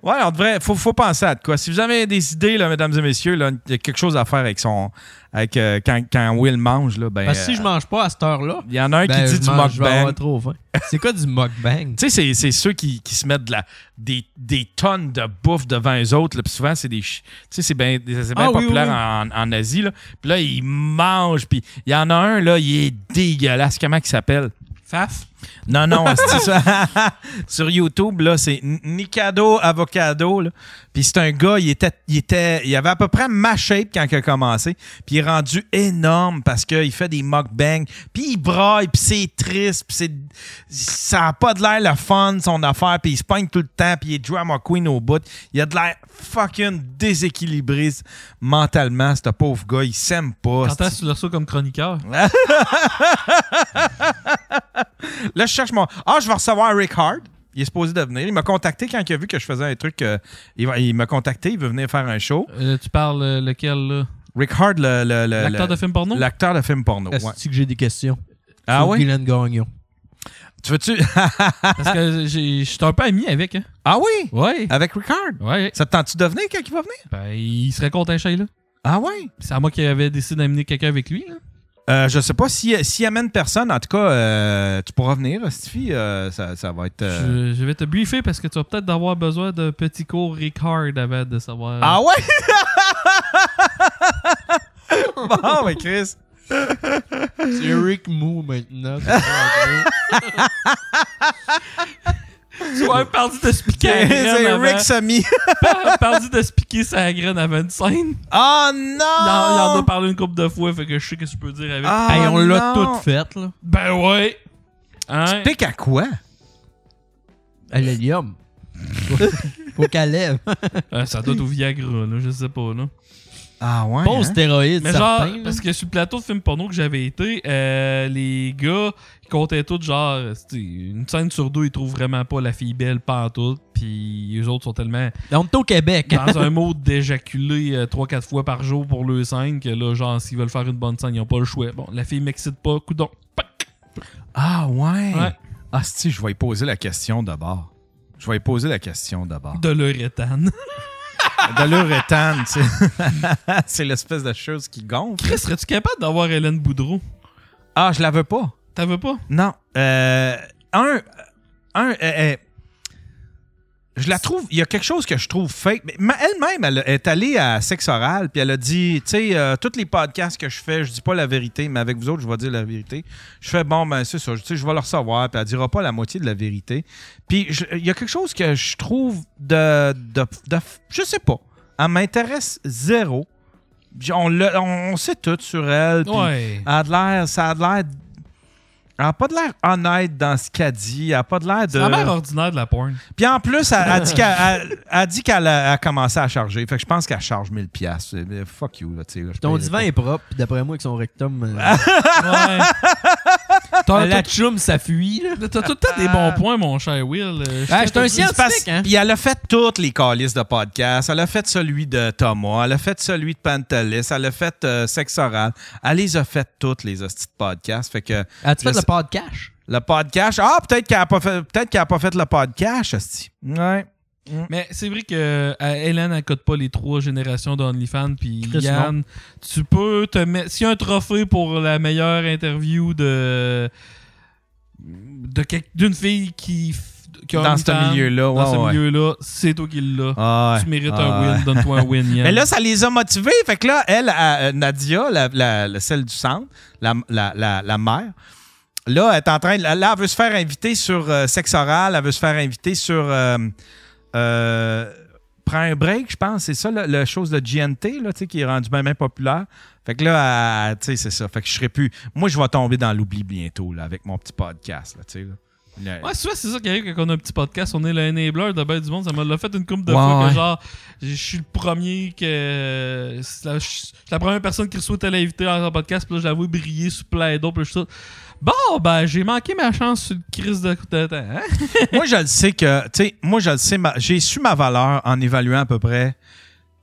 Ouais, on devrait. Faut, faut penser à de quoi. Si vous avez des idées, là, mesdames et messieurs, là, il y a quelque chose à faire avec son. Avec, euh, quand, quand Will mange, là, ben. Parce que si je mange pas à cette heure-là, Il y en a un ben, qui dit je du mange- je vais mukbang. avoir [laughs] trop faim. C'est quoi du mukbang? Tu sais, c'est- c'est ceux qui, qui se mettent de la, des, des tonnes de bouffe devant eux autres. Là, puis souvent, c'est des. chi- Tu sais, c'est bien c'est bien Ah, oui, populaire oui. En, en Asie. Là. Puis là, ils mangent. Puis il y en a un, là, il est dégueulasse. Comment il s'appelle? Faf. Non, non, c'est ça. [laughs] sur YouTube, là, c'est N- Nikado Avocado. là. Puis c'est un gars, il était, il était. Il avait à peu près ma shape quand il a commencé. Puis il est rendu énorme parce qu'il fait des mukbangs. Puis il braille, puis c'est triste, puis c'est. Ça n'a pas de l'air le fun, son affaire. Puis il se pogne tout le temps, puis il est drama queen au bout. Il a de l'air fucking déséquilibré mentalement, ce pauvre gars. Il s'aime pas. Quand est-ce que tu le reçois comme chroniqueur? Là, je cherche mon. Ah, je vais recevoir Rick Hard. Il est supposé de venir. Il m'a contacté quand il a vu que je faisais un truc. euh, il va- il m'a contacté, il veut venir faire un show. Euh, tu parles euh, lequel, là? Rick Hard, le- le- le- L'acteur le- de film porno? l'acteur de film porno. Est-ce ouais. que j'ai des questions? Ah Sur oui? Guylaine Gagnon. Tu veux-tu. [laughs] Parce que j'ai- je suis un peu ami avec. Hein. ah oui? Ouais. Avec Rick Hard? Ouais. Ça te tente-tu de venir quand il va venir? Ben, il serait content, Shay, là. Ah oui? C'est à moi qui avait décidé d'amener quelqu'un avec lui. Là. Euh, je sais pas si- s'il amène personne. En tout cas, euh, tu pourras venir, Stifi. Euh, ça, ça va être. euh, Je, je vais te briefer parce que tu vas peut-être avoir besoin d'un petit cours Ricard avant de savoir. Ah ouais? bon, mais Chris. C'est Rick Moo maintenant. tu vas avoir perdu [laughs] de se piquer sa C'est graine. Rick [laughs] Semi. Avant, perdu de se piquer sa graine avant une scène. Oh Il en, il en a non! parlé une couple de fois, fait que je sais que tu peux dire avec. Ah, hey, on non. l'a toute faite, là. Ben ouais! Hein? Pique à quoi? À l'hélium. [laughs] Faut qu'elle lève. Euh, ça doit être au Viagra, là, je sais pas. Là. Ah ouais? Pas au hein? stéroïde, Mais genre, certain. là. parce que sur le plateau de film porno que j'avais été, euh, les gars ils comptaient tout genre, c'était une scène sur deux, ils trouvent vraiment pas la fille belle, pas en tout. Puis eux autres sont tellement On est au Québec. dans [laughs] un mode d'éjaculer 3-4 fois par jour pour le 5 que là, genre, s'ils veulent faire une bonne scène, ils ont pas le choix. Bon, la fille m'excite pas, coudon. Pac! Ah ouais? Ouais. Ah si, je vais y poser la question d'abord. Je vais lui poser la question d'abord. De l'urétane. [laughs] De l'urétane, c'est [laughs] c'est l'espèce de chose qui gonfle. Chris, serais-tu capable d'avoir Hélène Boudreau? Ah, je la veux pas. T'en veux pas? Non. Euh, un, un, euh, euh, je la trouve. Il y a quelque chose que je trouve fake. Mais ma- Elle-même, elle est allée à sexe oral, puis elle a dit, tu sais, euh, tous les podcasts que je fais, je dis pas la vérité, mais avec vous autres, je vais dire la vérité. Je fais bon, ben c'est ça. Tu sais, je vais le recevoir, puis elle dira pas la moitié de la vérité. Puis je- il y a quelque chose que je trouve de, de, de- je sais pas. Elle m'intéresse zéro. Puis On, l'a- on, on sait tout sur elle. puis Ouais. elle a de l'air, ça a de l'air. Elle a pas de l'air honnête dans ce qu'elle dit. Elle a pas de l'air C'est la mère de. ordinaire de la porn. Puis en plus, elle a dit qu'elle [laughs] elle- elle a, dit qu'elle a, a commencé à charger. Fait que je pense qu'elle charge 1000 pièces. Fuck you, là, tu sais. là, je Ah, Ton paye- divan est propre, puis d'après moi, avec son rectum. euh, Ouais. T'as la t'as- chum, ça fuit, là. t'as tout le temps des Ah. bons points, mon cher Will. Euh, Ah, j'étais un Puis c'est parce- scientifique, hein. Puis elle a fait toutes les calices de podcast. Elle a fait celui de Thomas. Elle a fait celui de Pantelis. Elle a fait euh, Sexe Oral. Elle les a fait toutes, les hosties de podcast. Fait que As-tu Je fait le sais- podcast? le podcast. Ah, peut-être qu'elle a pas fait, peut-être qu'elle a pas fait le podcast, hostie. Ouais. Mais c'est vrai que euh, Hélène n'accote pas les trois générations d'OnlyFans. Puis Chris, Yann, tu peux te mettre. S'il y a un trophée pour la meilleure interview de. de quel- d'une fille qui. f- qui a Dans ce OnlyFans, milieu-là, ouais, Dans ce ouais. milieu-là, c'est toi qui l'as. Ah ouais. Tu mérites Ah un ouais. win, donne-toi un [laughs] win, Yann. Mais là, ça les a motivés. Fait que là, elle, euh, Nadia, la, la- la- celle du centre, la, la, la- la mère, là, elle est en train. de- Là, elle veut se faire inviter sur euh, sexe oral, elle veut se faire inviter sur. euh, euh, Prends un break, je pense. C'est ça, le- la chose de GNT, là, tu sais, qui est rendu même populaire. Fait que là, elle- tu sais, c'est ça. Fait que je serais plus. Moi, je vais tomber dans l'oubli bientôt, là, avec mon petit podcast, là, tu sais. là. Le- Ouais, souvent, c'est ça qui arrive quand on a un petit podcast. On est le enabler de ben du monde. Ça m'a l'a fait une couple de Ouais, fois que ouais. genre, je suis le premier que. c'est la- Je suis la première personne qui reçoit tel invité dans un podcast. Puis là, je l'avoue briller sous plein d'autres. Puis je suis tout, Bon, ben, j'ai manqué ma chance sur une crise de de temps. hein? [laughs] moi, je le sais que, tu sais, moi, je le sais, ma- j'ai su ma valeur en évaluant à peu près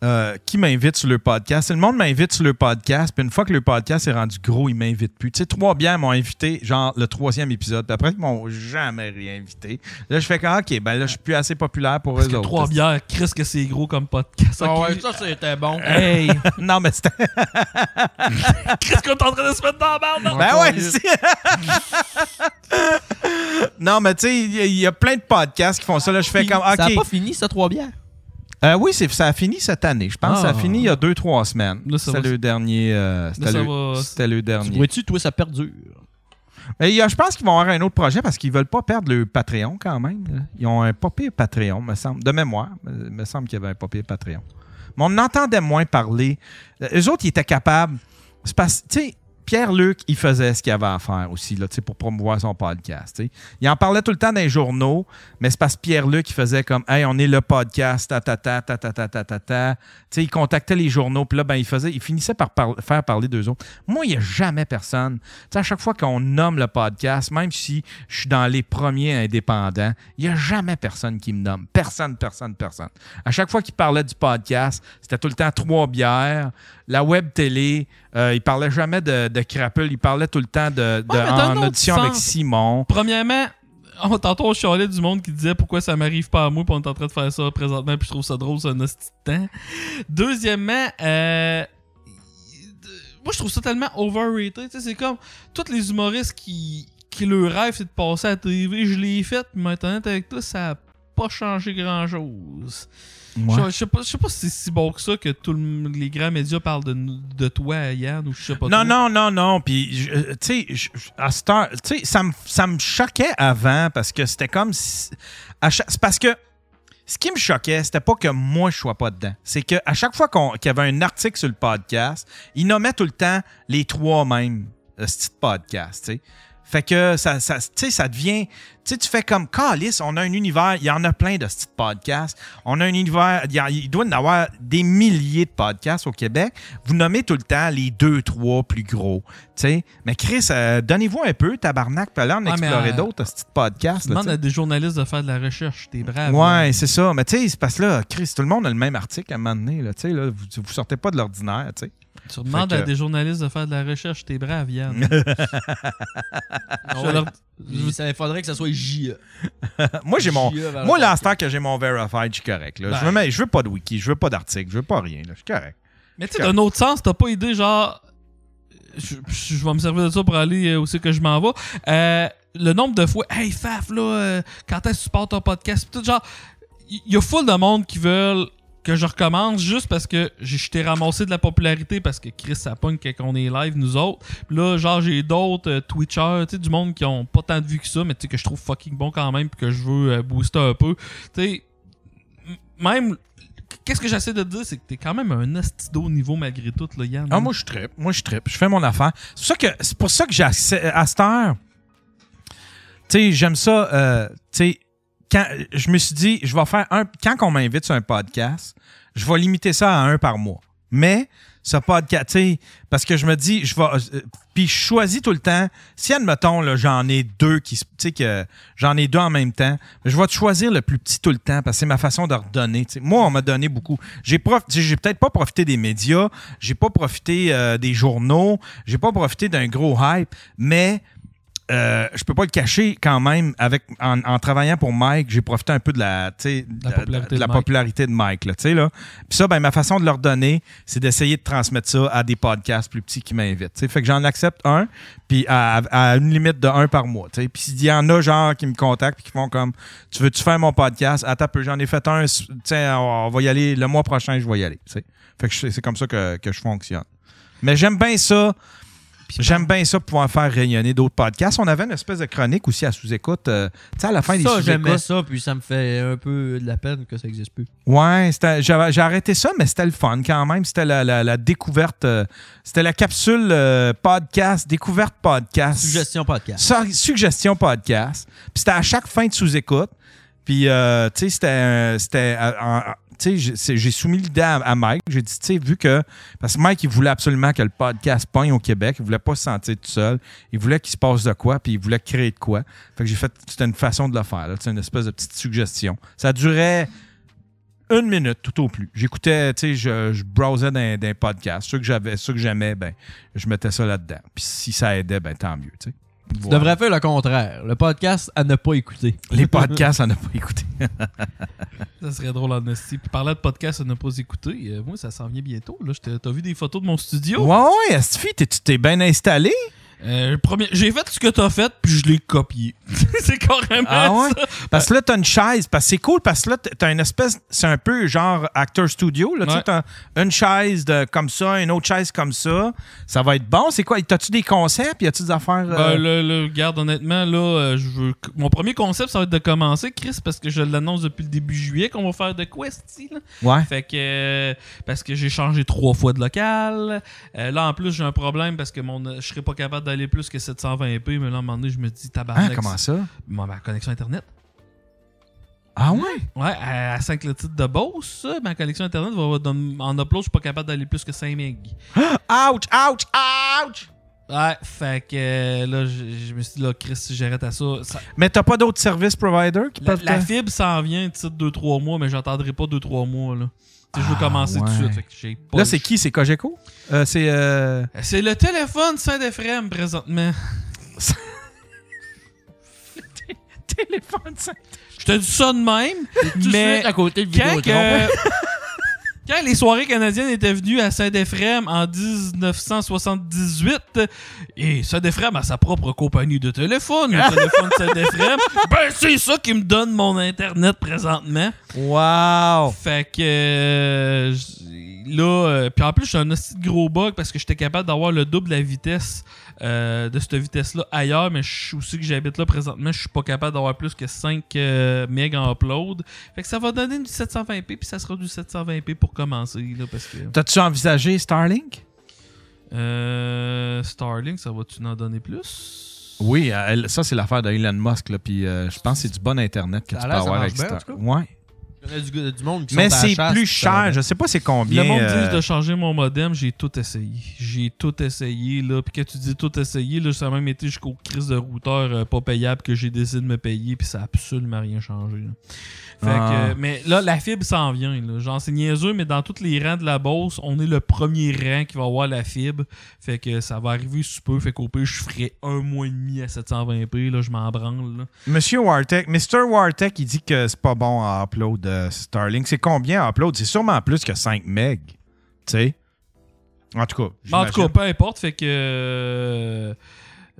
euh, qui m'invite sur le podcast. Si le monde m'invite sur le podcast, puis une fois que le podcast est rendu gros, il m'invite plus. Tu sais, trois bières m'ont invité, genre, le troisième épisode, puis après, ils m'ont jamais réinvité. Là, je fais que, OK, ben là, je suis plus assez populaire pour Parce eux que autres. trois bières, Chris, que c'est gros comme podcast. Ah ok? ouais, ça c'était bon. [laughs] Hey, [laughs] non, mais c'était. Chris, qu'on est en train de se mettre dans la merde. là. Ben ouais, c'est- Non, mais tu sais, il y a- il y, a plein de podcasts qui font ça. Là, je fais comme, OK. Ça a pas fini, ça, trois bières. Euh, oui, c'est- ça a fini cette année. Je pense que ça a Ah. fini il y a deux, trois semaines. Là, ça C'était va- le dernier. euh, C'était ça le, va- c'était le Tu dernier. vois-tu, toi, ça perdure. Et il y a- je pense qu'ils vont avoir un autre projet parce qu'ils veulent pas perdre le Patreon quand même. là. Ils ont un pas pire Patreon, me semble. De mémoire, me me semble qu'il y avait un pas pire Patreon. Mais on entendait moins parler. Euh, Eux autres, ils étaient capables. C'est parce tu sais, Pierre-Luc, il faisait ce qu'il avait à faire aussi là, tu sais, pour promouvoir son podcast. tu sais. Il en parlait tout le temps dans les journaux, mais c'est parce que Pierre-Luc, il faisait comme Hey, on est le podcast, ta ta ta ta ta ta ta ta ta. Tu sais, il contactait les journaux, puis là, ben, il, faisait, il finissait par par- faire parler d'eux autres. Moi, il n'y a jamais personne. Tu sais, à chaque fois qu'on nomme le podcast, même si je suis dans les premiers indépendants, il n'y a jamais personne qui me nomme. Personne, personne, personne. À chaque fois qu'il parlait du podcast, c'était tout le temps trois bières, la web télé. euh, il parlait jamais de, de crapule. Il parlait tout le temps de, de- Ouais, mais dans un en autre audition sens. avec Simon. Premièrement, on tantôt on chialait du monde qui disait pourquoi ça m'arrive pas à moi, puis on est en train de faire ça présentement, puis je trouve ça drôle, c'est un hostie de temps. Deuxièmement, euh, moi je trouve ça tellement overrated, tu sais, c'est comme tous les humoristes qui, qui leur rêve c'est de passer à la TV, je l'ai fait, mais maintenant avec toi, ça a pas changé grand chose. Ouais. Je, je sais pas, je sais pas si c'est si bon que ça que tous les grands médias parlent de, nous- de toi, Yann, ou je sais pas. Non, trop. non, non, non. Puis, je- euh, tu sais, je- je- à cette heure, tu sais, ça me ça me choquait avant parce que c'était comme. si- à chaque- c'est parce que ce qui me choquait, c'était pas que moi je sois pas dedans. C'est que à chaque fois qu'on- qu'il y avait un article sur le podcast, ils nommaient tout le temps les trois mêmes euh, ce type de podcast, tu sais. Fait que ça, ça, tu sais, ça devient. Tu sais, tu fais comme Calis, on a un univers, il y en a plein de ce type de podcasts. On a un univers, il, y en- il doit y en avoir des milliers de podcasts au Québec. Vous nommez tout le temps les deux, trois plus gros. Tu sais, mais Chris, euh, donnez-vous un peu, tabarnak, puis allez en Ouais, mais, explorer euh, d'autres, ce type de podcast. là, tu Demande sais. à des journalistes de faire de la recherche, t'es brave. Ouais, c'est ça. Mais tu sais, c'est parce que là, Chris, tout le monde a le même article à un moment donné. Là, tu sais, là, vous, vous sortez pas de l'ordinaire, tu sais. Tu demandes Fait que- à des journalistes de faire de la recherche, t'es brave, Yann. [laughs] Je leur- Il faudrait que ça soit JE. euh. [laughs] Moi, j'ai mon. JE vers Moi, le là, à bac. ce temps que j'ai mon verified, je suis correct. là. Je, veux même- je veux pas de wiki, je veux pas d'article, je veux pas rien. là. Je suis correct. Mais tu sais, d'un autre sens, t'as pas idée, genre. Je, je- je vais me servir de ça pour aller euh, où c'est que je m'en vais. Euh, le nombre de fois, hey Faf, là, euh, quand est-ce que tu pars ton podcast? Pis tout, genre, il y, y a full de monde qui veulent que je recommence juste parce que j'ai- je t'ai ramassé de la popularité parce que Chris, ça pogne quand on est live, nous autres. Pis là, genre, j'ai d'autres euh, Twitchers, tu sais, du monde qui ont pas tant de vues que ça, mais tu sais, que je trouve fucking bon quand même, puis que je veux euh, booster un peu. Tu sais, m- même Qu'est-ce que j'essaie de te dire, c'est que t'es quand même un astido niveau malgré tout, là, Yann. Ah, moi, je trippe. Moi, je trippe. Je fais mon affaire. C'est pour ça que, c'est pour ça que j'ai accès- à cette heure. Tu sais, j'aime ça. euh, tu sais, quand je me suis dit, je vais faire un. Quand on m'invite sur un podcast, je vais limiter ça à un par mois. Mais ce podcast, tu sais, parce que je me dis, je vais. euh, Puis je choisis tout le temps. Si, admettons, là, j'en ai deux qui. se- Tu sais, que j'en ai deux en même temps, je vais te choisir le plus petit tout le temps parce que c'est ma façon de redonner. tu sais. Moi, on m'a donné beaucoup. J'ai prof... tu sais, j'ai peut-être pas profité des médias, j'ai pas profité euh, des journaux, j'ai pas profité d'un gros hype, mais euh, je peux pas le cacher quand même avec en, en travaillant pour Mike, j'ai profité un peu de la, tu sais, de, La de- de popularité la de Mike. popularité de Mike là, tu sais, là. Puis ça ben ma façon de leur donner, c'est d'essayer de transmettre ça à des podcasts plus petits qui m'invitent, tu sais. Fait que j'en accepte un puis à, à une limite de un par mois, tu sais. Puis s'il y en a genre qui me contactent puis qui font comme tu veux tu faire mon podcast, attends un peu, j'en ai fait un, s- tiens, on on va y aller le mois prochain, je vais y aller, tu sais. Fait que je- c'est comme ça que, que je fonctionne. Mais j'aime bien ça. J'aime bien ça pouvoir faire rayonner d'autres podcasts. On avait une espèce de chronique aussi à sous-écoute. euh, tu sais, à la fin des Ça, j'aimais sous-écoutes. ça, puis ça me fait un peu de la peine que ça existe plus. Ouais, c'était- j'avais- j'ai arrêté ça, mais c'était le fun quand même. C'était la, la- la découverte. euh, c'était la capsule euh, podcast, découverte podcast. Suggestion podcast. Sur- suggestion podcast. Puis c'était à chaque fin de sous-écoute. Puis, euh, tu sais, c'était. euh, c'était, euh, en- en- tu sais, j'ai- c'est- j'ai soumis l'idée à, à Mike. J'ai dit, tu sais, vu que. Parce que Mike, il voulait absolument que le podcast pogne au Québec. Il voulait pas se sentir tout seul. Il voulait qu'il se passe de quoi, puis il voulait créer de quoi. Fait que j'ai fait. C'était une façon de le faire. là. C'est une espèce de petite suggestion. Ça durait une minute tout au plus. J'écoutais, tu sais, je, je browsais dans dans les podcasts. Ceux que j'avais, ceux que j'aimais, ben, je mettais ça là-dedans. Puis si ça aidait, ben, tant mieux, tu sais. Tu Voilà. devrais faire le contraire. Le podcast à ne pas écouter. Les podcasts, on n'a pas écouté. Ça serait drôle, en esti. Puis parler de podcast à ne pas écouter, euh, moi, ça s'en vient bientôt. Là, Je t'ai- t'as vu des photos de mon studio? Ouais, ouais, Astifi, t'es- tu t'es bien installé? Euh, premier- J'ai fait ce que t'as fait, puis je l'ai [laughs] copié. [laughs] c'est carrément Ah ouais? ça. Parce que là, t'as une chaise. Parce que c'est cool, parce que là, t'as une espèce. C'est un peu genre acteur studio. Là, tu sais, Ouais. t'as une chaise de, comme ça, une autre chaise comme ça. Ça va être bon. C'est quoi? T'as-tu des concepts? Y a-tu des affaires? euh, Ben, là, là, regarde, honnêtement, là, euh, je veux... mon premier concept, ça va être de commencer, Chris, parce que je l'annonce depuis le début juillet qu'on va faire de quoi, esti, là? Ouais. Fait que euh, parce que j'ai changé trois fois de local. Euh, là en plus j'ai un problème parce que mon je serais pas capable d'aller plus que 720p, mais là à un moment donné je me dis Hein, tabarnak. comment ça? Mon- ma connexion internet. Ah ouais? Ouais, à, à 5 le titre de Beauce, ça, ma connexion internet va va- en upload, je suis pas capable d'aller plus que 5 MB. [laughs] Ah! Ouch, ouch, ouch! Ouais, fait que euh, là je, je me suis dit là Chris si j'arrête à ça, ça- Mais t'as pas d'autres services providers qui la, peuvent. la te- fibre s'en vient titre 2 3 mois mais j'attendrai pas 2 3 mois là. Tu sais, je veux Ah, commencer tout de ouais. suite, fait que j'ai pas Là, le c'est qui? C'est Cogeco? Euh, c'est. euh, C'est le téléphone Saint-Ephrem présentement. téléphone Saint-Ephrem. Je te dis ça de même, mais à côté de quand, Vidéotron. que- [laughs] quand les soirées canadiennes étaient venues à Saint-Ephrem en 1978, et Saint-Ephrem a sa propre compagnie de téléphone, le téléphone Saint-Ephrem, ben c'est ça qui me donne mon Internet présentement. Wow! Fait que euh, j- là, euh, puis en plus, j'ai un aussi gros bug parce que j'étais capable d'avoir le double de la vitesse euh, de cette vitesse-là ailleurs, mais je suis aussi que j'habite là présentement, je suis pas capable d'avoir plus que 5 euh, mégas en upload. Fait que ça va donner du 720p, puis ça sera du 720p pour commencer, là, parce que T'as-tu envisagé Starlink? euh, Starlink, ça va-tu en donner plus? Oui, euh, elle- ça c'est l'affaire de Elon Musk là, puis euh, je pense que c'est du bon internet que Ça a tu peux l'air, ça avoir marche avec bien, en Star- tout cas. Ouais. Il y en a du, du monde qui Mais sont à la c'est chasse, plus puis ça va cher. Je sais pas c'est combien. le monde euh, dit de changer mon modem, j'ai tout essayé. J'ai tout essayé, là. Puis quand tu dis tout essayé, là, ça a même été jusqu'au crise de routeur euh, pas payable que j'ai décidé de me payer, puis ça a absolument rien changé. là. Fait Ah. que, euh, mais là, la fibre s'en vient. Là. Genre, c'est niaiseux, mais dans tous les rangs de la bourse, on est le premier rang qui va avoir la fibre. Fait que ça va arriver sous peu. Fait qu'au pire, je ferai un mois et demi à 720p. Là, je m'en branle. là. Monsieur Wartek, Mr. Wartek, il dit que c'est pas bon à upload euh, Starlink. C'est combien à upload? C'est sûrement plus que 5 meg. Tu sais? En tout cas. Bah, En tout j'imagine. cas, peu importe, fait que. euh,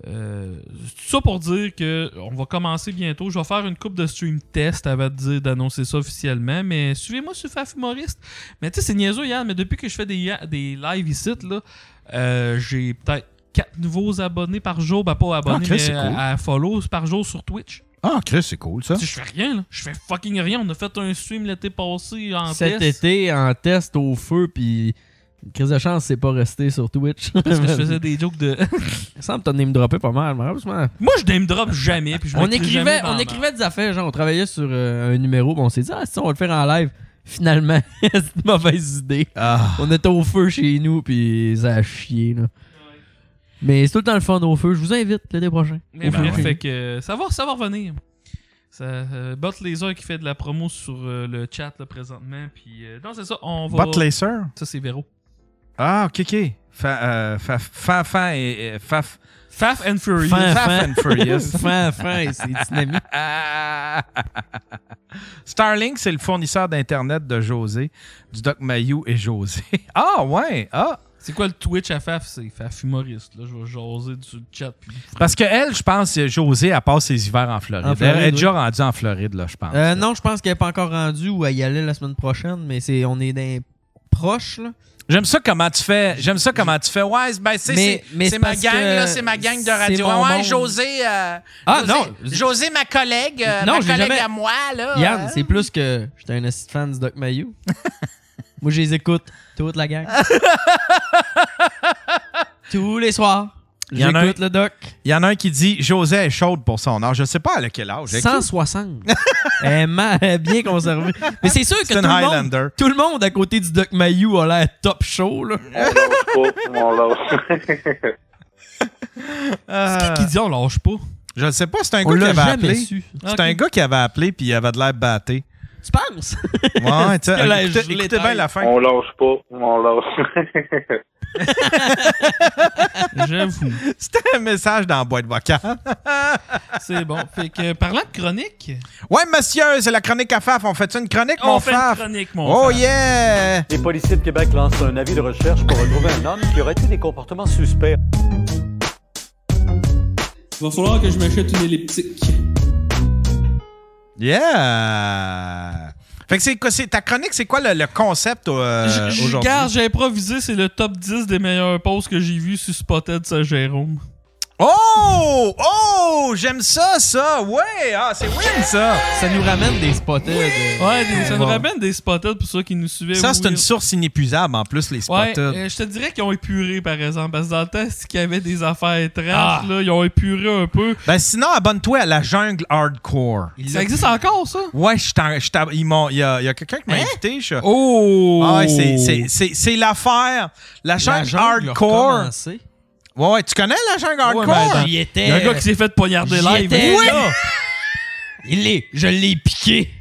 euh, tout ça pour dire que on va commencer bientôt. Je vais faire une coupe de stream test avant de dire d'annoncer ça officiellement. Mais suivez-moi sur Faf Humoriste. Mais tu sais, c'est niaiseux, Yann, mais depuis que je fais des, ya- des lives ici, là, euh, j'ai peut-être 4 nouveaux abonnés par jour. Bah, pas abonnés, Chris, mais c'est cool. à, à follow par jour sur Twitch. Ah, Chris, c'est cool ça. Tu sais, je fais rien, là. Je fais fucking rien. On a fait un stream l'été passé en Cet test. été, en test au feu, puis une crise de chance, c'est pas resté sur Twitch. Parce [laughs] que je faisais des jokes de. Il me semble que t'en me droppé pas mal, malheureusement. Moi, je name drop jamais. Puis je On m'inclus jamais écrivait, dans on la écrivait des affaires, genre on travaillait sur euh, un numéro, puis on s'est dit, ah, si on va le faire en live. Finalement, [laughs] c'est une mauvaise idée. Ah. On était au feu chez nous, puis ça a chié, là. Mais c'est tout le temps le fun au feu. Je vous invite l'été prochain. Mais Au feu. bref, fait que euh, ça va, ça va revenir. Ça, euh, Bot Laser qui fait de la promo sur euh, le chat là, présentement. Puis euh, non, c'est ça, on va. Bot Lacer? Ça c'est Véro. Ah, ok, ok. Fa, euh, fa, fa, fa et, et- faf- Faf and Furious. Fin, Faf fin. and [laughs] Furious. Fin, fin, c'est dynamique. Ah. Starlink, c'est le fournisseur d'Internet de José, du Doc Mayou et José. [laughs] Ah, ouais. Ah. C'est quoi le Twitch à Faf C'est Faf humoriste. Là, je vais jaser du chat. Puis... Parce que elle, je pense, euh, José, elle passe ses hivers en Floride. En Floride, elle est oui. déjà rendue en Floride, là, je pense. Euh, non, je pense qu'elle n'est pas encore rendue ou elle y allait la semaine prochaine, mais c'est on est d'un proche là. J'aime ça comment tu fais. J'aime ça comment tu fais. Ouais, c'est- ben, c'est, Mais- c'est- mais c'est c'est ma parce gang, que là, c'est ma gang de c'est radio. mon ouais, monde. José. euh, Ah, José- non. José, ma collègue. euh, Non, ma j'ai collègue jamais- à moi, là. Yann, hein? euh. c'est plus que j'étais un assist fan du Doc Mayou. Moi, je les écoute toute la gang. Tous les soirs, Il y en a un- j'écoute le Doc. Il y en a un qui dit José est chaude pour son âge. Je sais pas à quel âge. 160. elle est ma- elle est [laughs] bien conservée. Mais c'est sûr que C'est tout un le, monde, Highlander. tout le monde à côté du Doc Mayou a l'air top chaud là. Oh, mon lâche. Euh, Qui dit on lâche pas Je ne sais pas, c'est un gars On qui l'a avait jamais appelé. su. C'est un gars qui avait appelé puis il avait de l'air batté. [laughs] Tu penses [laughs] Ouais, Ah, tu sais, que la écoutez, gelée écoutez bien taille? la fin. On lâche pas, on lâche. [laughs] J'avoue. [laughs] C'était un message dans la boîte vocale. [laughs] C'est bon. Fait que euh, parlant de chronique. Ouais, monsieur, c'est la chronique à Faf. On fait une chronique, on mon fait une Faf? chronique, mon Oh Faf. yeah! Les policiers de Québec lancent un avis de recherche pour retrouver un homme qui aurait eu des comportements suspects. Va falloir que je m'achète une elliptique. Yeah! Fait que c'est quoi, c'est ta chronique, c'est quoi le, le concept euh, Je- je aujourd'hui? garde, j'ai improvisé, c'est le top 10 des meilleurs posts que j'ai vu sur Spotted Saint-Jérôme. Oh! Oh! J'aime ça, ça! Ouais! Ah, c'est win, ça! Ça nous ramène des spotted. euh, Ouais, des- ça nous Bon. ramène des Spotted pour ceux qui nous suivaient. Ça, c'est oui. une source inépuisable, en plus, les Ouais, spotted. euh, je te dirais qu'ils ont épuré, par exemple. Parce que dans le temps, c'est qu'il y avait des affaires Ah, étranges, là, ils ont épuré un peu. Ah! Ben sinon, abonne-toi à la jungle hardcore. Ça existe encore, ça? Ouais, je t'en- je t'en- ils m'ont- il y a, il y a quelqu'un qui m'a Hein? invité. Je... Oh! Ah ouais, c'est- c'est- c'est c'est l'affaire. La jungle, la jungle a hardcore. recommencé. Ouais, ouais, tu connais la jungle hardcore? ben, J'y étais. Il y a un gars qui s'est fait poignarder J'y live. étais Oui! là. Il l'est. Je l'ai piqué.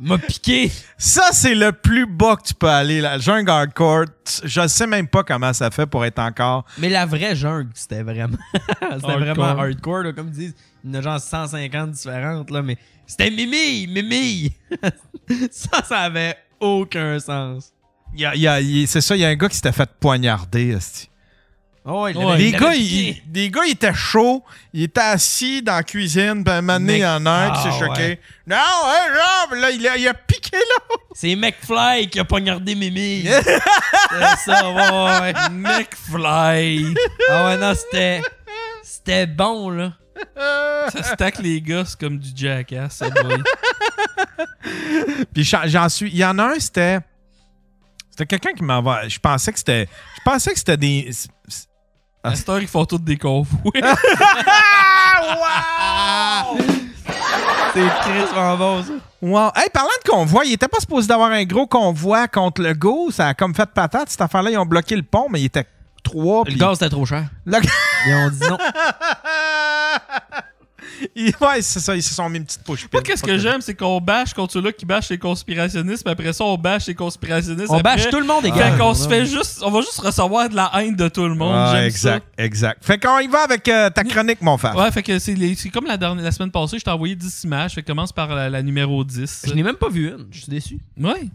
Il M'a piqué. Ça, c'est le plus bas que tu peux aller. La jungle hardcore, tu- je sais même pas comment ça fait pour être encore. Mais la vraie jungle, c'était vraiment. [laughs] c'était vraiment hardcore, là, comme ils disent. Il y en a genre 150 différentes, là, mais c'était Mimi, Mimi. [laughs] ça, ça avait aucun sens. Il y a- il y a- il- c'est ça, il y a un gars qui s'était fait poignarder. esti. Oh, il Ouais, [laughs] l'avait- les, il l'avait gars, piqué. ils, les gars, ils étaient chauds. Ils étaient [laughs] assis dans la cuisine. Puis à un moment donné, il y en a un qui Ah, s'est choqué. ouais. Non, hein, Rob, là, il a, il a piqué là. C'est McFly qui a poignardé [laughs] Mimi. c'est ça, ouais, ouais. McFly! Ah ouais, non, c'était. C'était [laughs] bon, là. [laughs] ça stack les gosses comme du jackass, ça doit [laughs] être. Puis j'en j'en suis. Il y en a un, c'était. C'était quelqu'un qui m'envoie. Je pensais que c'était. Je pensais que c'était des. À cette [laughs] heure, ils font tous des convois. Ah! Wow! C'est Chris en bon, ça. Wow. Hey, parlant de convoi, il était pas supposé d'avoir un gros convoi contre le go. Ça a comme fait patate. Cette affaire-là, ils ont bloqué le pont, mais il était trois. Le puis- gaz, c'était trop cher. Le- Ils ont dit [laughs] non. Ils- ouais, c'est ça. Ils se sont mis une petite push Moi, qu'est-ce que j'aime, c'est qu'on bâche contre ceux-là qui bâchent les conspirationnistes, puis après ça, on bâche les conspirationnistes. On après. bâche tout le monde, les gars. Ah. Fait qu'on se fait juste. On va juste recevoir de la haine de tout le monde. J'aime Ah, exact, exact. Fait qu'on y va avec euh, ta chronique, mon frère. ça. Ouais, fait que c'est les- c'est comme la, dernière, la semaine passée, je t'ai envoyé 10 images. Fait que commence par la, la numéro 10. Je n'ai même pas vu une. Je suis déçu. Ouais.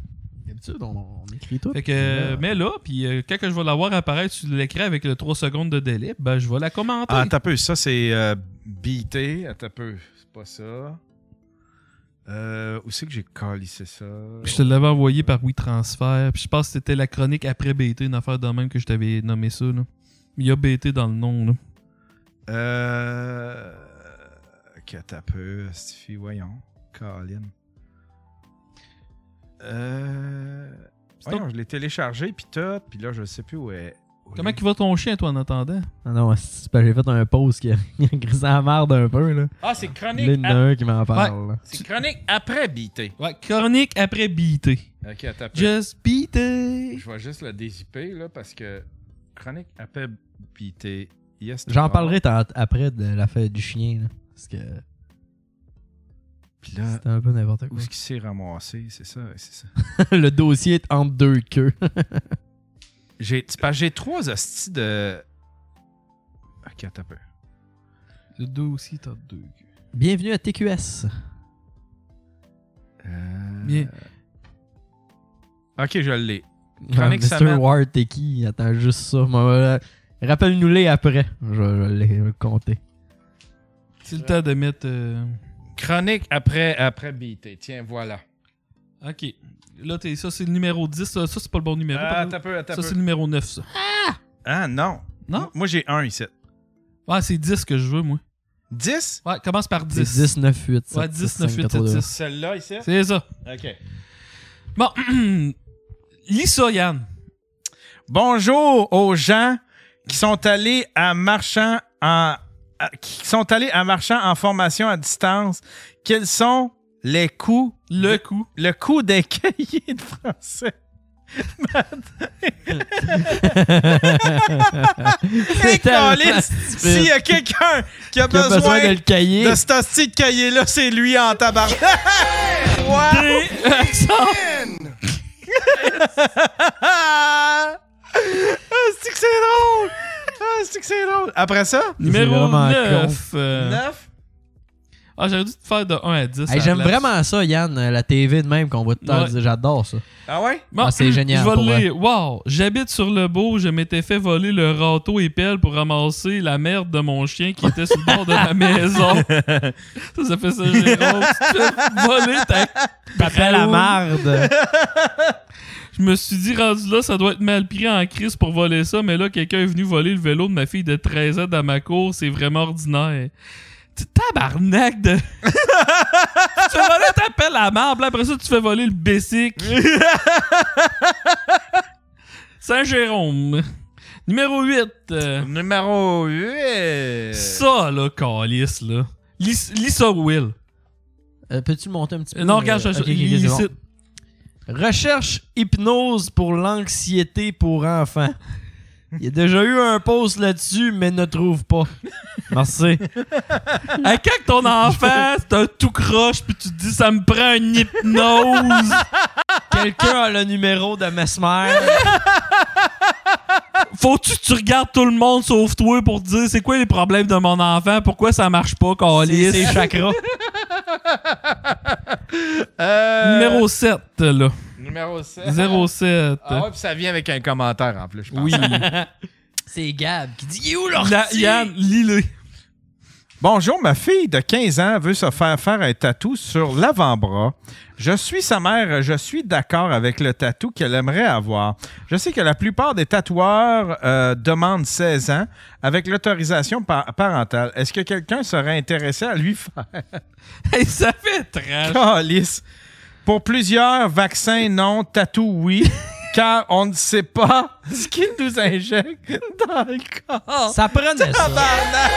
D'habitude, on, on écrit tout. Fait que, euh, mais là, puis euh, quand que je vais la voir apparaître sur l'écran avec le 3 secondes de délai, ben je vais la commenter. Ah, t'as peu, ça c'est euh, BT. Ah, T'as peu, c'est pas ça. Euh, où c'est que j'ai calissé ça? je te l'avais envoyé par WeTransfer. Puis je pense que c'était la chronique après BT, une affaire de même que je t'avais nommé ça. Là. Il y a BT dans le nom. Là. Euh. Que t'as peu, Stifi, voyons. Colin. Euh. Voyons, je l'ai téléchargé, puis tout, puis là, je sais plus où est. où Comment est- qu'il va ton chien, toi, en attendant? Ah non, c'est parce que j'ai fait un pause qui a [laughs] grisé la merde un peu, là. Ah, c'est Là, il y chronique, en a un qui m'en parle. là. c'est chronique après BT. Ouais, chronique après BT. Ok, attends. peu. Just BT. Je vais juste le dézipper, là, parce que chronique après BT. Yes, J'en t'as- parlerai tant- après de l'affaire du chien, là. Parce que Puis là, c'était un peu n'importe où quoi. est-ce qu'il s'est ramassé? C'est ça, c'est ça. [laughs] le dossier est entre deux queues. [laughs] J'ai c'est parce que j'ai trois hosties de. Ok, attends un peu. Le deux aussi, t'as deux. Bienvenue à TQS. Euh, Bien. Ok, je l'ai. Ah, Chronique Mr. semaine. Ward, t'es qui? Attends juste ça. Moi, euh, Rappelle-nous-les après. Je je vais les compter. C'est le temps de mettre. euh, Chronique après, après BT. Tiens, voilà. Ok. Là, t'es- ça, c'est le numéro 10. Ça, ça, c'est pas le bon numéro. Ah, par attends contre. un peu, attends un ça, c'est peu. le numéro 9, ça. Ah, non. Non? Moi, j'ai un ici. Ouais, c'est 10 que je veux, moi. 10? Ouais, commence par 10. C'est 10, 9, 8. Ouais, 10, 9, 8, 7, 10. Celle-là ici? C'est ça. Ok. Bon, [clears throat] lis ça, Yann. Bonjour aux gens qui sont allés à marchand en à- qui sont allés à marchand en formation à distance. Quels sont les coûts Le coup. le coût des cahiers de [laughs] français? Hey, Calice, S'il y a quelqu'un qui a, Qui a besoin, besoin de le cahier. de cet hostie de cahier-là, c'est lui en tabarnak. [laughs] [laughs] Ah, c'est que c'est drôle! Ah, c'est que c'est drôle! Après ça, Numéro vraiment 9. euh, 9. Ah, j'aurais dû te faire de 1 à 10. Hey, à J'aime la place. vraiment ça, Yann, euh, la TV de même qu'on voit tout le temps. Ouais. J'adore ça. Ah ouais? Bon, Ah, c'est génial, Je vais pour le vrai. lire. Wow, j'habite sur le beau, je m'étais fait voler le râteau et pelle pour ramasser la merde de mon chien qui était sur le bord de ma maison. ça, ça fait ça, Jérôme. tu te fais voler ta... T'appelles la marde. [laughs] Je me suis dit, rendu là, ça doit être mal pris en crise pour voler ça, mais là, quelqu'un est venu voler le vélo de ma fille de 13 ans dans ma cour, c'est vraiment ordinaire. Tu tabarnak de... [laughs] tu fais voler ta pelle à marbre, après ça, tu fais voler le bessic. Saint-Jérôme. Numéro 8. euh, Numéro 8. ça, là, calice, là. Lis lis ça, Will. Euh, Peux-tu le monter un petit peu? Euh, Non, regarde, je- Euh, je- ok, ok, ok, lis c'est bon. ça. Recherche hypnose pour l'anxiété pour enfants. Il y a déjà eu un post là-dessus, mais ne trouve pas. Merci. À quand que ton enfant, [laughs] c'est un tout croche, puis tu te dis, ça me prend une hypnose. [laughs] Quelqu'un a le numéro de Mesmer. Faut-tu que tu regardes tout le monde sauf toi pour te dire c'est quoi les problèmes de mon enfant, pourquoi ça marche pas, C'est Calis? ses chakras. [laughs] Numéro 7, là. [laughs] Numéro 7. 07. Ah ouais, puis ça vient avec un commentaire en plus, je pense. Oui. [laughs] C'est Gab qui dit Il est où leur La- Yann, lis-le. Bonjour, ma fille de 15 ans veut se faire faire un tatou sur l'avant-bras. Je suis sa mère, je suis d'accord avec le tatou qu'elle aimerait avoir. Je sais que la plupart des tatoueurs euh, demandent 16 ans avec l'autorisation par- parentale. Est-ce que quelqu'un serait intéressé à lui faire [laughs] Hey, ça fait trash. Calisse. Pour plusieurs, vaccins non, tatou [laughs] oui, car on ne sait pas [laughs] ce qu'ils nous injectent dans le corps. Ça prenait ça. Tabarnak!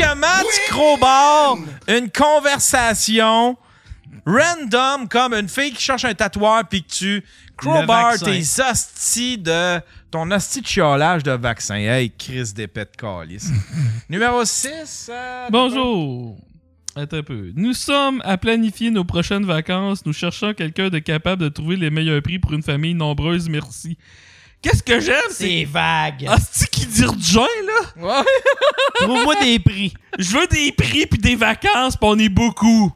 comment tu crowbars une conversation random comme une fille qui cherche un tatouage puis que tu crowbars vaccin. tes hosties de ton hostie de chiolage de vaccin. Hey, Chris d'épée de [laughs] calice. Numéro 6. Bonjour. Attends un peu. Nous sommes à planifier nos prochaines vacances. Nous cherchons quelqu'un de capable de trouver les meilleurs prix pour une famille nombreuse. [laughs] Merci. Qu'est-ce que j'aime, c'est... vague. Ah, c'est qui dire joint, là? Trouve-moi des prix. Je veux des prix puis des vacances, pis on [laughs] est beaucoup.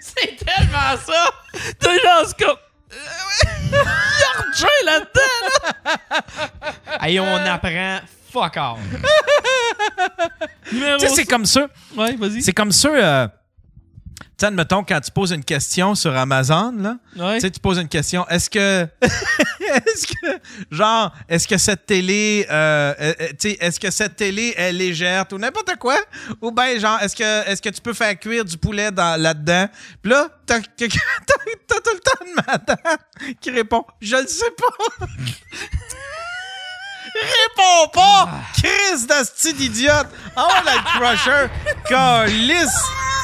C'est tellement ça. T'as genre, c'est comme... Il y a rejoint là-dedans! Hey, on apprend fuck off. Numéro Tu sais, c'est comme ça. six. Ouais, vas-y. C'est comme ça. Euh, tu sais, admettons, quand tu poses une question sur Amazon, là, Ouais. tu sais, tu poses une question. Est-ce que. [laughs] est-ce que. Genre, est-ce que cette télé. euh, euh, euh, tu sais, est-ce que cette télé est légère ou n'importe quoi? Ou bien, genre, est-ce que, est-ce que tu peux faire cuire du poulet dans- là-dedans? Puis là, t'as, quelqu'un- [laughs] t'as- t'as tout le temps une madame qui répond Je le sais pas. [laughs] Réponds pas! Chris d'asti d'idiote! Oh, la crusher! Calice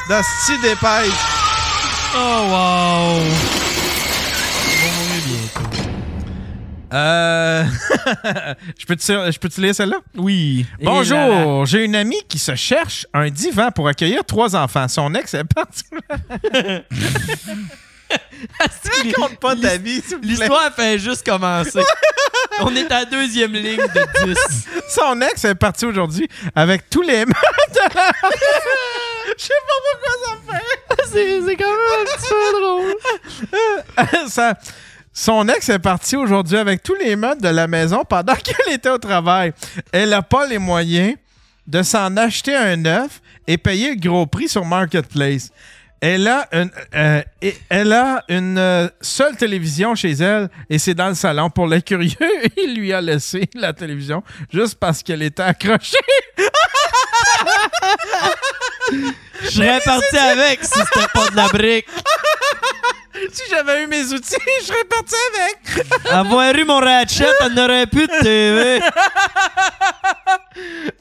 d'asti d'épaisse! Oh, wow. Euh... [laughs] je peux-tu je peux-tu lire celle-là? Oui. Bonjour, j'ai une amie qui se cherche un divan pour accueillir trois enfants. Son ex est parti. [laughs] Raconte pas ta vie, s'il vous plaît. L'histoire fait juste commencer. on est à la deuxième ligne de 10. [laughs] Son ex est parti aujourd'hui avec tous les meubles de la- Je sais pas pourquoi C'est quand même un petit peu drôle. ça me fait. [laughs] Ça- Son ex est parti aujourd'hui avec tous les meubles de la maison pendant [laughs] qu'elle était au travail. Elle n'a pas les moyens de s'en acheter un neuf et payer le gros prix sur Marketplace. Elle a une, euh, et- elle a une euh, seule télévision chez elle et c'est dans le salon. Pour les curieux, [laughs] il lui a laissé la télévision juste parce qu'elle était accrochée. Je serais parti avec si c'était pas de la brique. [laughs] Si j'avais eu mes outils, [laughs] je serais parti avec. Avoir eu mon ratchet, on aurait pu de TV.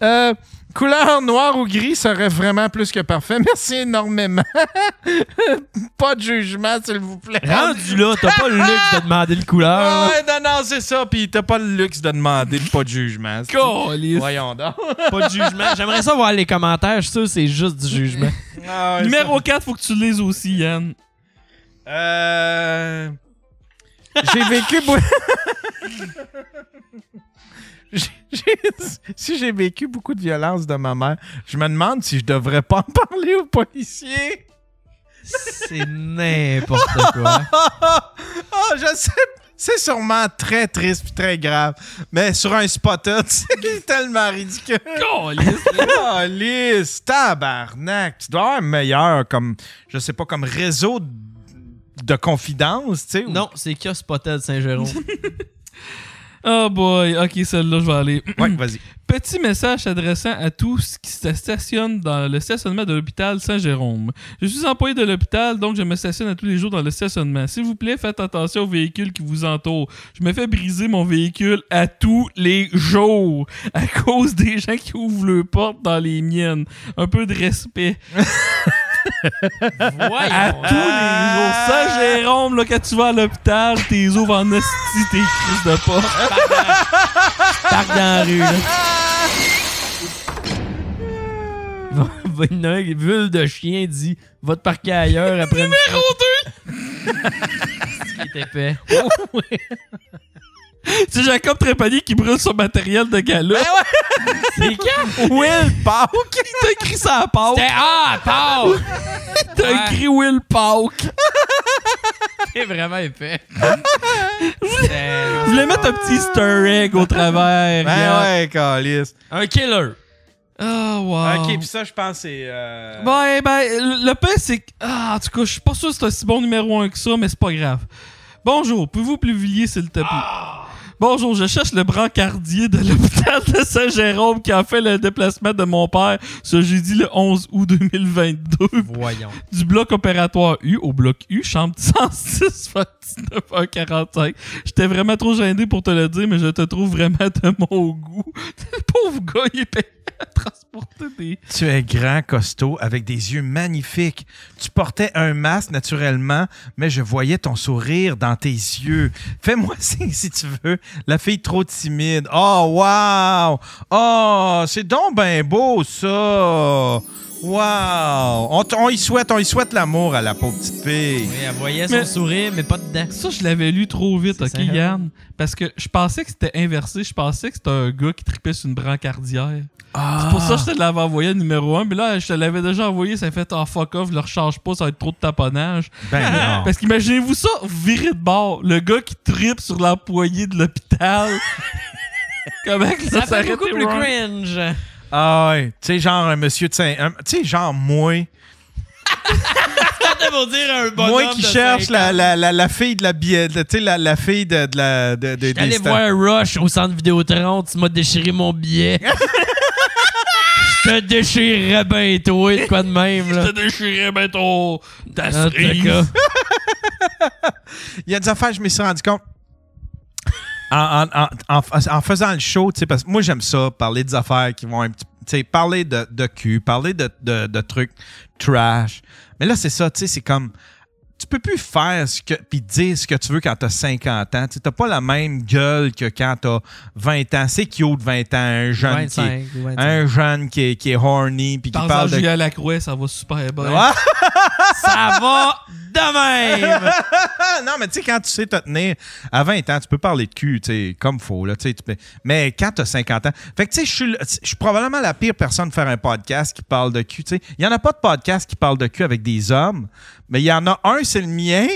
Euh, couleur noire ou gris serait vraiment plus que parfait. Merci énormément. [laughs] pas de jugement, s'il vous plaît. Rendu là, t'as pas [laughs] le luxe de demander le couleur. Ah Ouais, non, non, c'est ça. Puis t'as pas le luxe de demander de pas de jugement. c'est- Voyons [laughs] donc. Pas de jugement. J'aimerais ça voir les commentaires. Je suis sûr que c'est juste du jugement. Ah ouais, Numéro 4, faut que tu le lises aussi, Yann. ça- Euh, J'ai vécu... bou- [laughs] J'ai- j'ai- si j'ai vécu beaucoup de violence de ma mère, je me demande si je devrais pas en parler aux policiers. C'est n'importe quoi. [laughs] Ah, je sais. C'est sûrement très triste puis très grave. Mais sur un spotter, [laughs] c'est tellement ridicule. hein. Oh, lisse, tabarnak. Tu dois avoir un meilleur, comme, je sais pas, comme réseau d- de confidence, tu sais. ou- Non, c'est Kios Potel Saint-Jérôme. [laughs] Oh boy, ok, celle-là, je vais aller. Ouais, vas-y. [clears throat] Petit message s'adressant à tous qui se stationnent dans le stationnement de l'hôpital Saint-Jérôme. Je suis employé de l'hôpital, donc je me stationne à tous les jours dans le stationnement. S'il vous plaît, faites attention aux véhicules qui vous entourent. Je me fais briser mon véhicule à tous les jours à cause des gens qui ouvrent leurs portes dans les miennes. Un peu de [laughs] respect. À tous les Ah! jours. Saint-Jérôme, là, quand tu vas à l'hôpital, t'es ouvres en hostie, tes crises de porte. Parc dans la rue, là. Va- va- Il y en a un qui, Vule de chien dit Va te parquer ailleurs après. Numéro 2 [laughs] C'est épais. Oh! C'est Jacob Trépanier qui brûle son matériel de gala. C'est quand Ben Will Pauk. T'as écrit ça à Pauk. C'était- Ah, Paul T'as écrit Will Pauk. [laughs] C'est vraiment épais. Je voulais mettre un petit easter egg au travers. Ben ouais, calice. Un killer. Oh, wow. Ok, puis ça, je pense, c'est. euh, Ben, ben, le le pire, c'est que. Ah, en tout cas, je suis pas sûr que c'est un si bon numéro 1 que ça, mais c'est pas grave. Bonjour, pouvez-vous publier, s'il te plaît? Bonjour, je cherche le brancardier de l'hôpital de Saint-Jérôme qui a fait le déplacement de mon père ce jeudi le 11 août 2022 Voyons. du bloc opératoire U au bloc U, chambre 106, 29 h 45. J'étais [laughs] vraiment trop gêné pour te le dire, mais je te trouve vraiment de mon goût. Le pauvre gars, il est payé transporter des. Tu es grand, costaud, avec des yeux magnifiques. Tu portais un masque naturellement, mais je voyais ton sourire dans tes yeux. Fais-moi [laughs] signe si tu veux. La fille trop timide. Oh, wow! Oh, c'est donc ben beau, ça! Wow! On, t- on y souhaite, on y souhaite l'amour à la pauvre petite fille. Oui, elle voyait Mais- son sourire, mais pas dedans. Ça, je l'avais lu trop vite, C'est ok, ça. Yann? Parce que je pensais que c'était inversé. Je pensais que c'était un gars qui tripait sur une brancardière. C'est pour ça que je te l'avais envoyé à numéro 1. Mais là, je te l'avais déjà envoyé. Ça fait oh fuck off, je le recharge pas, ça va être trop de taponnage. Ben non. [laughs] Parce qu'imaginez-vous ça, viré de bord. Le gars qui tripe sur l'employé de l'hôpital. [laughs] Comment que ça Ça fait s'arrête beaucoup plus cringe. Ah ouais, tu sais, genre un monsieur de Saint... un- Tu sais, genre moi... T'as pour dire un bonhomme moi qui de cherche cinq la, ans. la, la, la fille de la billet... Tu sais, la, la fille de, de la... De, de- des J'étais allé stands. voir Rush au centre Vidéotron, tu m'as déchiré mon [laughs] billet. Je te déchirerais bien toi, de quoi de même, Je là. te déchirais, ben ton. ta Ah, En tout cerise. cas. [laughs] Il y a des affaires, je me suis rendu [laughs] compte. En, en- en- en- en faisant le show, tu sais, parce que moi, j'aime ça, parler des affaires qui vont un petit tu sais, parler de, de cul, parler de, de- de trucs trash. Mais là, c'est ça, tu sais, c'est comme. Tu peux plus faire ce que. Puis dire ce que tu veux quand t'as 50 ans. Tu sais, t'as pas la même gueule que quand t'as 20 ans. C'est cute, 20 ans, un jeune qui. 25 ou 25. Un jeune qui est, qui est horny, puis qui Par parle exemple, de. Julien Lacroix, ça va super bien. Ah! Ça va de même! [laughs] non, mais tu sais, quand tu sais te tenir à 20 ans, tu peux parler de cul, tu sais, comme faut, là, tu sais. tu peux- Mais quand t'as 50 ans. Fait que, tu sais, je suis le- je suis probablement la pire personne de faire un podcast qui parle de cul, tu sais. Il y en a pas de podcast qui parle de cul avec des hommes, mais il y en a un, c'est le [laughs] mien.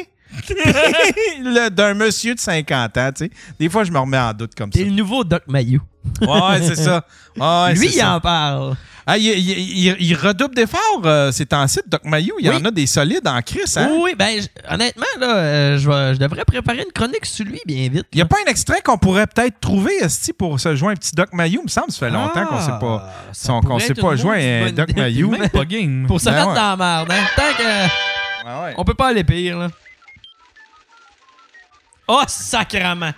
Le- d'un monsieur de 50 ans, tu sais. Des fois, je me remets en doute comme ça. C'est le nouveau Doc Mayou. Ouais, ouais, c'est ça. Ouais, Lui, c'est il ça. en parle. Ah, il, il- il- il redouble d'efforts, euh, ces temps-ci, de Doc Mayou. Il y Oui. en a des solides en crise, hein? Oui, oui, ben, j- honnêtement, là, euh, je vais- je devrais préparer une chronique sur lui bien vite. Il n'y a pas un extrait qu'on pourrait peut-être trouver, Esti, pour se joindre un petit Doc Mayou, il me semble. Ça fait longtemps qu'on ne sait pas. Ah, Ça son- qu'on pourrait s'est être pas une joint à maudite un bonne Doc idée. Mayou. Même pas game. [laughs] Pour se Ben mettre ouais. dans la merde, hein. Tant que. Ben On peut pas aller pire, là. Oh, sacrament!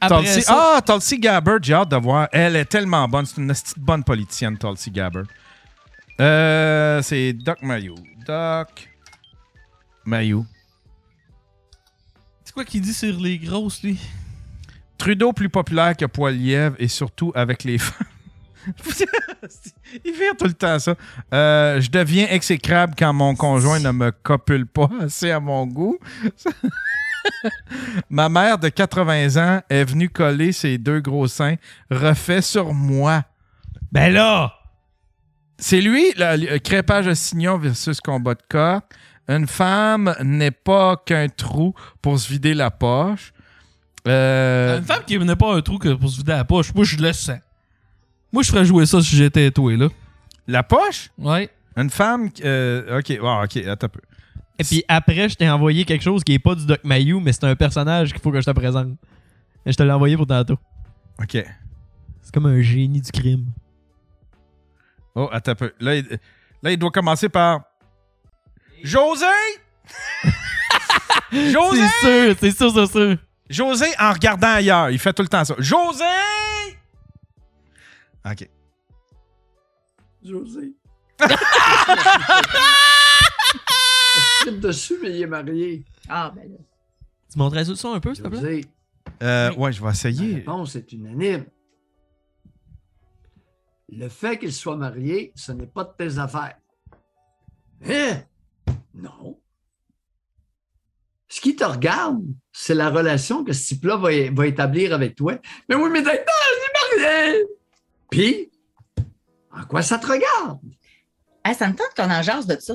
Après Tulsi- ça, Ah, Tulsi Gabbard, j'ai hâte de voir. Elle est tellement bonne. C'est une esti de bonne politicienne, Tulsi Gabbard. Euh, c'est Doc Mayou. Doc Mayou. C'est quoi qu'il dit sur les grosses, lui? Trudeau plus populaire que Poilievre et surtout avec les femmes. Il vire tout le temps ça. Euh, je deviens exécrable quand mon conjoint ne me copule pas [laughs] assez à mon goût. [laughs] Ma mère de 80 ans est venue coller ses deux gros seins refaits sur moi. ben là! C'est lui, le, le crépage de signon versus combat de corps. Une femme n'est pas qu'un trou pour se vider la poche. Euh, Une femme qui venait pas un trou que pour se vider la poche, moi je le sens. Moi je ferais jouer ça si j'étais toi là. la poche? Ouais. Une femme. qui- euh, ok, bon, ok, attends un peu. Et puis après, je t'ai envoyé quelque chose qui est pas du Doc Mayou, mais c'est un personnage qu'il faut que je te présente. Et je te l'ai envoyé pour tantôt. Ok. C'est comme un génie du crime. Oh, attends un peu. Là, il, là, il doit commencer par. [laughs] José! José! C'est sûr, c'est sûr, c'est sûr. José en regardant ailleurs. Il fait tout le temps ça. José! Ok. José. [laughs] Je tripe dessus, mais il est marié. Ah, ben là, Tu montrais ça le son un peu, s'il te plaît? José, Euh, ouais, je vais la essayer. réponse est unanime. Le fait qu'il soit marié, ce n'est pas de tes affaires. Hein? Non. Ce qui te regarde, c'est la relation que ce type-là va, é- va établir avec toi. Mais oui, mais t'es non, je suis marié! Puis, en quoi ça te regarde? Ah, ça me tente qu'on en jase de ça.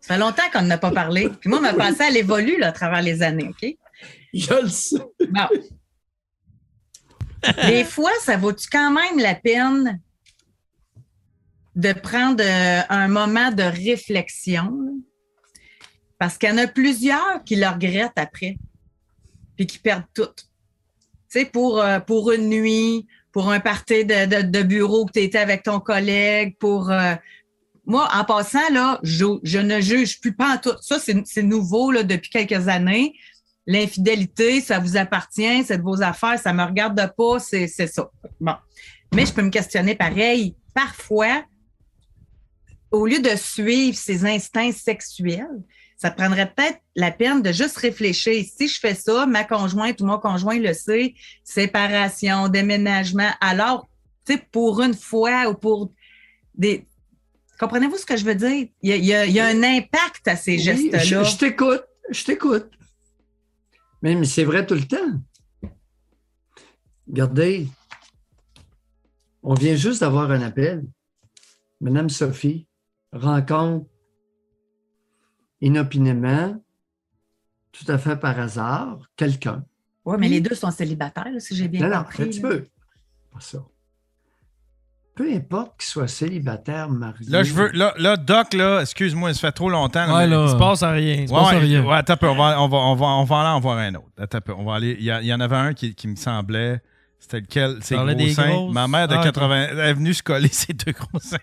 Ça fait longtemps qu'on n'a pas parlé. Puis moi, ma pensée, elle évolue là, à travers les années, OK? Je le sais. Bon. Des fois, ça vaut-tu quand même la peine de prendre euh, un moment de réflexion? là? Parce qu'il y en a plusieurs qui le regrettent après, puis qui perdent tout. Tu sais, pour, euh, pour une nuit, pour un party de, de- de bureau que tu étais avec ton collègue, pour. euh, moi, en passant, là, je, je ne juge plus pas en tout. Ça, c'est c'est nouveau là, depuis quelques années l'infidélité, ça vous appartient, c'est de vos affaires, ça me regarde de pas, c'est c'est ça. Bon. Mais je peux me questionner pareil. parfois, au lieu de suivre ses instincts sexuels, ça prendrait peut-être la peine de juste réfléchir. Si je fais ça, ma conjointe ou mon conjoint le sait, séparation, déménagement. Alors, tu sais, pour une fois ou pour des. Comprenez-vous ce que je veux dire? Il y a, il y a- il y a un impact à ces Oui, gestes-là. Je, je t'écoute, je t'écoute. Mais, mais c'est vrai tout le temps. Regardez, on vient juste d'avoir un appel. Madame Sophie rencontre inopinément, tout à fait par hasard, quelqu'un. Oui, mais les deux sont célibataires, là, si j'ai bien Non, non, compris. un petit là. peu. Pas ça. Peu importe qu'il soit célibataire, marié. Là, je veux. Là, là, Doc, là, excuse-moi, ça fait trop longtemps. là, Ouais, mais- là. Il se passe à rien. Il se Ouais, passe à ouais, rien. ouais, attends un peu, on va, on va, on va, on va aller en voir un autre. Attends un peu, on va aller. Il y, a- il y en avait un qui, qui me semblait. C'était lequel? C'est Parlait gros des seins. grosses. Ma mère de Ah, ok. 80 elle est venue se coller [laughs] ses deux gros seins.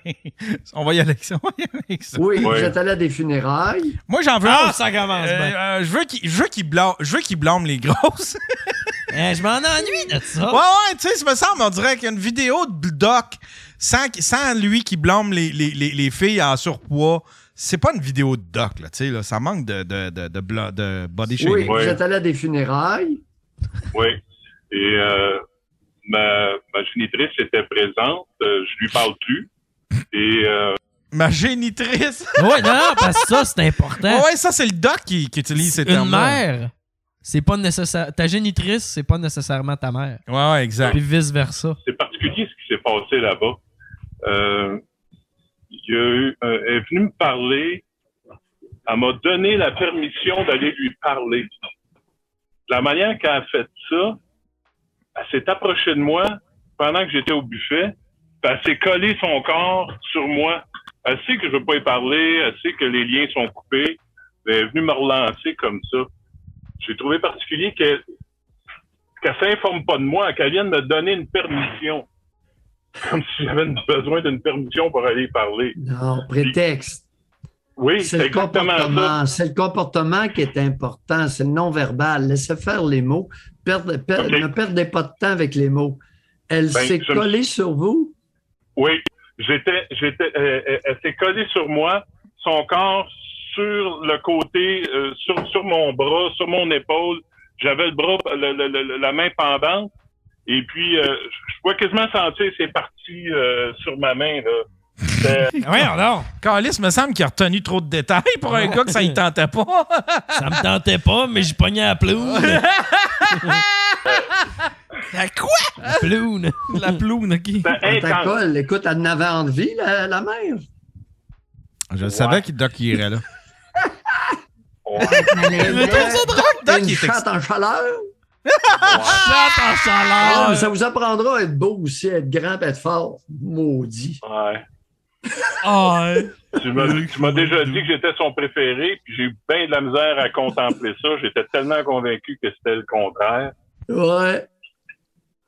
on va y aller avec ça. on va y aller avec ça. Oui, Ouais. vous êtes allé à des funérailles. Moi, j'en veux un Ah, aussi. ça commence Euh, bien. euh, je veux qu'il je veux qu'il blâme, je veux qu'il blâme les grosses. [laughs] Eh, je m'en ennuie de ça. ouais, ouais, tu sais, ça me semble, on dirait qu'il y a une vidéo de Doc sans, sans lui qui blâme les, les, les, les filles en surpoids. C'est pas une vidéo de Doc, là, tu sais, là, ça manque de, de, de, de, bla- de body Oui, shaming. vous Ouais. êtes allé à des funérailles. Oui. Et euh, ma, ma génitrice était présente. euh, je lui parle plus. Et euh, Ma génitrice. [laughs] Ouais, non, non, parce que ça, c'est important. ouais, ça, c'est le Doc qui, qui utilise ces Une termes-là. mère, c'est pas nécessaire. Ta génitrice, c'est pas nécessairement ta mère. Ouais, ouais, exact. Puis vice-versa. c'est particulier ce qui s'est passé là-bas. Euh, il y a eu- euh, elle est venue me parler. Elle m'a donné la permission d'aller lui parler. De la manière qu'elle a fait ça, elle s'est approchée de moi pendant que j'étais au buffet. puis elle s'est collée son corps sur moi. Elle sait que je ne veux pas y parler. Elle sait que les liens sont coupés. Elle est venue me relancer comme ça. J'ai trouvé particulier qu'elle qu'elle s'informe pas de moi, qu'elle vienne me donner une permission. [laughs] Comme si j'avais une- besoin d'une permission pour aller parler. Non, prétexte. Oui, C'est c'est le exactement ça. comportement. C'est le comportement qui est important. C'est le non-verbal. Laissez faire les mots. Perdez- per- Ok. Ne perdez pas de temps avec les mots. Elle Ben, s'est je- collée sur vous. Oui, j'étais, j'étais, euh, elle, elle s'est collée sur moi, son corps sur le côté, euh, sur, sur mon bras, sur mon épaule. J'avais le bras, le- le- le- la main pendante. Et puis, euh, je je pouvais quasiment sentir ses parties euh, sur ma main. Là. [laughs] Ouais, alors. Carlis, me semble qu'il a retenu trop de détails pour un gars que ça y tentait pas. Ça me tentait pas, mais j'ai pogné la ploune. La quoi? La ploune. La ploune, ok. C'était Elle t'a intense. collé. Écoute, elle n'avait envie, la, la mère. [laughs] Je savais que Doc il irait là. Ouais, Elle Doc, une il est chatte en chaleur. Chante en Ah, mais chaleur. ça vous apprendra à être beau aussi, à être grand, à être fort. Maudit. ouais. Ah, ouais. Tu m'as, tu m'as déjà dit que j'étais son préféré, puis j'ai eu bien de la misère à contempler ça. J'étais tellement convaincu que c'était le contraire. Ouais.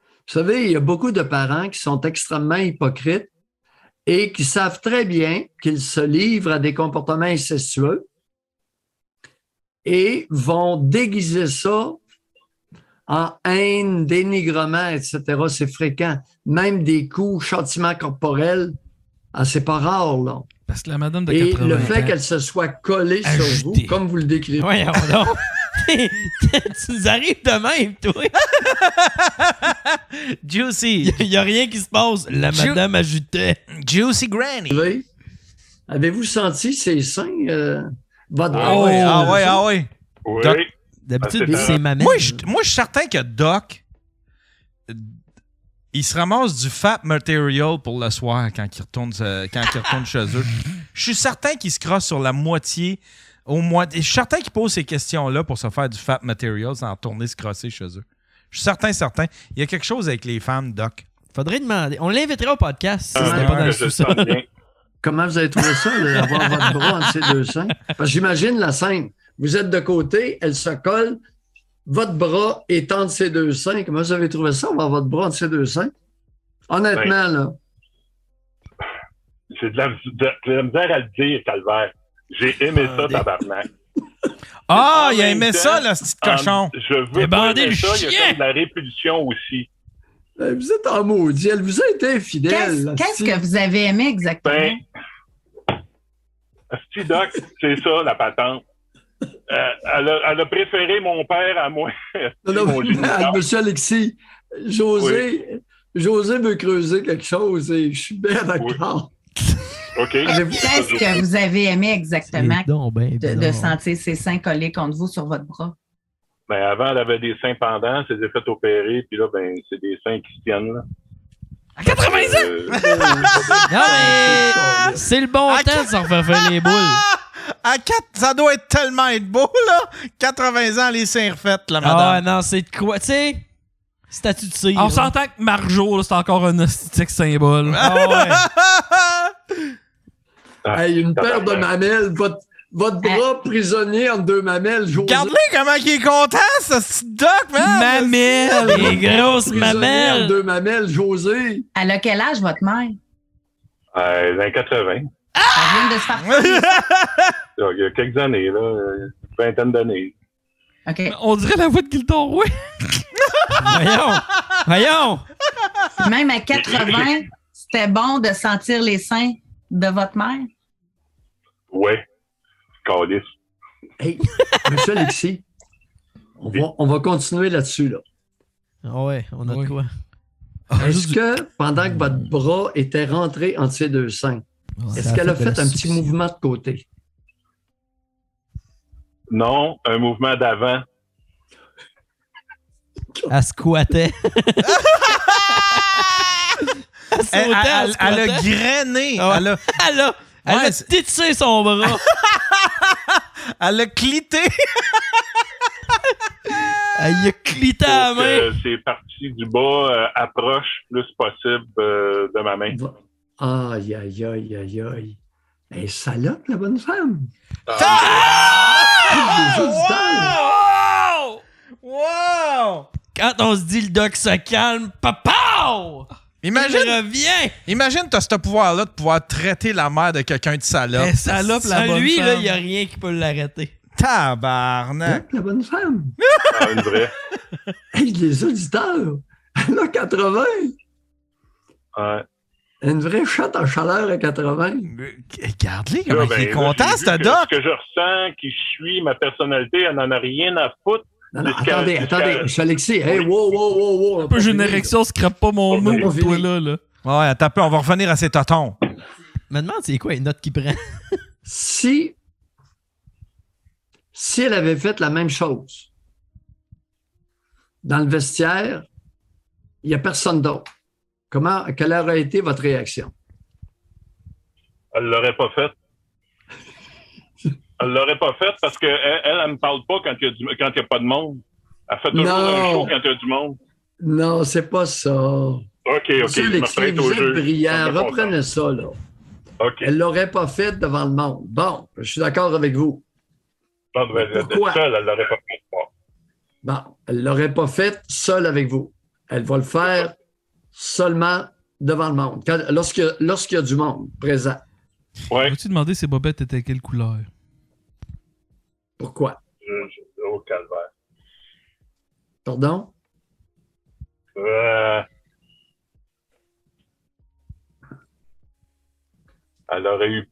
Vous savez, il y a beaucoup de parents qui sont extrêmement hypocrites et qui savent très bien qu'ils se livrent à des comportements incestueux et vont déguiser ça en haine, dénigrement, etc. C'est fréquent. Même des coups, châtiments corporels. Ah, c'est pas rare, là. Parce que la madame de Et 80 le fait ans- qu'elle se soit collée Agitée. sur vous, comme vous le décrivez. Voyons [laughs] donc. tu nous arrives de même, toi. [laughs] Juicy. Il y a rien qui se passe. La Ju- madame ajoutait. Juicy Granny. Oui. Avez-vous senti ces seins? euh, votre Ah ouais, ah ouais, ah ouais. Oui. Doc- Ah, c'est D'habitude, pas- c'est ma mère. Moi, je, moi, je suis certain que Doc, euh, il se ramasse du fat material pour le soir quand il retourne, euh, quand il retourne chez eux. Je suis certain qu'il se crosse sur la moitié. Au moins, je suis certain qu'il pose ces questions-là pour se faire du fat material sans retourner se crosser chez eux. Je suis certain, certain. Il y a quelque chose avec les femmes, Doc. Faudrait demander. On l'invitera au podcast si Ah, c'était pas dans que le je sous-sol. sens bien. Comment vous avez trouvé ça, là, d'avoir [laughs] votre bras entre ces deux seins? Parce que j'imagine la scène. Vous êtes de côté, elle se colle, votre bras est entre ces deux seins. Comment vous avez trouvé ça, avoir votre bras entre ces deux seins? Honnêtement, Ben, là. J'ai de la, de- de la misère à le dire, Calvaire. J'ai aimé ça, tabarnak. Ah, En il a même aimé temps, ça, le petit cochon. En- Ah, je veux Débandez pas aimer le ça. Il y chien! a comme de la répulsion aussi. Euh, Vous êtes en maudit. Elle vous a été infidèle. Qu'est-ce qu'est-ce que vous avez aimé exactement? Ben, Asti Doc, c'est ça, la patente. Euh, elle, a, elle a préféré mon père à moi. [laughs] Non, non, [laughs] Mon à géniteur. monsieur Alexis, José, José veut creuser quelque chose et je suis bien d'accord. OK. Qu'est-ce que vous avez aimé exactement Donc, ben, de, de bizarre. sentir ses seins collés contre vous sur votre bras? Ben, avant, elle avait des seins pendants, elle s'est fait opérer, puis là, ben, c'est des seins qui se tiennent, là. À 80 ans! Euh, Non, mais c'est le bon temps de se refaire les boules. [laughs] À quatre, ça doit être tellement être beau, là. 80 ans, les seins refaits, là, madame. Ah, non, c'est de quoi? Tu sais, statut de cire. On s'entend que Marjo, là, c'est encore un hostique symbole. Ah ouais. Ah, [laughs] Hey, une paire de tabarnak. mamelles, votre, votre bras prisonnier entre deux mamelles, José. Ah. Regarde-le comment il est content, ce petit [laughs] doc, man! Mamelle! Les grosses prisonnier entre mamelles! deux mamelles, José. Elle a quel âge, votre mère? euh, dans les 80. Elle vient de se faire tirer. Donc, il y a quelques années, là, euh, une vingtaine d'années. OK. [laughs] On dirait la voix de Gildon Roy. Voyons! Voyons! Même à 80, c'était bon de sentir les seins de votre mère? Ouais. Calice. Hey, monsieur Alexis, on va, on va continuer là-dessus. Là. Ah ouais, on a de Ouais. quoi? Ah, Est-ce que pendant que votre bras était rentré entre ses deux seins, est-ce qu'elle a fait un petit mouvement de côté? Non, un mouvement d'avant. Elle squattait. Elle sautait, Elle, elle- elle elle- elle a squattait. grainé. Ah ouais. Elle, a, [laughs] Elle a- elle Ouais, a c'est- titillé son bras. [laughs] elle a clité. Elle y a clité à la Donc, main. euh, c'est parti du bas, euh, approche le plus possible euh, de ma main. Va- Aïe, aïe, aïe, aïe, aïe. Elle est salope, la bonne femme. Les auditeurs. Wow! Wow! Quand on se dit le doc se calme, papa! Imagine, revient! imagine t'as ce pouvoir-là de pouvoir traiter la mère de quelqu'un de salope. Eh, salope, la bonne Lui, là, femme. il n'y a rien qui peut l'arrêter. Tabarnak! Hop, La bonne femme. Ah, une vraie. Hey, les auditeurs. Elle a 80. Ouais. Une vraie chatte en chaleur à 80. Mais, Là, Regarde-les comment ben, il est là, content, j'ai vu ce que- doc! Ce que je ressens, qui je suis, ma personnalité, elle n'en a rien à foutre. Non, non, Jusqu'à- attendez, jusqu'à- attendez. Monsieur Alexis, hey, wow, wow, wow, wow. Un peu, j'ai une érection, scrape pas mon mot, On va toi, finir. là, là. Ouais, attends un peu, on va revenir à ses totons. Je me demande c'est quoi les notes qu'il prend. Si, si elle avait fait la même chose dans le vestiaire, il n'y a personne d'autre. Comment, quelle aurait été votre réaction? Elle l'aurait pas faite. Elle l'aurait pas faite parce qu'elle, elle, elle, elle me parle pas quand il y a, du- quand il y a pas de monde. Elle fait toujours Non. un show quand il y a du monde. Non, c'est pas ça. OK, OK, Monsieur je me Alexis, prête au vous êtes jeu. brillant. Je me concentre. Reprenez ça, là. OK. Elle l'aurait pas fait devant le monde. Bon, je suis d'accord avec vous. Non, mais elle était Pourquoi? seule, elle l'aurait pas faite. Bon, Ben, elle l'aurait pas fait seule avec vous. Elle va le faire seulement devant le monde, Quand- lorsque- lorsqu'il y a du monde présent. Ouais. Vas-tu demander si Bobette était quelle couleur? Pourquoi? Je- je- Au calvaire. Pardon? Euh, Elle aurait eu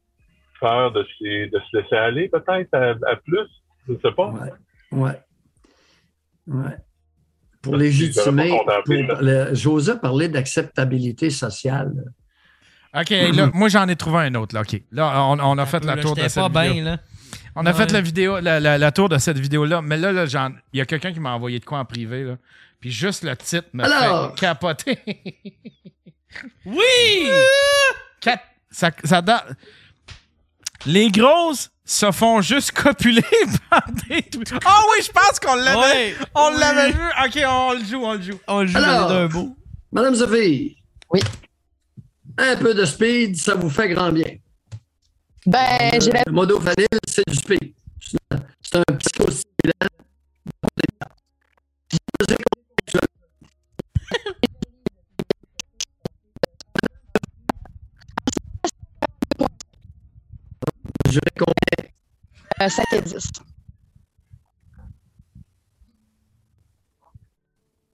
peur de se, de se laisser aller, peut-être, à, à plus. Je sais pas. Ouais. Ouais. Ouais. Pour Parce qu'ils légitimer, auraient pas contemplé, pour- le- José parlait d'acceptabilité sociale. OK, [clears throat] là, moi, j'en ai trouvé un autre, là. OK. Là, on, on a fait la Ah, Là, tour de j'étais cette pas vidéo. bien, là. Ah, On a Ouais. fait la vidéo, la, la- la tour de cette vidéo-là, mais là, là, j'en- il y a quelqu'un qui m'a envoyé de quoi en privé, là. Puis juste le titre me Alors? fait capoter. [laughs] Oui! Quatre- Ah! ça, ça da- Les grosses se font juste copuler [laughs] par des... Ah oui, je pense qu'on l'avait... Ouais. On Oui. l'avait vu. OK, on le joue, on le joue. On le joue Alors. d'un beau. Madame Sophie. Oui. Un peu de speed, ça vous fait grand bien. Euh, Ben, j'ai la- Le modo vanille, c'est du speed. C'est un- C'est un psychostimulant. [laughs] Je récompte un sac à 10.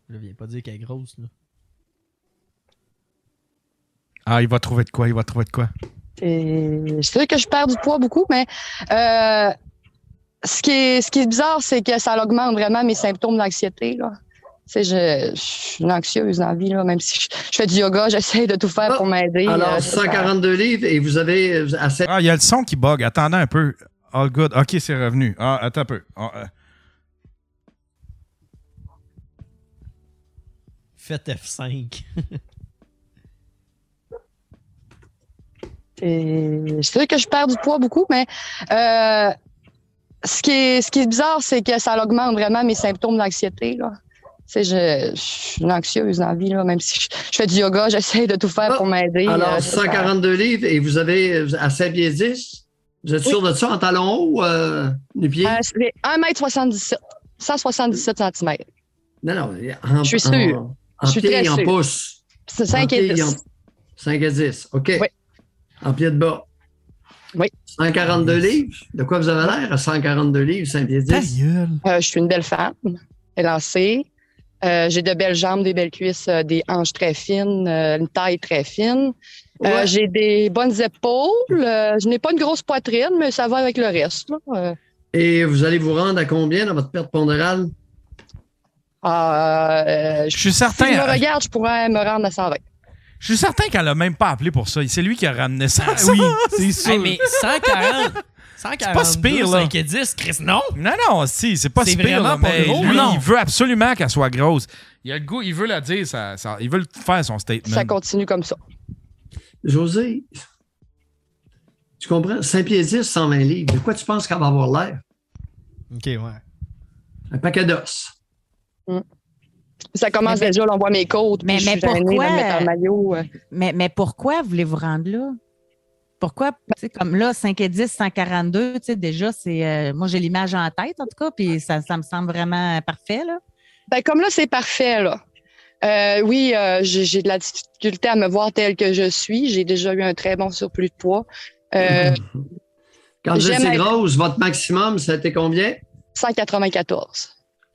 Je viens pas dire qu'elle est grosse, là. Ah, il va trouver de quoi, il va trouver de quoi. Et je sais que je perds du poids beaucoup, mais euh, ce, qui est, ce qui est bizarre, c'est que ça augmente vraiment mes symptômes d'anxiété. là. Tu sais, je, je suis une anxieuse dans la vie, là, même si je, je fais du yoga, j'essaie de tout faire pour m'aider. alors, euh, 142 livres et vous avez euh, assez. Ah, il y a le son qui bug. Attendez un peu. All good. OK, c'est revenu. Ah, attends un peu. Ah, euh, Faites F5. Et je sais que je perds du poids beaucoup, mais euh, ce, qui est, ce qui est bizarre, c'est que ça augmente vraiment mes symptômes d'anxiété. là. Tu sais, je, je suis une anxieuse dans la vie, là, même si je, je fais du yoga, j'essaie de tout faire pour m'aider. Alors, euh, 142 livres et vous avez euh, à 7 pieds 10. Vous êtes sûr de ça en talon haut, euh, du pied? euh, c'est 1m77, 177 cm. non, non. En, je suis en- sûre. En, je suis pied très et en sûre. pouce. C'est 5 et 10. 5 à 10. OK. En pied de bas. Oui. 142 livres. De quoi vous avez l'air à 142 livres, 5 pieds 10? Euh, je suis une belle femme, élancée. Euh, j'ai de belles jambes, des belles cuisses, euh, des hanches très fines, euh, une taille très fine. Euh, j'ai des bonnes épaules. euh, je n'ai pas une grosse poitrine, mais ça va avec le reste. là. Euh, Et vous allez vous rendre à combien dans votre perte pondérale? ah, euh, Je suis certain- Si je me regarde, je pourrais me rendre à 120. je suis certain qu'elle a même pas appelé pour ça. C'est lui qui a ramené ça. [laughs] oui, Ah c'est Hey, mais [laughs] 140. C'est pas si pire, là. 5 et 10, Chris, non. Non, non, si, c'est pas C'est si pire. vraiment là, pas mais gros, lui, non. il veut absolument qu'elle soit grosse. Il a le goût, il veut la dire, ça, ça- il veut le faire son statement. Ça continue comme ça. José, tu comprends? 5 pieds 10, 120 livres. De quoi tu penses qu'elle va avoir l'air? OK, ouais. Un paquet d'os. Ça commence déjà, là, on voit mes côtes. puis Mais, je mais suis gênée de pourquoi? me mettre en maillot, euh. mais, mais pourquoi voulez-vous rendre là? Pourquoi, tu sais, comme là, 5 et 10, 142, tu sais, déjà, c'est. euh, moi, j'ai l'image en tête, en tout cas, puis ça, ça me semble vraiment parfait, là. Ben, comme là, c'est parfait, là. Euh, oui, euh, j'ai j'ai de la difficulté à me voir telle que je suis. J'ai déjà eu un très bon surplus de poids. Euh, Quand vous J'aime étiez être- grosse, votre maximum, ça a été combien? 194.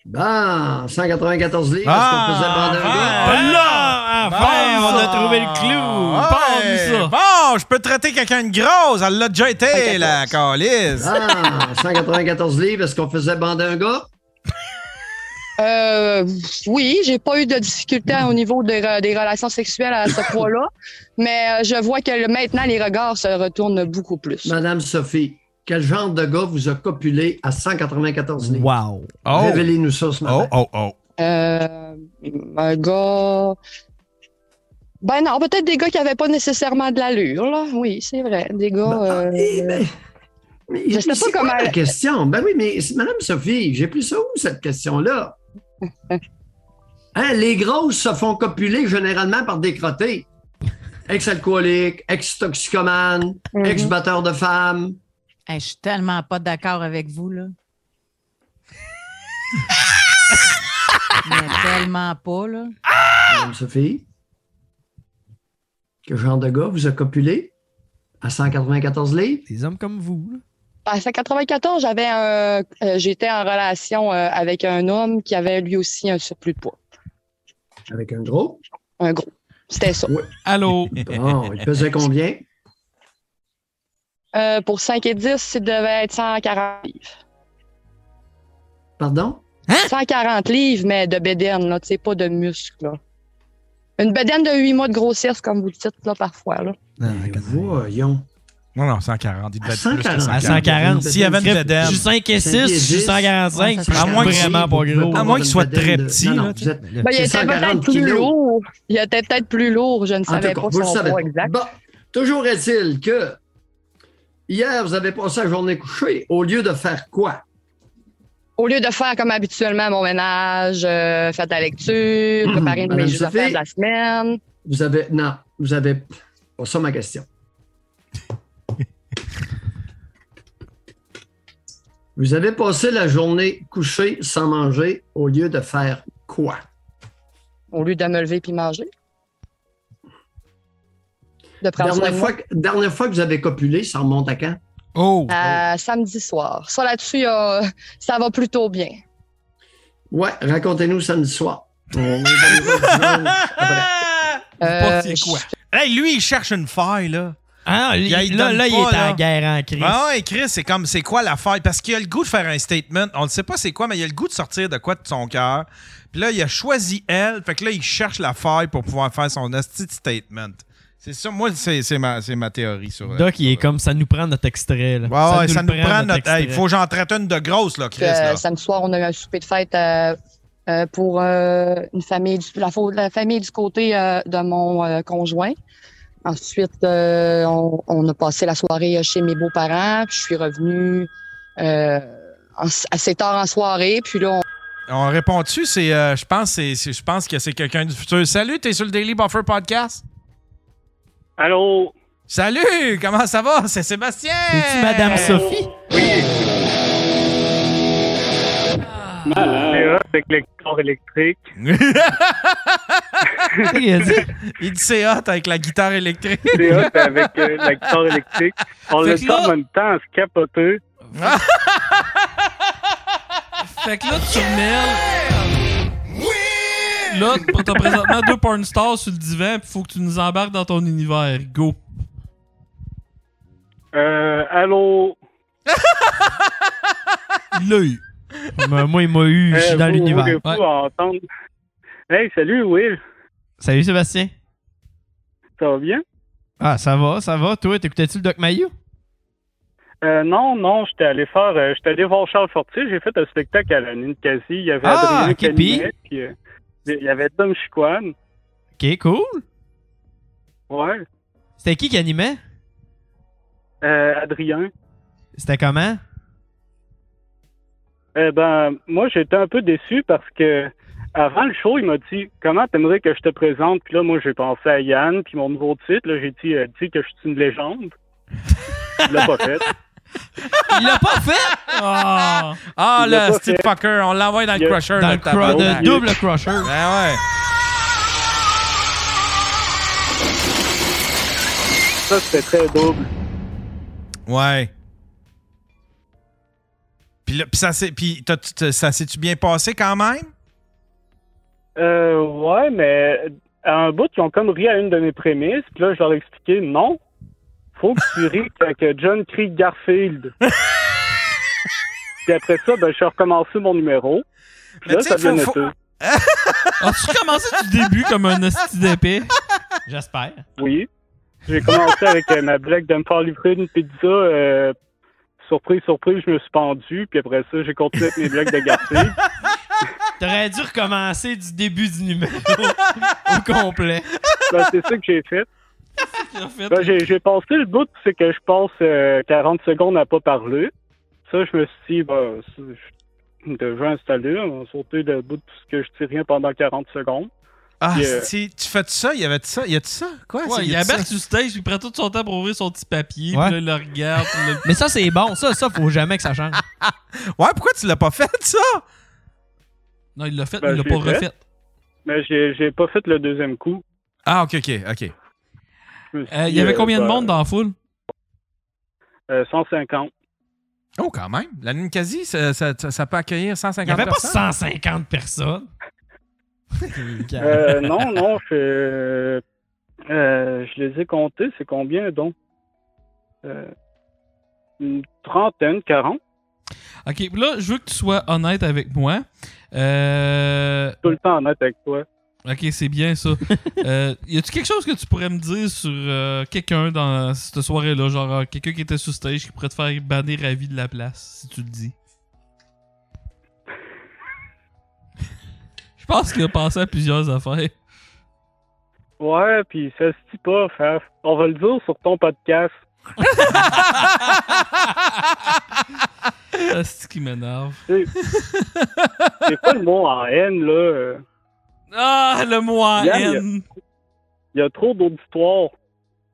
Bon, 194 livres. Ah, Ah, Enfin, on a trouvé le clou. Pas vu ça. Bon, je peux traiter quelqu'un de grosse. Elle l'a déjà été, la calice. Ah, 194 livres, est-ce qu'on faisait bander un gars? Euh, oui, j'ai pas eu de difficulté au niveau des, re- des relations sexuelles à ce [laughs] poids-là, mais euh, je vois que le- maintenant les regards se retournent beaucoup plus. Madame Sophie, quel genre de gars vous a copulé à 194 livres? Wow! Oh. Révélez-nous ça ce matin. Oh, oh, Euh, un gars. Ben non, peut-être des gars qui avaient pas nécessairement de l'allure, là. Oui, c'est vrai. Des gars. euh, je sais pas C'est comment. quoi la question? Ben oui, mais c'est- Madame Sophie, j'ai pris ça où, cette question-là? Hein, les grosses se font copuler généralement par des crottés. Ex-alcoolique, ex-toxicomane, Mhm. ex-batteur de femmes. Hey, je suis tellement pas d'accord avec vous, [laughs] là. mais tellement pas, là. Madame Sophie, quel genre de gars vous a copulé à 194 livres? Des hommes comme vous. À 194, j'avais un- euh, j'étais en relation euh, avec un homme qui avait lui aussi un surplus de poids. Avec un gros? Un gros. C'était ça. Allô? Bon, il pesait combien? Euh, pour 5 et 10, il devait être 140 livres. Pardon? 140 livres, mais de bédaine, là, tu sais, pas de muscles, là. Une bédaine de 8 mois de grossesse, comme vous le dites, là, parfois, là. ben, Voyons. Non, non, 140. Il devait être plus que 140. 140. À 140. S'il y avait une Crip, bédaine. je suis 5 et 6, je suis Ouais, 145, puis je à suis moins que- vraiment pas gros. À moins qu'il soit très petit. Non, non, là, vous êtes- tu sais. Ben, il était peut-être plus lourd. Il était peut-être plus lourd, je ne En tout savais cas, pas vous le son savez poids pas. exact. Bon, toujours est-il que hier, vous avez passé la journée couchée au lieu de faire quoi? Au lieu de faire comme habituellement mon ménage, euh, faire de la lecture, préparer mes Hum, Madame jeux Sophie. d'affaires de la semaine. Vous avez. Non, vous avez. Pas ça ma question. vous avez passé la journée couchée sans manger au lieu de faire quoi? Au lieu de me lever puis manger. De prendre soin Dernière de moi. fois, que- dernière fois que vous avez copulé, ça remonte à quand? Oh! Euh, samedi soir. Ça, là-dessus, euh, ça va plutôt bien. Ouais, racontez-nous samedi soir. On est dans les autres zones. Euh, pensiez quoi? Hey, lui, il cherche une faille, là. Ah, Puis, là, il là, donne là, il pas, est là. en guerre en crise. Ah ouais, Chris, c'est comme, c'est quoi la faille? Parce qu'il a le goût de faire un statement. On ne sait pas c'est quoi, mais il a le goût de sortir de quoi de son cœur. Puis là, il a choisi elle. Fait que là, il cherche la faille pour pouvoir faire son asti de statement. C'est ça, moi, c'est c'est ma, c'est ma théorie sur Ah Doc, il est comme ça nous prend notre extrait. Là. Ouais, ouais, ça nous prend notre. extrait. Hey, faut que j'en traite une de grosse, là, Chris. Puis, euh, là. samedi soir, on a eu un souper de fête euh, euh, pour euh, une famille du, la, fa- la famille du côté euh, de mon euh, conjoint. Ensuite, euh, on, on a passé la soirée euh, chez mes beaux-parents. Puis je suis revenue euh, en- assez tard en soirée. Puis là, on, On répond-tu? C'est, euh, je pense, c'est, c'est- je pense que c'est quelqu'un du futur. Salut, t'es sur le Daily Buffer Podcast? Allô? Salut, comment ça va? C'est Sébastien! C'est-tu Madame Sophie? avec les corps électriques. [laughs] il dit? c'est hot avec la guitare électrique. C'est hot avec euh, la guitare électrique. On Fait le que sent là- en même temps en se capoter. Fait que là, tu mêles. Là, t'as présentement deux porn stars sur le divan, pis faut que tu nous embarques dans ton univers. Go. Euh, allô? Il l'a eu. Mais Moi, il m'a eu. Je suis Euh, dans vous- l'univers. vous, vous, Ouais. vous entendre. Hey, salut Will, Salut Sébastien. ça va bien? Ah, ça va, ça va. Toi, t'écoutais-tu le Doc Mayou? Euh, non, non, j'étais allé faire, euh, j'étais allé voir Charles Fortier, j'ai fait un spectacle à la Ninkasi, il y avait Ah, Adrien ok, Canivet, puis, euh, il y avait Tom Chiquan, Ok, cool. ouais, C'était qui qui animait? euh, Adrien. C'était comment? Eh ben, moi, j'étais un peu déçu parce que avant le show, il m'a dit Comment t'aimerais que je te présente Puis là, moi, j'ai pensé à Yann, puis mon nouveau titre, là, j'ai dit euh, Dis que je suis une [laughs] légende. Il l'a pas fait. Il l'a pas fait! Ah, ah Il l'a là, pas Steve fait. Fucker, on l'envoie dans Il le a- crusher. dans là, le tabarnak. cro- dans le double crusher. Ben ouais. Ça, c'était très double. Ouais. Puis là, puis ça s'est, puis t'as- t'as- ça s'est-tu bien passé quand même? Euh, ouais, mais à un bout, ils ont comme ri à une de mes prémices, puis là, je leur ai expliqué Non, faut que tu ris quand que John [laughs] crie Garfield. puis après ça, ben, j'ai recommencé mon numéro. Puis Mais là, tu sais, ça faut- venait faut- tout. As-tu commencé du début comme un hostie d'épée? J'espère. Oui. J'ai commencé avec euh, ma blague de me faire livrer une pizza. euh, surprise, surprise, je me suis pendu. Puis après ça, j'ai continué avec mes blagues de garçon. T'aurais dû recommencer du début [laughs] du numéro au complet. Ben, c'est ça que j'ai fait. Ben, j'ai, j'ai passé le bout, c'est que je passe euh, 40 secondes à pas parler. Ça, je me suis dit, ben, c'est- je devais installer, on va sauter le bout de tout ce que je dis rien pendant 40 secondes. Ah, Puis, euh, si, tu fais de ça? Il y avait de ça? Il y a de ça? Quoi? Ouais, C'est- il y a de ça? aberre sur stage, il prend tout son temps pour ouvrir son petit papier, Ouais. puis là, il le regarde. puis là, Mais ça, c'est bon. Ça, ça, faut jamais que ça change. [laughs] Ouais, pourquoi tu l'as pas fait, ça? Non, il l'a fait, Ben, mais il je l'a pas l'ai fait. refait. Mais j'ai, j'ai pas fait le deuxième coup. Ah, ok, ok, ok. Je me suis Euh, il dit, y avait euh, combien de ben, monde dans la foule? euh, 150. Oh, quand même. La Ninkasi, ça, ça, ça- ça peut accueillir 150 Il y avait pas personnes. [laughs] 150 personnes. Euh, non, non, je, euh, je les ai comptés. C'est combien donc Euh, Une trentaine, quarante. Ok, puis là, je veux que tu sois honnête avec moi. Euh, Tout le temps en note avec toi. Ok, c'est bien [laughs] ça. euh, y a-tu quelque chose que tu pourrais me dire sur euh, quelqu'un dans cette soirée-là? Genre, euh, quelqu'un qui était sous stage qui pourrait te faire bannir à vie de la place, si tu le [laughs] dis. Je pense qu'il a pensé à plusieurs affaires. Ouais, puis ça se dit pas, Faf. On va le dire sur ton podcast. Ah, [laughs] C'est ce qui m'énerve. C'est c'est pas le mot en haine, là. Euh, Ah, le mot en Yann, il y a- haine. Il y a trop d'auditoires.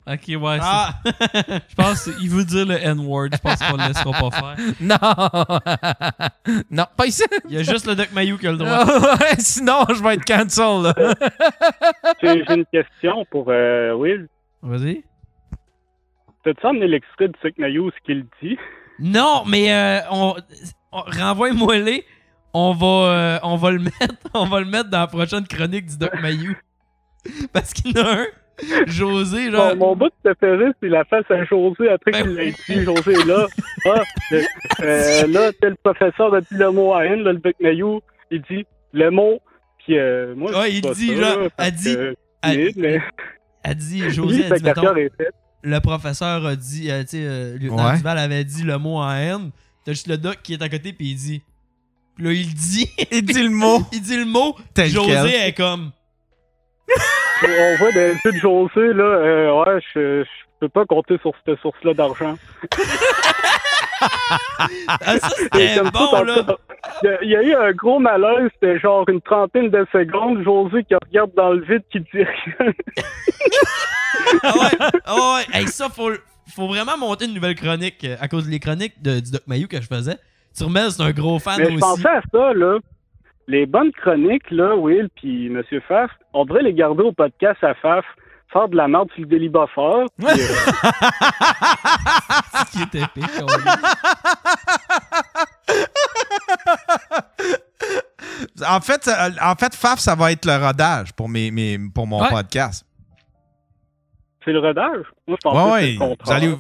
Ok, ouais. Ah. c'est- [laughs] Je pense qu'il veut dire le N-word. Je pense qu'on le laissera pas faire. [laughs] Non! non, pas ici! Il y a juste le Doc Mayou qui a le droit. [laughs] Ouais, Sinon, je vais être cancel, là. J'ai j'ai une question pour euh, Will. Vas-y. T'as-tu emmené l'extrait du Suck Mayo, ce qu'il dit? Non, mais euh, on, on- renvoie-moi les. On va, euh, [laughs] on va le mettre, on va le mettre dans la prochaine chronique du Doc Mayou. [laughs] Parce qu'il y en a un [laughs] José, genre. Ben, Ben Mon, mon bout de préféré, c'est la face à José après qu'il l'a dit. José [laughs] est là. Ah, le- euh, là, c'est le professeur depuis le mot à N, là, le bec maillot, il dit le mot. Puis euh, moi, je Ouais, dis il pas dit, ça, genre, parce elle dit- que- elle- mais- Elle dit, Oui, José, sa elle dit, mettons, carrière est faite. le professeur a dit, euh, tu sais, euh, lieutenant Ouais. Duval avait dit le mot en haine. T'as juste le doc qui est à côté, puis il dit. Puis là, il dit. [laughs] il dit le mot. [laughs] il dit le mot. Tel José quel. est comme. On voit des petites José, là, euh, ouais, je, je peux pas compter sur cette source-là d'argent. Ah, c'était [laughs] Et comme bon, ça, là. dans- Il y a- il y, a eu un gros malaise, c'était genre une trentaine de secondes. José qui regarde dans le vide qui dit rien. Ah ouais, hey, ça, faut, faut vraiment monter une nouvelle chronique. euh, À cause des chroniques de- du Doc Mayou que je faisais. Turmel, c'est un gros fan Mais je aussi. pensais à ça, là. Les bonnes chroniques, là, Will puis Monsieur Faf, on devrait les garder au podcast à Faf, faire de la merde sur le délibat fort. puis, euh, qui est épique. En fait, ça- en fait, Faf, ça va être le rodage pour, mes, mes- pour mon Ouais. podcast. c'est le rodage. Moi, je pensais Ouais, que ouais. c'était le Vous contraire. [laughs] allez,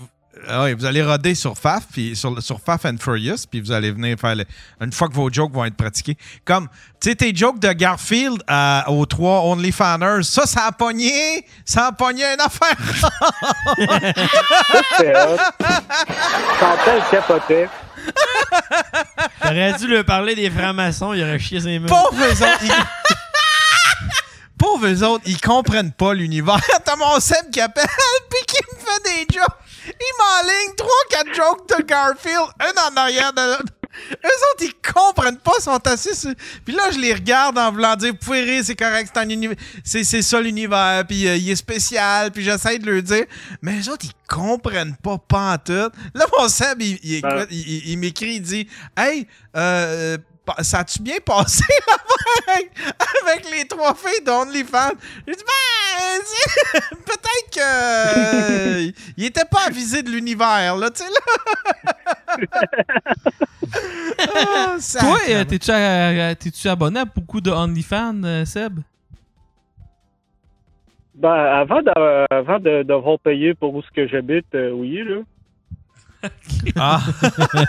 ah ouais, vous allez roder sur Faf, puis sur, sur Faf and Furious, puis vous allez venir faire. le- une fois que vos jokes vont être pratiqués. Comme, tu sais, tes jokes de Garfield à- aux trois OnlyFanners, ça, ça a pogné. Ça a pogné une [laughs] affaire. C'était hot. Chantal capotait. T'aurais dû lui parler des francs-maçons, il aurait chié ses murs. [laughs] Pauvres eux autres, [laughs] ils... Pauvres eux autres, ils comprennent pas l'univers. [laughs] T'as mon Seb qui appelle [laughs] puis qui me fait des jokes. Il m'enligne 3-4 jokes de Garfield, un en arrière de l'autre. Eux autres, ils comprennent pas, sont assis. sur- Puis là, je les regarde en voulant dire, vous pouvez rire, c'est correct, c'est un univers. C'est, c'est ça l'univers, puis euh, il est spécial, puis j'essaie de leur dire. Mais eux autres, ils comprennent pas, pas en tout. Là, mon Seb, il, il écoute, Ouais. il, il- il m'écrit, il dit, hey, euh, pa- ça a-tu bien passé [laughs] l'affaire avec, avec les trois filles d'OnlyFans? J'ai dit, ben, c'est- [laughs] peut-être que euh, il était pas avisé de l'univers, là, tu sais, là. Ah, ça- Toi, euh, t'es-tu à- à- t'es-tu abonné à beaucoup de OnlyFans, euh, Seb? Ben, avant d'a- avant de devoir payer pour où ce que j'habite, euh, oui, là. Ah.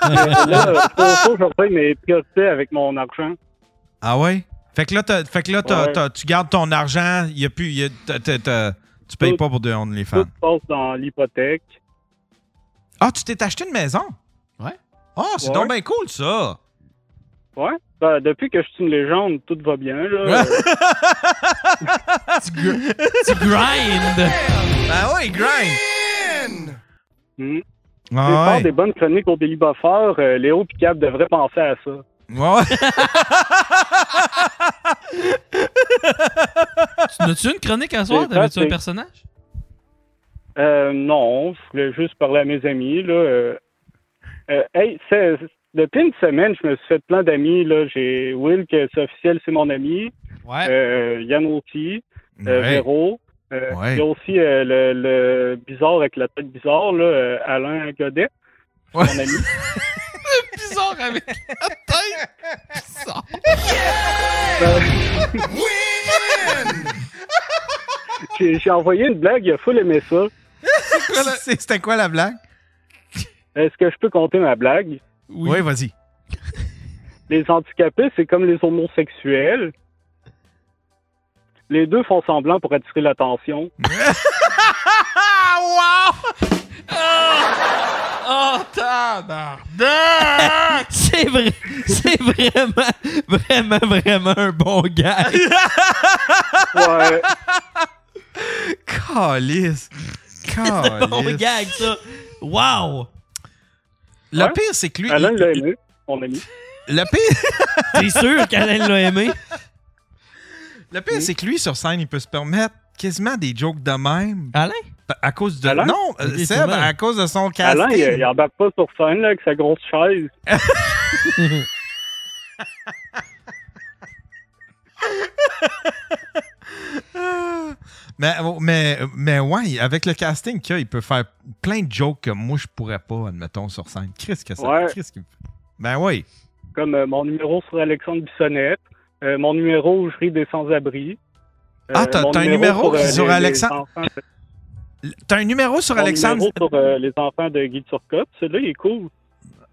Mais là, euh, faut, faut que je reprenne mes priorités avec mon argent. [laughs] Ah ouais? Fait que là, t'as- fait que là t'as- Ouais. t'as- tu gardes ton argent, il y a plus, y a- t'as- t'as- t'as- tu payes pas pour de Tout OnlyFans. se passe dans l'hypothèque. Ah, tu t'es acheté une maison? Ouais. Ah, c'est Ouais. donc bien cool, ça. Ouais. Ben, depuis que je suis une légende, tout va bien, là. tu, grind! Ben oui, [laughs] grind! Hmm. Ah C'est fort ouais. des bonnes chroniques au délibat fort, euh, Léo Picap devrait penser à ça. Ouais. Tu N'as-tu une chronique à soir? C'est- T'avais-tu un c'est- personnage? Euh, non, je voulais juste parler à mes amis, là. euh. Euh, hey, c'est- depuis une semaine, je me suis fait plein d'amis, là. J'ai Will, que c'est officiel, c'est mon ami. Ouais. Euh, Yann aussi. euh, Ouais. Véro. Euh, Ouais. Il y a aussi euh, le, le bizarre avec la tête bizarre, là, euh, Alain Godet, c'est mon ami. Bizarre avec la tête! [laughs] Bizarre! J'ai j'ai envoyé une blague, il a full aimé ça. [laughs] C'est- C'était quoi la blague? Est-ce que je peux compter ma blague? Oui, vas-y. Les handicapés, c'est comme les homosexuels. Les deux font semblant pour attirer l'attention. Ah, Ah! Oh, tabarnak! C'est vrai, c'est vraiment, vraiment, vraiment un bon gars. Ouais. Calice! [laughs] C'est un bon Calice. gag, ça. Wow! Le Ouais. pire, c'est que lui. Alain il- l'a aimé, mon ami. Le pire. [laughs] [laughs] T'es sûr qu'Alain l'a aimé? Le pire, c'est que lui, sur scène, il peut se permettre quasiment des jokes de même. Alain? À cause de. Alain? Non, euh, Ok, Seb, sûrement. à cause de son casting. Alain, il, il embarque pas sur scène là, avec sa grosse [laughs] chaise. Mais, oh, mais, mais ouais, avec le casting qu'il y a, il peut faire plein de jokes que moi, je pourrais pas, admettons, sur scène. Qu'est-ce que ça? Ouais. Qu'est-ce qu'il me fait? Ben oui. Comme euh, mon numéro sur Alexandre Bissonnette, euh, mon numéro où je ris des sans-abri. Ah, t'as mon t'as un numéro pour, euh, sur les- les Alexandre. enfants de- T'as un numéro sur mon Alexandre. numéro pour euh, les enfants de Guy Turcotte. Celui-là, il est cool.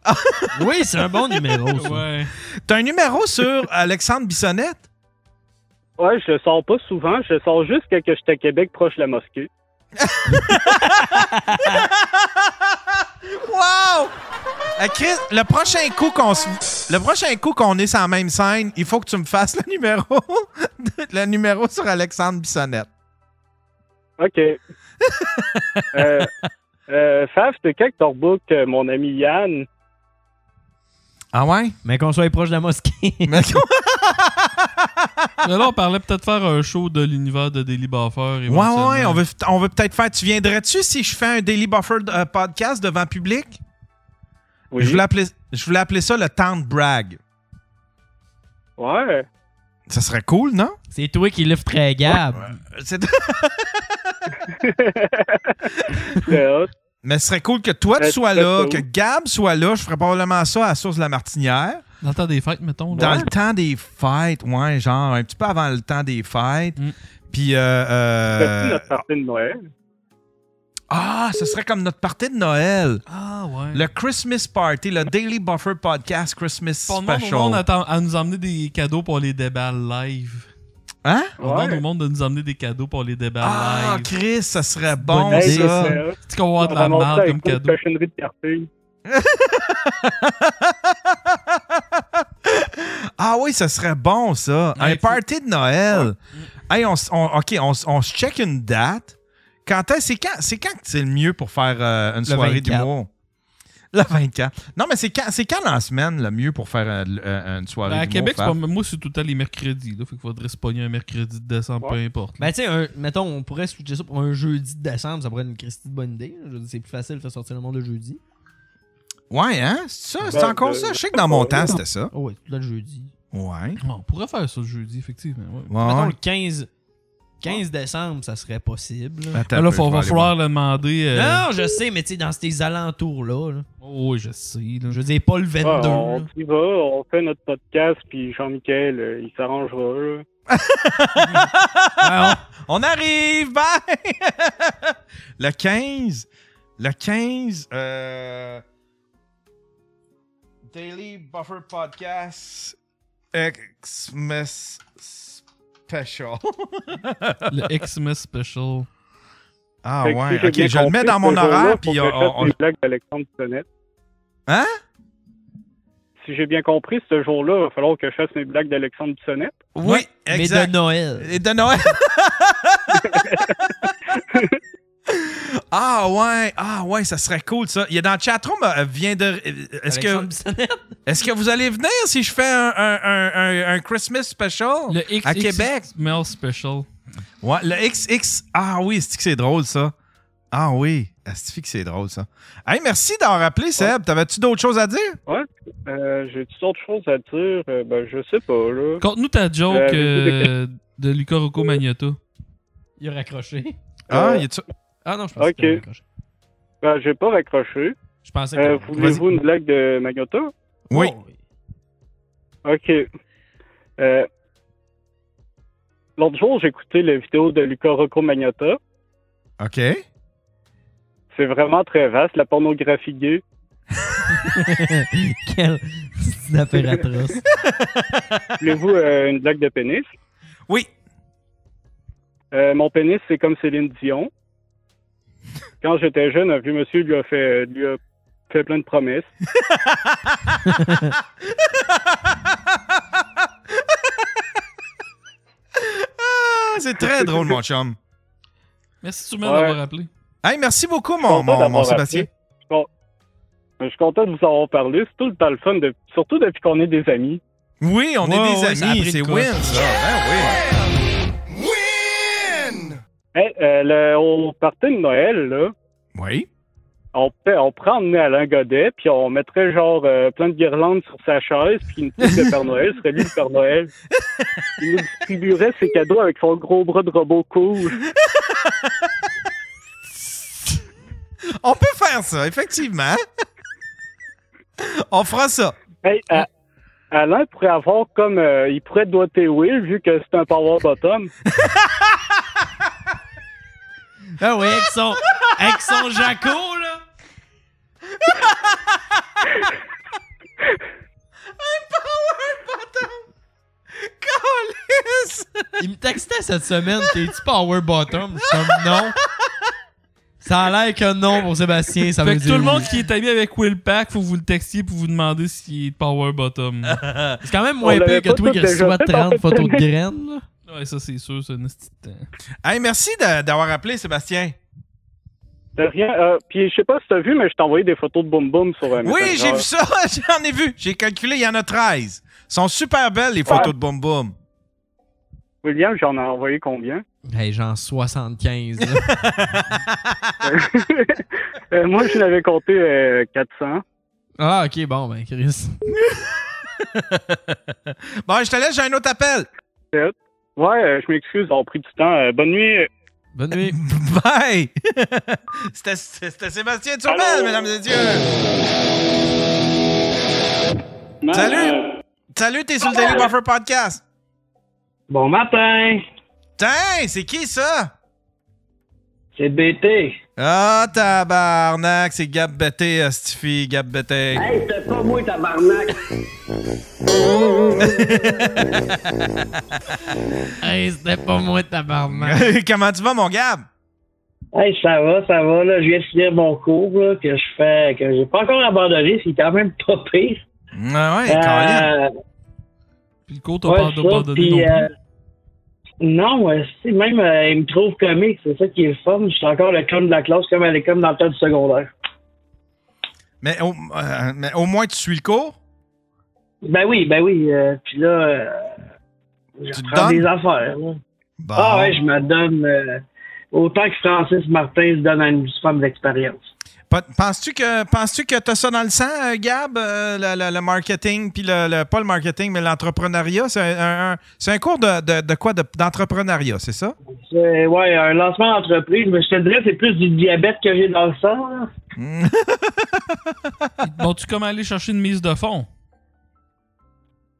[laughs] Oui, c'est un bon numéro. T'as un numéro sur Alexandre Bissonnette? Ouais, je le sors pas souvent. Je le sors juste quand que je suis à Québec, proche de la mosquée. Wow! Euh, Chris, le prochain coup qu'on se- le prochain coup qu'on est sur la même scène, il faut que tu me fasses le numéro [laughs] de- le numéro sur Alexandre Bissonnette. [laughs] OK. euh, euh, Faf, c'est quand que t'as rebook, euh, mon ami Yann? Ah ouais? Mais qu'on soit proche de la mosquée. Mais là, on parlait peut-être faire un show de l'univers de Daily Buffer. Ouais, ouais, on veut, on veut peut-être faire. Tu viendrais-tu si je fais un Daily Buffer euh, podcast devant public? Je, voulais appeler, je voulais appeler ça le temps de brag. Ouais. Ça serait cool, non? C'est toi qui livre très Gab. C'est- Mais ce serait cool que toi, tu Euh, sois très là, cool. que Gab soit là. Je ferais probablement ça à la source de la martinière. Dans le temps des fêtes, mettons. Dans le temps des fêtes, ouais, genre un petit peu avant le temps des fêtes. Mm. Puis. euh, C'est euh, notre partie de Noël. ah, ce serait comme notre partie de Noël. Ah, ouais. Le Christmas Party, le Daily Buffer Podcast Christmas On demande au Special. monde à, t'en- à nous emmener des cadeaux pour les débats live. Hein? On demande au monde de nous emmener des cadeaux pour les débats Ah, live. Chris, ça serait bon, Bonne idée, ça. ça. Tu qu'on va avoir de la merde comme cadeau. cochonnerie de quartier. Ah oui, ça serait bon, ça. un party de Noël. Hey, on, s- on- OK, on, s- on se check une date. Quand est- c'est quand, c'est quand que c'est le mieux pour faire euh, une Le soirée 24. d'humour? Le 24. Non, mais c'est quand, c'est quand dans la semaine le mieux pour faire euh, l- euh, une soirée Ben, à d'humour? Québec, c'est Fab? pas- moi, c'est tout le temps les mercredis. Là, fait qu'il faudrait se pogner un mercredi de décembre, peu importe. là. Ben, tu sais, un- mettons, on pourrait switcher ça pour un jeudi de décembre, ça pourrait être une Christie de bonne idée. là. Je veux dire, c'est plus facile de faire sortir le monde le jeudi. Ouais, hein? C'est ça? C'est Ben, encore euh, ça? Je sais que dans mon temps, c'était ça. Oh, ouais, tout le jeudi. Ouais. on pourrait faire ça le jeudi, effectivement. Ouais. Mettons le 15, 15 décembre, ça serait possible. là. Mais Ah, là, faut, va falloir le demander. euh, Non, je sais, mais tu sais, dans ces alentours-là. là. Oh, je sais. Je veux dire, pas le 22. Ouais, Ah, on là. y va, on fait notre podcast, puis Jean-Michel, euh, il s'arrangera. là. On arrive! Bye! [laughs] le 15. Le 15. euh, [laughs] Daily Buffer Podcast euh, Xmas Special. le Xmas Special. Ah Fait que si ouais, j'ai bien ok, je le mets compris, dans mon ce jour-là, horaire, faut puis que je fasse on- on- des blagues d'Alexandre Bissonnette. Hein? Si j'ai bien compris, ce jour-là, il va falloir que je fasse mes blagues d'Alexandre Bissonnette. Oui, exact. Noël. Et de Noël. ah ouais, ah ouais, ça serait cool ça. Il y a dans le chatroom, euh, vient de. euh, Est-ce Alexandre que, est-ce que vous allez venir si je fais un, un- un- un- un Christmas special Le X, à Québec? Mail Special. Ouais, le XX. Ah oui, c'est que c'est drôle ça. Ah oui, c'est que c'est drôle ça. Hey, merci d'avoir appelé Seb. T'avais-tu d'autres choses à dire? Ouais. Euh, j'ai toutes sortes de choses à dire. euh, ben, je sais pas, là. Conte-nous ta joke euh, Euh, de Luca Rocco Magnotta. Il a raccroché. Ah, Euh, y a-tu- Ah non, je pensais Ok. qu'il avait raccroché. Ben, j'ai pas raccroché. Je pensais Euh, que- Oh, Voulez-vous une blague de Magnota? Oui. OK. Euh, L'autre jour, j'ai écouté la vidéo de Luca Rocco Magnotta. OK. C'est vraiment très vaste, la pornographie gay. Quelle c'est une affaire atroce. [laughs] Voulez-vous euh, une blague de pénis? Oui. Euh, mon pénis, c'est comme Céline Dion. Quand j'étais jeune, un vieux monsieur lui a fait, euh, lui a fait plein de promesses. Ah, c'est [laughs] très drôle, mon chum. Merci sûrement Ouais. d'avoir appelé. Hey, merci beaucoup, Je suis mon, content mon, mon d'avoir Sébastien. appelé. Je suis con- Je suis content de vous avoir parlé. C'est tout le temps le fun, de- surtout depuis qu'on est des amis. Oui, on Ouais, est des ouais, ça hein. a amis, pris c'est de quoi. win, ça. Ben oui. Hey, euh, le- au party de Noël, là. Oui. On, fait- on prend emmener Alain Godet, puis on mettrait genre euh, plein de guirlandes sur sa chaise, puis une coupe de Père Noël, serait lui le Père Noël. Il nous distribuerait ses cadeaux avec son gros bras de robot cool. [laughs] On peut faire ça, effectivement. on Hein? fera ça. Hey, à, euh, Alain pourrait avoir comme. euh, il pourrait doiter Will, vu que c'est un power bottom. Ah oui, avec son, avec son Jaco, là. Il me textait cette semaine, t'es-tu Power Bottom? Je suis comme non. Ça a l'air que non pour Sébastien, ça veut Fait que dire. tout le monde oui. qui est ami avec Will Pack, faut que vous le textiez pour vous demander s'il est Power Bottom. [laughs] C'est quand même moins On pire l'avait que pas toi tous qui déjà reçois fait, 30 en fait, photos de graines, Ouais, ça c'est sûr, c'est une petite. Hey, merci de- d'avoir appelé, Sébastien. De rien. Euh, puis je sais pas si t'as vu, mais je t'ai envoyé des photos de Boom Boom sur euh, un Oui, j'ai vu ça, [laughs] j'en ai vu. J'ai calculé, il y en a 13. Elles sont super belles, les photos de Boom Boom. William, j'en ai envoyé combien? Hey, genre 75. là. Euh, moi, je l'avais compté euh, 400. ah, ok, bon, ben, Chris. Bon, je te laisse, j'ai un autre appel. Ouais, euh, je m'excuse d'avoir pris du temps. Euh, bonne nuit. Bonne nuit. [laughs] Bye! C'était c'était Sébastien Turmel, mesdames et messieurs. Salut! Salut, t'es sur le Daily Buffer Podcast. Bon matin! Tiens, c'est qui ça? C'est BT. Ah, tabarnak, c'est Gab Bété, Astifi, Gab Bété. Hey, c'était pas [laughs] moi, tabarnak! hey, c'était pas moi, tabarnak. [laughs] Comment tu vas, mon Gab? Hey, ça va, ça va, là. Je viens de finir mon cours, là, que je fais, que j'ai pas encore abandonné, c'est quand même pas pire. ouais, Euh, Puis le cours, t'as ouais, pas ça, abandonné puis, non euh, plus. non, euh, c'est- même, euh, il me trouve comique, c'est ça qui est le fun. Je suis encore le clown de la classe comme à l'école dans le temps du secondaire. Mais au, euh, mais au moins, tu suis le cours? Ben oui, ben oui. euh, puis là, euh, je te prends donnes? des affaires. là. Ah ouais, je me donne euh, autant que Francis Martin se donne à une femme d'expérience. Pe- Penses-tu que penses-tu que t'as ça dans le sang, euh, Gab, euh, le, le- le marketing, puis le, le- pas le marketing, mais l'entrepreneuriat, c'est un, un- un- c'est un cours de, de- de quoi, de- d'entrepreneuriat, c'est ça? C'est- Ouais, un lancement d'entreprise, mais je te dirais c'est plus du diabète que j'ai dans le sang. là. Bon, tu comment aller chercher une mise de fond?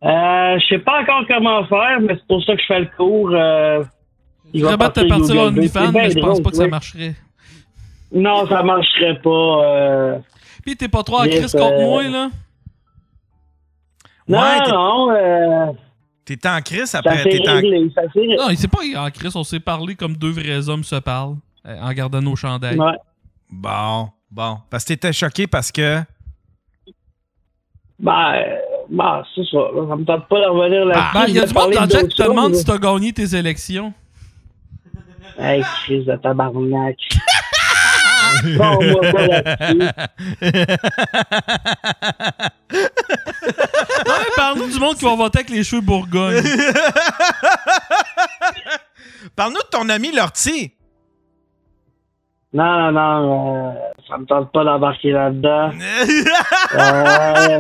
Euh, je sais pas encore comment faire, mais c'est pour ça que je fais le cours. Euh, il Je va rabatte ta partir partie Google Doc. OnlyFans, C'est bien mais je pense drôle, pas que ça oui. marcherait. Non, ça marcherait pas. Euh... Puis t'es pas trop en Mais crise ça- contre moi, là? Non, Ouais, t'es- non. Euh... T'es en crise après, s'est t'es en- réglé, ça s'est réglé. Non, il s'est pas en crise, on s'est parlé comme deux vrais hommes se parlent euh, en gardant nos chandails. Ouais. Bon, bon. Parce que t'étais choqué parce [laughs] que. Ben, euh, ben, c'est ça. là, Ça me tente pas de revenir là-dessus. Ben, il y a Je du vais monde parler dans le chat qui te d'autres demande choses. si t'as gagné tes élections. [laughs] Hey, crise de [laughs] tabarnak. bon, moi, pas [laughs] là-dessus. Non, mais parle-nous du monde qui va voter avec les cheveux [laughs] bourgogne. Parle-nous de ton ami [laughs] Lortie. Non, non, non, euh, ça me tente pas d'embarquer là-dedans. Euh,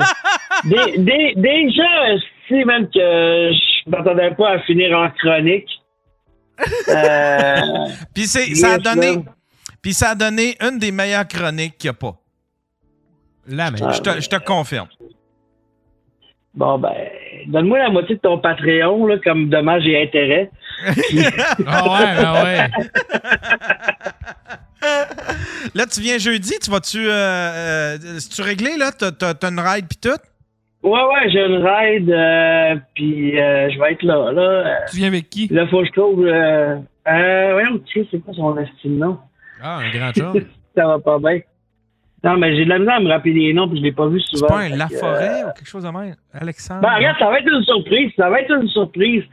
dé- dé- déjà, je sais même que je m'attendais pas à finir en chronique. Euh, Puis c'est- ça a yes, là. donné. Puis ça a donné une des meilleures chroniques qu'il n'y a pas. Là, mais. Je te, je te confirme. Bon, ben, donne-moi la moitié de ton Patreon, là, comme dommage et intérêt. [laughs] Ah ouais, ah ouais. Là, tu viens jeudi, tu vas-tu. Euh, tu réglé, là? T'as- T'as t'as une ride pis tout? Ouais, ouais, j'ai une ride, euh, puis euh, je vais être là. là Euh, tu viens avec qui? Là, faut que je trouve. Euh, euh, voyons, Chris, c'est quoi son estime nom? Ah, un grand chum. [laughs] ça va pas bien. Non, mais j'ai de la misère à me rappeler les noms, puis je l'ai pas vu souvent. Pas un Fait que, Laforêt euh, ou quelque chose de même? Alexandre? Ben, regarde, [laughs] ça va être une surprise. Ça va être une surprise.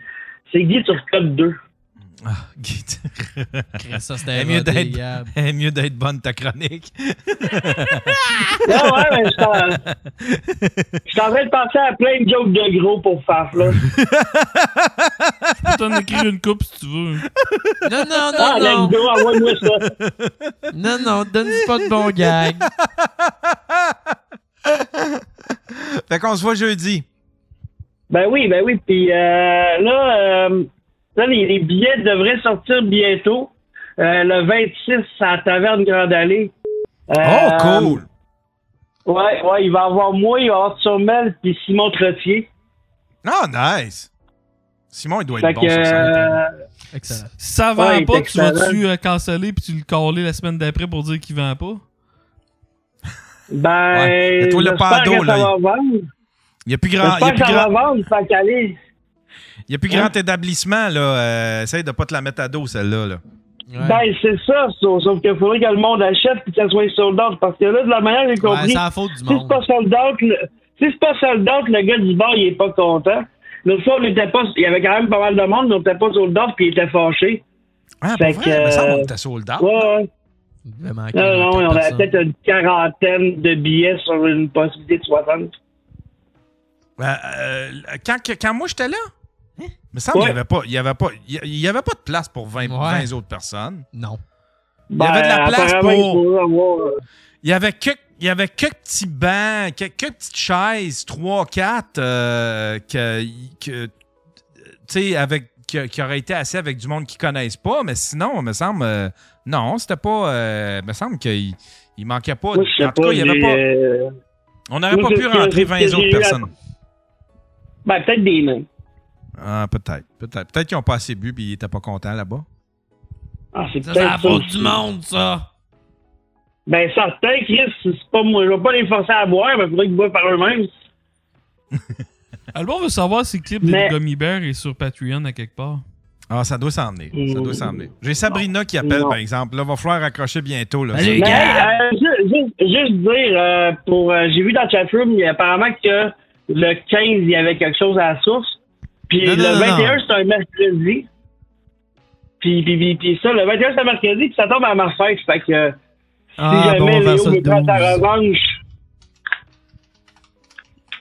C'est Guy Turcotte 2. ça, Eh, c'était mieux rodé, d'être- Gab. [laughs] eh, mieux d'être bonne ta chronique. Ouais, ouais, mais je t'en- je t'en train de penser à plein de jokes de gros pour faire là. Je peux t'en écrire une coupe si tu veux. Non, non, non, Ah, non. let's go, envoie-moi ça. Non, non, donne-nous pas de bon gag. [laughs] Fait qu'on se voit jeudi. Ben oui, ben oui. Puis euh, là, euh, là, les, les billets devraient sortir bientôt. Euh, le 26 à la Taverne Grande Allée. Euh, oh, cool! Ouais, ouais, il va y avoir moi, il va y avoir Turmel puis Simon Trottier. Non, Ah, nice. Simon, il doit être Fait bon que, sur euh, scène. Si ça vend Ouais, il est pas, tu excellent. vas-tu euh, canceller puis tu le caller la semaine d'après pour dire qu'il vend pas? Ben, mais toi, le j'espère pando, que ça là, va il- vendre. Il n'y a plus grand, il y a J'espère plus que ça grand, va vendre, fait qu'aller. il y a plus grand établissement. Là. Euh, essaye de pas te la mettre à dos, celle-là. là. Ben, c'est ça, sauf sauf qu'il faudrait que le monde achète et que ça soit sold out. Parce que là, de la manière que j'ai compris, c'est la faute du si monde. c'est pas sold out, le, si c'est pas sold out, le gars du bar, il est pas content. L'autre fois, on était pas, il y avait quand même pas mal de monde, mais on était pas sold out puis il était fâché. Ah, Fait pour vrai, que, mais ça, on euh, était sold out. Ouais, ouais. Vraiment, Non, non, on avait personnes. peut-être une quarantaine de billets sur une possibilité de 60. Euh, euh, quand, que- quand moi, j'étais là, Hein? il me semble Ouais. qu'il n'y avait, pas- il y avait, pas- il y- il y avait pas de place pour 20, 20 autres personnes. Non. Il y avait de la Ben, place apparemment, il pour... faudrait avoir, euh, Il y avait quelques, il y avait quelques petits bancs, quelques, quelques petites chaises, trois, quatre, euh, que, que- tu sais, avec, que- qui auraient été assis avec du monde qui connaissent pas, mais sinon, me semble, euh, non, c'était pas, euh, me semble qu'il il manquait pas. Moi, je sais en tout cas, il y avait j'ai, pas. euh, on n'aurait moi, pas pu c'est ce que- rentrer c'est ce 20 que j'ai autres eu à- personnes. [laughs] Ben, peut-être des nains. Ah, peut-être, peut-être, peut-être qu'ils n'ont pas assez bu puis ils étaient pas contents là-bas. Ah, c'est Ça, peut-être c'est la faute aussi. du monde, ça! Ben, certain, Chris, c'est pas moi. Je vais pas les forcer à boire, mais il faudrait qu'ils boivent par eux-mêmes. Alban veut savoir si le clip des Mais- Gummy Bear est sur Patreon à quelque part. Euh, Ah, ça doit s'en venir. Ça doit s'en venir. J'ai Sabrina qui appelle, par exemple. Là, va falloir accrocher bientôt. Ben, Là, Mais, euh, ju- ju- juste dire, euh, pour, euh, j'ai vu dans le chatroom, il y a apparemment que le 15, il y avait quelque chose à la source. Puis Non, non, le non, 21, non. c'est un mercredi. Puis, puis, puis, puis ça, le 21, c'est un mercredi, puis ça tombe à ma fête. Fait que euh, si Ah, bon, on jamais va Léo ça veut prendre le sa 12. revanche,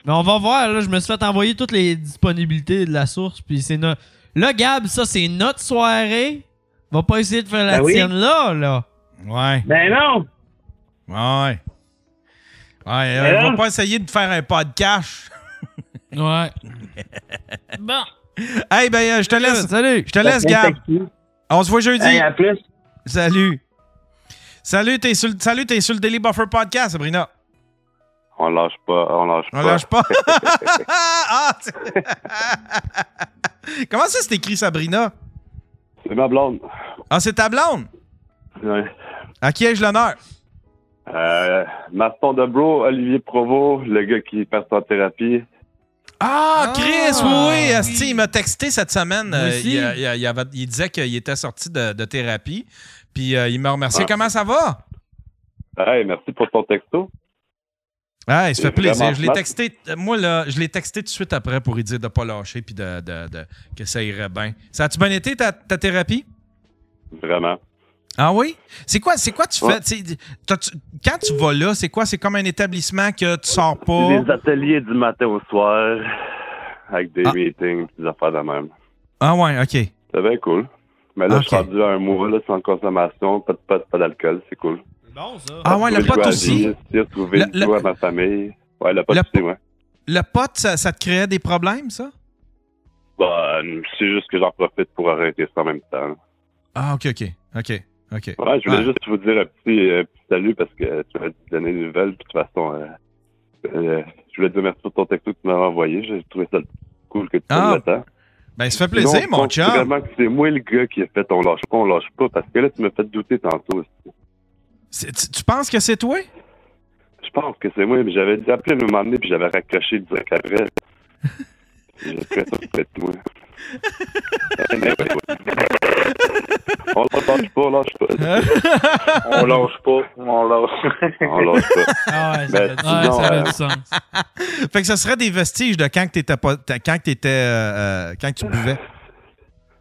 Mais on va voir, là, je me suis fait envoyer toutes les disponibilités de la source, puis c'est notre... Là, Gab, ça, c'est notre soirée. Va pas essayer de faire la Ben oui. tienne là, là. Ouais. Ben non! Ben Ouais. Ouais, euh, Mais on là- va pas essayer de faire un podcast. [laughs] ouais. Bon. Hey, ben, euh, je te laisse. Salut. Je te laisse, Ben, Gab. On se voit jeudi. Hey, à plus. Salut. Salut, t'es sur, le- salut, t'es sur le Daily Buffer Podcast, Sabrina. On lâche pas, on lâche On pas. lâche [laughs] pas. [laughs] Ah, tu- [laughs] Comment ça, c'est écrit, Sabrina? C'est ma blonde. Ah, c'est ta blonde? Ouais. À qui ai-je l'honneur? Euh, Maston de Bro, Olivier Provo, le gars qui passe en thérapie. Ah, Chris, oui, oui. Asti, il m'a texté cette semaine. Euh, aussi. il, il- il avait- il disait qu'il était sorti de, de thérapie. Puis euh, il m'a remercié. Ah. Comment ça va? Hey, merci pour ton texto. Ah, il se fait C'est plaisir. vraiment Je l'ai smart. texté. euh, Moi, là, je l'ai texté tout de suite après pour lui dire de pas lâcher puis de, de- de- que ça irait bien. Ça a-tu bien été ta, ta thérapie? Vraiment. Ah oui? C'est quoi, c'est quoi tu Ouais. fais? Tu sais, t'as-tu- quand tu vas là, c'est quoi? C'est comme un établissement que tu sors pas? Des ateliers du matin au soir, avec des meetings, des affaires de même. Ah ouais, OK. C'est bien cool. Mais là, je suis rendu à un mois, là, sans consommation, pas de pot, pas d'alcool, c'est cool. Ah ouais, le Trouver pote goût à la aussi? vie, J'ai trouvé Le- le goût à ma famille. Ouais, le pote Le aussi, ouais. Le pote, ça, ça te créait des problèmes, ça? Bah, c'est juste que j'en profite pour arrêter ça en même temps. là. Ah, OK, OK. OK, OK. Ouais, je voulais Ah. juste vous dire un petit, euh, petit salut parce que tu m'as donné des nouvelles. Puis de toute façon, euh, euh, je voulais te dire merci pour ton texto que tu m'as envoyé. J'ai trouvé ça cool que tu prennes Ah, le temps. Ben, ça fait plaisir, Sinon, je mon pense chum. vraiment que c'est moi le gars qui a fait on lâche pas, on lâche pas parce que là, tu m'as fait douter tantôt. aussi. C'est- Tu, tu penses que c'est toi? Je pense que c'est moi, mais j'avais dit après le moment donné puis j'avais raccroché direct après. J'ai l'impression que [laughs] c'est moi. Anyway. on lâche pas, on lâche pas. On lâche pas, on lâche. on lâche pas. Ah ouais, Ben, sinon, euh, [laughs] fait que ce serait des vestiges de quand que t'étais pas, t'as- quand que t'étais, euh, euh, quand que tu [laughs] buvais.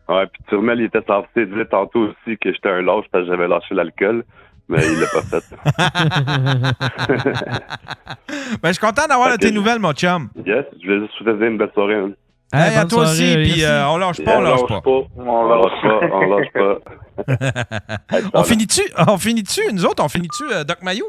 Ouais, puis Turmel, il était censé dire tantôt aussi que j'étais un lâche parce que j'avais lâché l'alcool, mais il l'a pas [laughs] fait. Ben, je suis content d'avoir de tes nouvelles, mon chum. yes, je voulais juste vous souhaiter une belle soirée. hein. Hey, à toi aussi, puis euh, on lâche pas, on lâche pas. On lâche pas, on lâche pas. [laughs] Hey, On voilà. finit-tu, on finit-tu, nous autres, on finit-tu euh, Doc Mayou?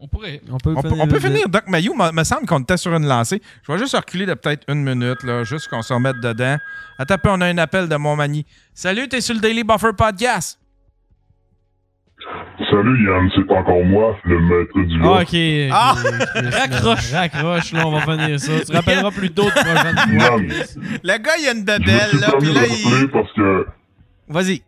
On pourrait. On peut, On peut, on peut finir Doc Mayou, me me semble qu'on était sur une lancée. Je vais juste reculer de peut-être une minute, là, juste qu'on se remette dedans. Attends un peu, on a un appel de Montmagny. Salut, t'es sur le Daily Buffer Podcast. Salut Yann, c'est encore moi, le maître du Ah, lot. ok. ok, [laughs] Chris, là, Raccroche. Raccroche, là, on va venir ça. [laughs] Tu te rappelleras plus tôt de prochaine fois. Yann, Le gars, il a une je me bebelle, suis Ben là, permis puis de là, il... rappeler parce que... Vas-y.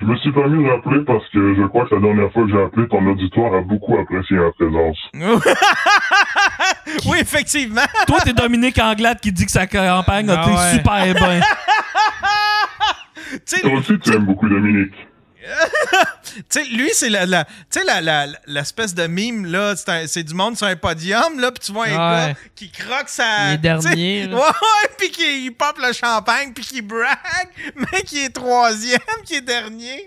Je me suis permis de rappeler parce que je crois que la dernière fois que j'ai appelé, ton auditoire a beaucoup apprécié ma présence. [laughs] oui, effectivement. Ben Toi, t'es Dominique Anglade qui dit que sa campagne a Ah été ouais. super [laughs] bien. Toi aussi, tu aimes beaucoup Dominique. [laughs] tu sais, lui, c'est la, la- tu sais, la- la- la- l'espèce de mime, là. C'est, un- c'est du monde sur un podium, là, puis tu vois un Ouais. gars qui croque sa. Il est dernier, tu sais, là. Ouais, ouais, puis qui il pompe le champagne, puis qui brague, [laughs] mais qui est troisième, qui est dernier.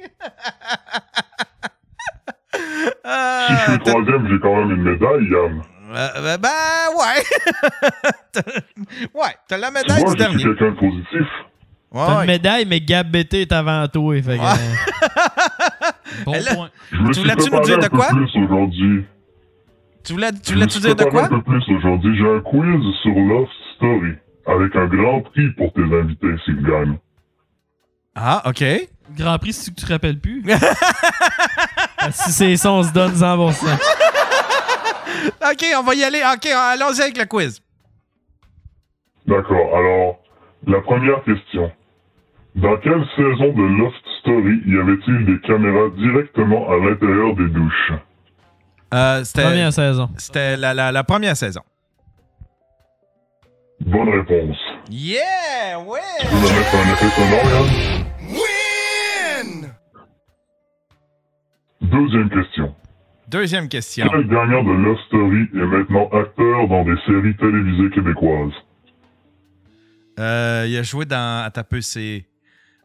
[laughs] Euh, Si je suis troisième, j'ai quand même une médaille, Yann. euh, ben, ben, ouais. T'as- ouais, [laughs] t'as la Tu médaille vois, je suis du dernier. quelqu'un de positif. T'as ouais. une médaille, mais Gab BT est avant toi. Fait que, euh, bon Elle a- point. Je me Tu suis voulais-tu nous préparé dire un de peu quoi? plus aujourd'hui. Tu voulais, tu Je me voulais-tu suis dire de préparé quoi? un peu plus aujourd'hui. J'ai un quiz sur Love Story avec un grand prix pour tes invités s'ils gagnent. Ah, OK. Grand Prix, si tu te [laughs] rappelles plus. Ah, Si c'est ça, on se donne 100%. OK, on va y aller. OK, allons-y avec le quiz. D'accord, alors, la première question. Dans quelle saison de Loft Story y avait-il des caméras directement à l'intérieur des douches? Euh, c'était, Première saison. C'était la, la- la première saison. Bonne réponse. Yeah! Ouais! Tu peux me mettre un effet sonore, hein. Yann? Deuxième question. Deuxième question. Quel gagnant de Love Story est maintenant acteur dans des séries télévisées québécoises? Euh, il a joué dans. Attends un peu, c'est.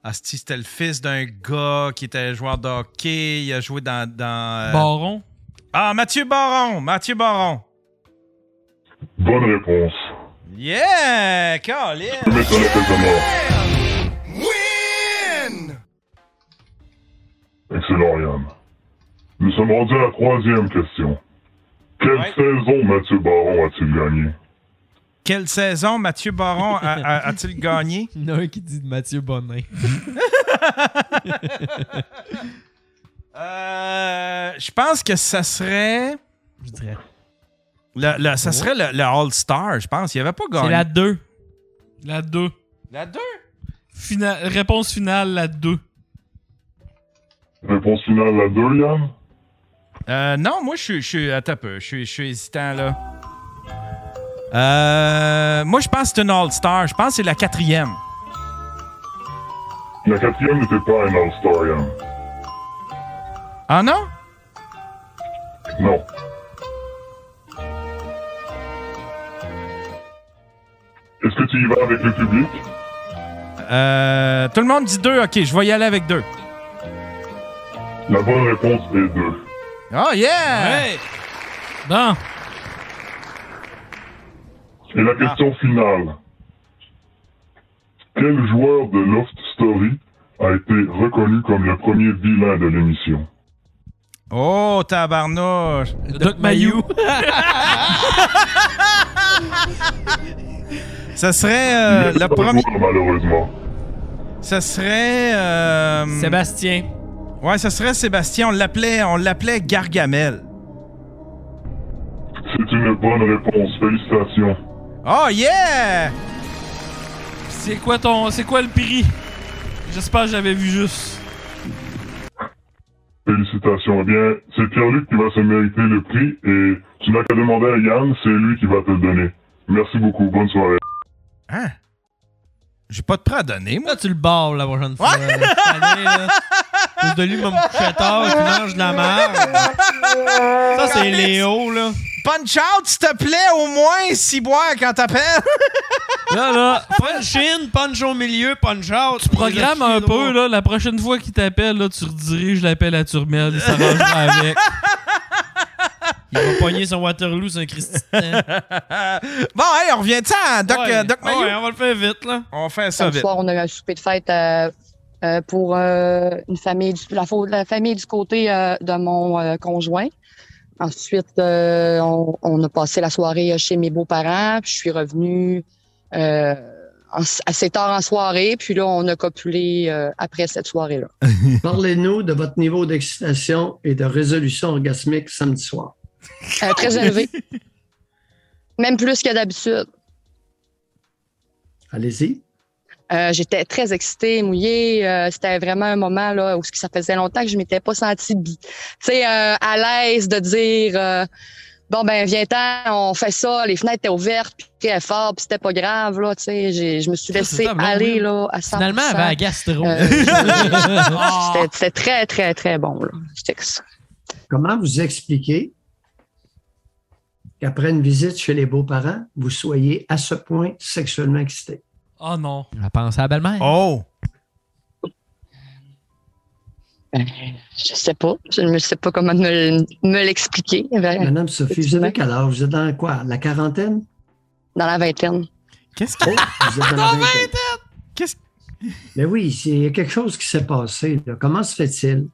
Asti, c'était le fils d'un gars qui était joueur de hockey. Il a joué dans. dans euh, Baron. Ah, Mathieu Baron! Mathieu Baron! Bonne réponse. Yeah! Colin! Tu peux mettre un effet sonore. Excellent, Yann. Nous sommes rendus à la troisième question. Quelle saison Mathieu Baron a-t-il gagné? Quelle saison Mathieu Baron a- a- a-t-il gagné? Il y en a un qui dit de Mathieu Bonin. [laughs] Euh, je pense que ça serait. Je dirais. Le, le- Oh. ça serait le, le All-Star, je pense. Il avait pas gagné. C'est la 2. La 2. La 2? réponse finale, la 2. Réponse finale à deux, Yann? Euh, non, moi, je suis- je suis. Attends un peu. Je suis- je suis hésitant, là. Euh, moi, je pense que c'est une All-Star. Je pense que c'est la quatrième. La quatrième n'était pas un All-Star, Yann. Ah non? Non. Est-ce que tu y vas avec le public? Euh, tout le monde dit deux. OK, je vais y aller avec deux. La bonne réponse est deux. Oh, yeah! Bon. Et la question finale. Quel joueur de Loft Story a été reconnu comme le premier vilain de l'émission? Oh, tabarnouche! Doc Mayou! ça serait euh, Il y a pas le premier. joueur, malheureusement. Ça serait. euh, Sébastien. Ouais, ça serait Sébastien. On l'appelait, on l'appelait Gargamel. C'est une bonne réponse. Félicitations. Oh yeah! C'est quoi ton. C'est quoi le prix? J'espère que j'avais vu juste. Félicitations. Eh bien, c'est Pierre-Luc qui va se mériter le prix et tu n'as qu'à demander à Yann, c'est lui qui va te le donner. Merci beaucoup. Bonne soirée. Hein? J'ai pas de prêt à donner, moi. Là, tu le barres la prochaine fois. là, cette année, là. Cause de lui, m'a me couché tard, il mange de la merde. Ça, c'est Calice. Léo, là. Punch out, s'il te plaît, au moins, si boire quand t'appelles. Là, là, punch in, punch au milieu, punch out. Tu Programme un peu, là. La prochaine fois qu'il t'appelle, là, tu rediriges l'appel à Turmel. Il s'arrangera [laughs] avec. Il va pogner son Waterloo, c'est un Christian. [laughs] bon, hey, on revient de ça, hein, Doc, euh, Doc Mayou? ouais, on va le faire vite, là. On fait ça Samedi vite. soir, on a eu un souper de fête euh, euh, pour euh, une famille du, la, fa- la famille du côté euh, de mon euh, conjoint. Ensuite, euh, on, on a passé la soirée euh, chez mes beaux-parents. puis Je suis revenue euh, en- assez tard en soirée, puis là, on a copulé euh, après cette soirée-là. [laughs] Parlez-nous de votre niveau d'excitation et de résolution orgasmique samedi soir. Euh, très [laughs] élevé. Même plus que d'habitude. Allez-y. Euh, J'étais très excitée, mouillée. Euh, C'était vraiment un moment là, où ce que ça faisait longtemps que je m'étais pas sentie bi- tu sais, euh, à l'aise de dire euh, Bon, ben, viens-t'en, on fait ça, les fenêtres étaient ouvertes, puis très fort, puis c'était pas grave, là, tu sais, j'ai- je me suis laissée ta blonde, aller, oui. là, à 100 Finalement, elle avait la gastro. Euh, [laughs] c'était- C'était très, très, très bon, là. J'étais- Comment vous expliquez qu'après une visite chez les beaux-parents, vous soyez à ce point sexuellement excité? Oh non. Elle pensait à la belle-mère. Oh! Je sais pas. Je ne sais pas comment me, me l'expliquer. Madame Sophie, vous avez quel âge? Vous êtes dans quoi? La quarantaine? Dans la vingtaine. Qu'est-ce que. Oh, vous êtes dans la vingtaine. Qu'est-ce Mais oui, c'est- il y a quelque chose qui s'est passé. là. Comment se fait-il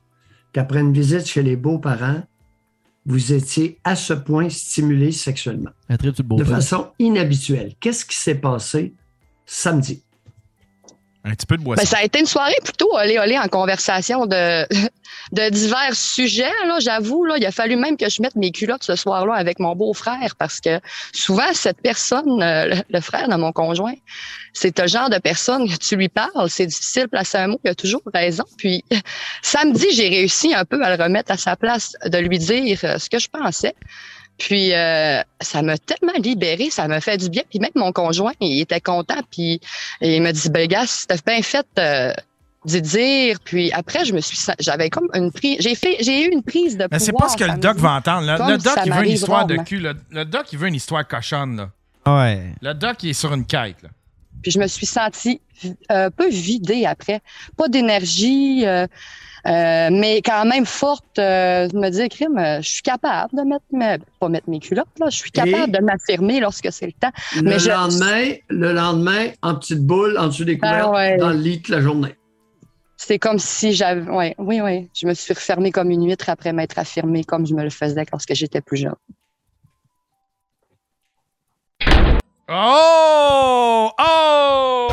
qu'après une visite chez les beaux-parents, vous étiez à ce point stimulé sexuellement? Un trip sur le beau de façon inhabituelle. Qu'est-ce qui s'est passé samedi? Un petit peu de Ben, ça a été une soirée plutôt olé olé en conversation de, [laughs] de divers sujets. Là, j'avoue, là, il a fallu même que je mette mes culottes ce soir-là avec mon beau-frère parce que souvent cette personne, euh, le, le frère de mon conjoint, c'est le genre de personne que tu lui parles, c'est difficile de placer un mot, il a toujours raison. Puis [laughs] samedi, j'ai réussi un peu à le remettre à sa place, de lui dire euh, ce que je pensais. Puis euh, ça m'a tellement libérée, ça m'a fait du bien. Puis même mon conjoint, il était content. Puis il m'a dit, ben gars, c'était bien fait euh, d'y dire. Puis après, je me suis, sen- j'avais comme une prise, j'ai fait, j'ai eu une prise de Mais Ben, c'est pas pouvoir ce que le samedi, doc va entendre. là. comme Le doc, ça il veut une m'arrive histoire de rarement. cul. Le, le doc, il veut une histoire cochonne. Là. Ah Ouais. Le doc, il est sur une quête. Là. Puis je me suis sentie vi- un peu vidée après. Pas d'énergie, euh, euh, mais quand même forte euh, de me dire, crime, euh, je suis capable de mettre mes, pas mettre mes culottes, là, je suis capable de m'affirmer lorsque c'est le temps. Le, Ben, mais je- lendemain, le lendemain, en petite boule, en dessous des couvertes, Ah ouais. dans le lit toute la journée. c'est comme si j'avais, ouais, oui, oui, je me suis refermée comme une huître après m'être affirmée comme je me le faisais lorsque j'étais plus jeune. Oh! Oh!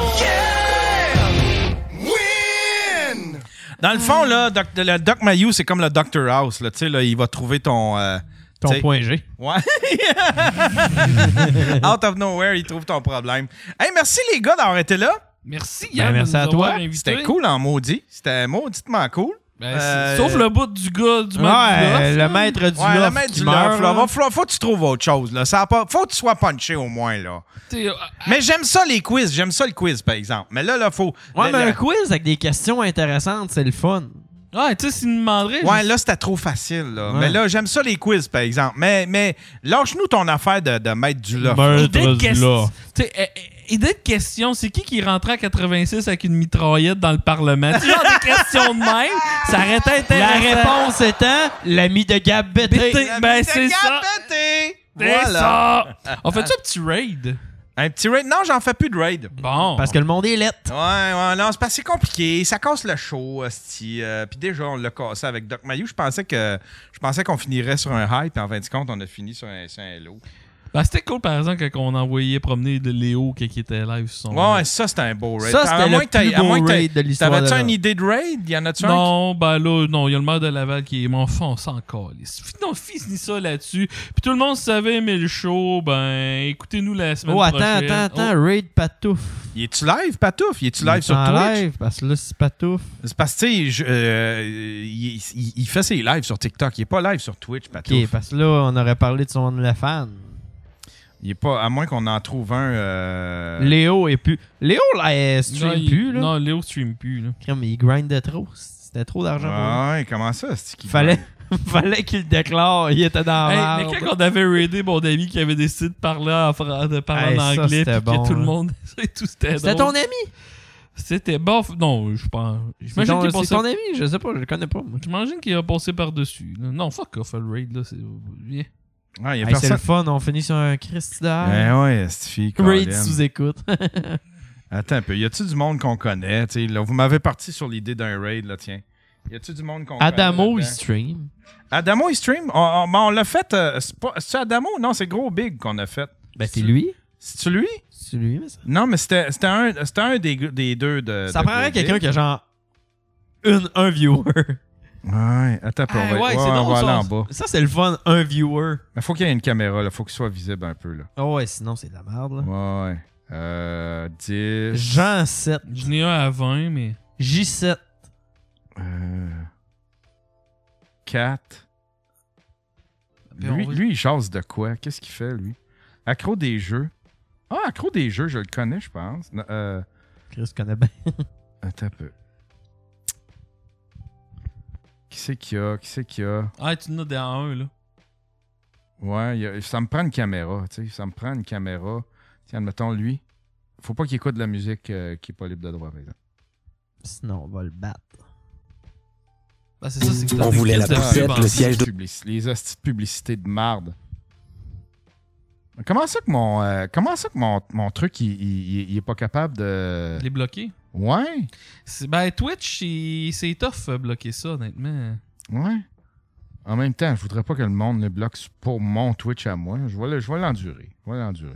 Dans le fond, là, doc- le Doc Mayou, c'est comme le Dr. House. Là, Tu sais, là, il va trouver ton. euh, Ton tu sais- point G. Ouais. [laughs] Out of nowhere, il trouve ton problème. Hey, merci les gars d'avoir été là. Merci Yann, Ben, merci de nous à toi. avoir invités. C'était cool en maudit. C'était mauditement cool. Ben, c'est- Sauf le bout du gars du maître Euh, Ouais, du le loft, là. maître du loft. qui meurt, là. Va falloir- faut que tu trouves autre chose. Là. Ça a pas- faut que tu sois punché au moins. là. T'es- euh, Mais j'aime ça les quiz. J'aime ça le quiz, par exemple. Mais là, là, faut. Ouais, le- mais le- un quiz avec des questions intéressantes, c'est le fun. Ouais, tu sais, s'il me demanderait. Ouais, je- là, c'était trop facile. là. Ouais. Mais là, j'aime ça les quiz, par exemple. Mais, mais lâche-nous ton affaire de, de maître du loft. Idée de, question, euh, idée de question, c'est qui qui rentrait à 86 avec une mitraillette dans le Parlement? Tu genre des questions de même, ça aurait été La intéressant. réponse étant l'ami de Gab Bété. Bété, ben, c'est ça. C'est Voilà. ça. [laughs] On fait-tu un petit raid? Un petit raid? Non, j'en fais plus de raid. Bon. Parce que le monde est lettre. Ouais, ouais, non, c'est parce que c'est compliqué. Ça casse le show, hostie. Euh, Puis déjà, on l'a cassé avec Doc Mayou. Je pensais que je pensais qu'on finirait sur un hype, puis en fin de compte, on a fini sur un, sur un hello. Ben, c'était cool, par exemple, quand on envoyait promener de Léo qui qui était live sur son... Ouais, ouais, ça, c'était un beau raid. Ça, À c'était moins le que t'aies- plus à beau moins que t'aies- raid de l'histoire T'avais-tu de la- une idée de raid? Y en a-tu un? Non, ben là, non, il y a le maire de Laval qui est mon fond, on s'en calisse. Fi- Non, fils ni ça là-dessus. Puis tout le monde savait aimer le show, ben écoutez-nous la semaine Oh, attends, prochaine. attends, [laughs] attends. Raid Patouf. Y es-tu live, Patouf? Y es-tu live sur En Twitch? live, parce que là, c'est Patouf. C'est parce que, tu sais, je- euh, il, il- il fait ses lives sur TikTok. Il est pas live sur Twitch, Patouf. Ok, parce que là, on aurait parlé de son fan. Il est pas, à moins qu'on en trouve un. euh, Léo est plus. Léo, là, elle Non, stream il- plus, là. Non, Léo stream plus, là. Crème, il grindait trop. C'était trop d'argent. pour lui. Ouais, comment ça? c'est qu'il- Fallait, [laughs] fallait qu'il le déclare. Il était dans Hey, la mais merde. quand on avait raidé mon ami qui avait décidé de parler en, fra- de parler Hey, en ça, anglais, puis c'était que bon, tout le hein. monde. c'est tout, c'était C'était drôle. ton ami? [laughs] C'était bof. Non, je pense. C'est J'imagine ton, qu'il est c'est passé- ton ami, je sais pas, je le connais pas. moi. J'imagine qu'il a passé par-dessus. là. Non, fuck off, le raid, là. C'est. Viens. Ouais, il y a Hey, c'est personne. le fun, on finit sur un Christy Ben d'art. ouais, cette fille. Raid Colin. sous-écoute. [laughs] Attends un peu. Y a-tu du monde qu'on connaît? tu sais, là, vous m'avez parti sur l'idée d'un raid, là, tiens. Y a-tu du monde qu'on connaît? Adamo, il là-dedans? stream. Adamo, il stream? On, on- ben, on l'a fait. euh, c'est pas- c'est-tu Adamo? Non, c'est Gros Big qu'on a fait. Ben, c'est lui. C'est-tu lui? celui mais ça. Non, mais c'était c'était un, c'était un des, des deux de. Ça de prendrait Covid. quelqu'un qui a genre une, un viewer. Ouais, attends, puis on Ah, va, ouais, ouais, c'est on drôle, va ça. aller en bas. Ça, c'est le fun, un viewer. Mais faut qu'il y ait une caméra, là. Faut qu'il soit visible un peu, là. Oh ouais, sinon c'est de la merde là. Ouais, ouais. Euh, 10. Jean 7. J'en ai un à 20, mais. J7. Euh, 4. Puis on Lui, va- lui, il chasse de quoi? Qu'est-ce qu'il fait, lui? Accro des jeux. Ah, accro des jeux, je le connais, je pense. Non, Euh, Chris connaît bien. [laughs] Attends un peu. Qui c'est qu'il y a? Qui c'est qu'il y a? Ah, tu en as des en un, là. Ouais, il y a- ça me prend une caméra, tu sais. Ça me prend une caméra. Tiens, admettons, lui. Faut pas qu'il écoute de la musique euh, qui est pas libre de droit, par exemple. Sinon, on va le battre. Bah, c'est ça, c'est que t'as On des voulait la crises de poussette, pub en- le siège de... les hosties de publicité de marde. Comment ça que mon, euh, comment ça que mon, mon truc, il, il- il- il est pas capable de... Les bloquer. Ouais. C'est- Ben, Twitch, il- c'est tough euh, bloquer ça, honnêtement. Ouais. En même temps, je voudrais pas que le monde le bloque pour mon Twitch à moi. Je vais le- je vais l'endurer. Je vais l'endurer.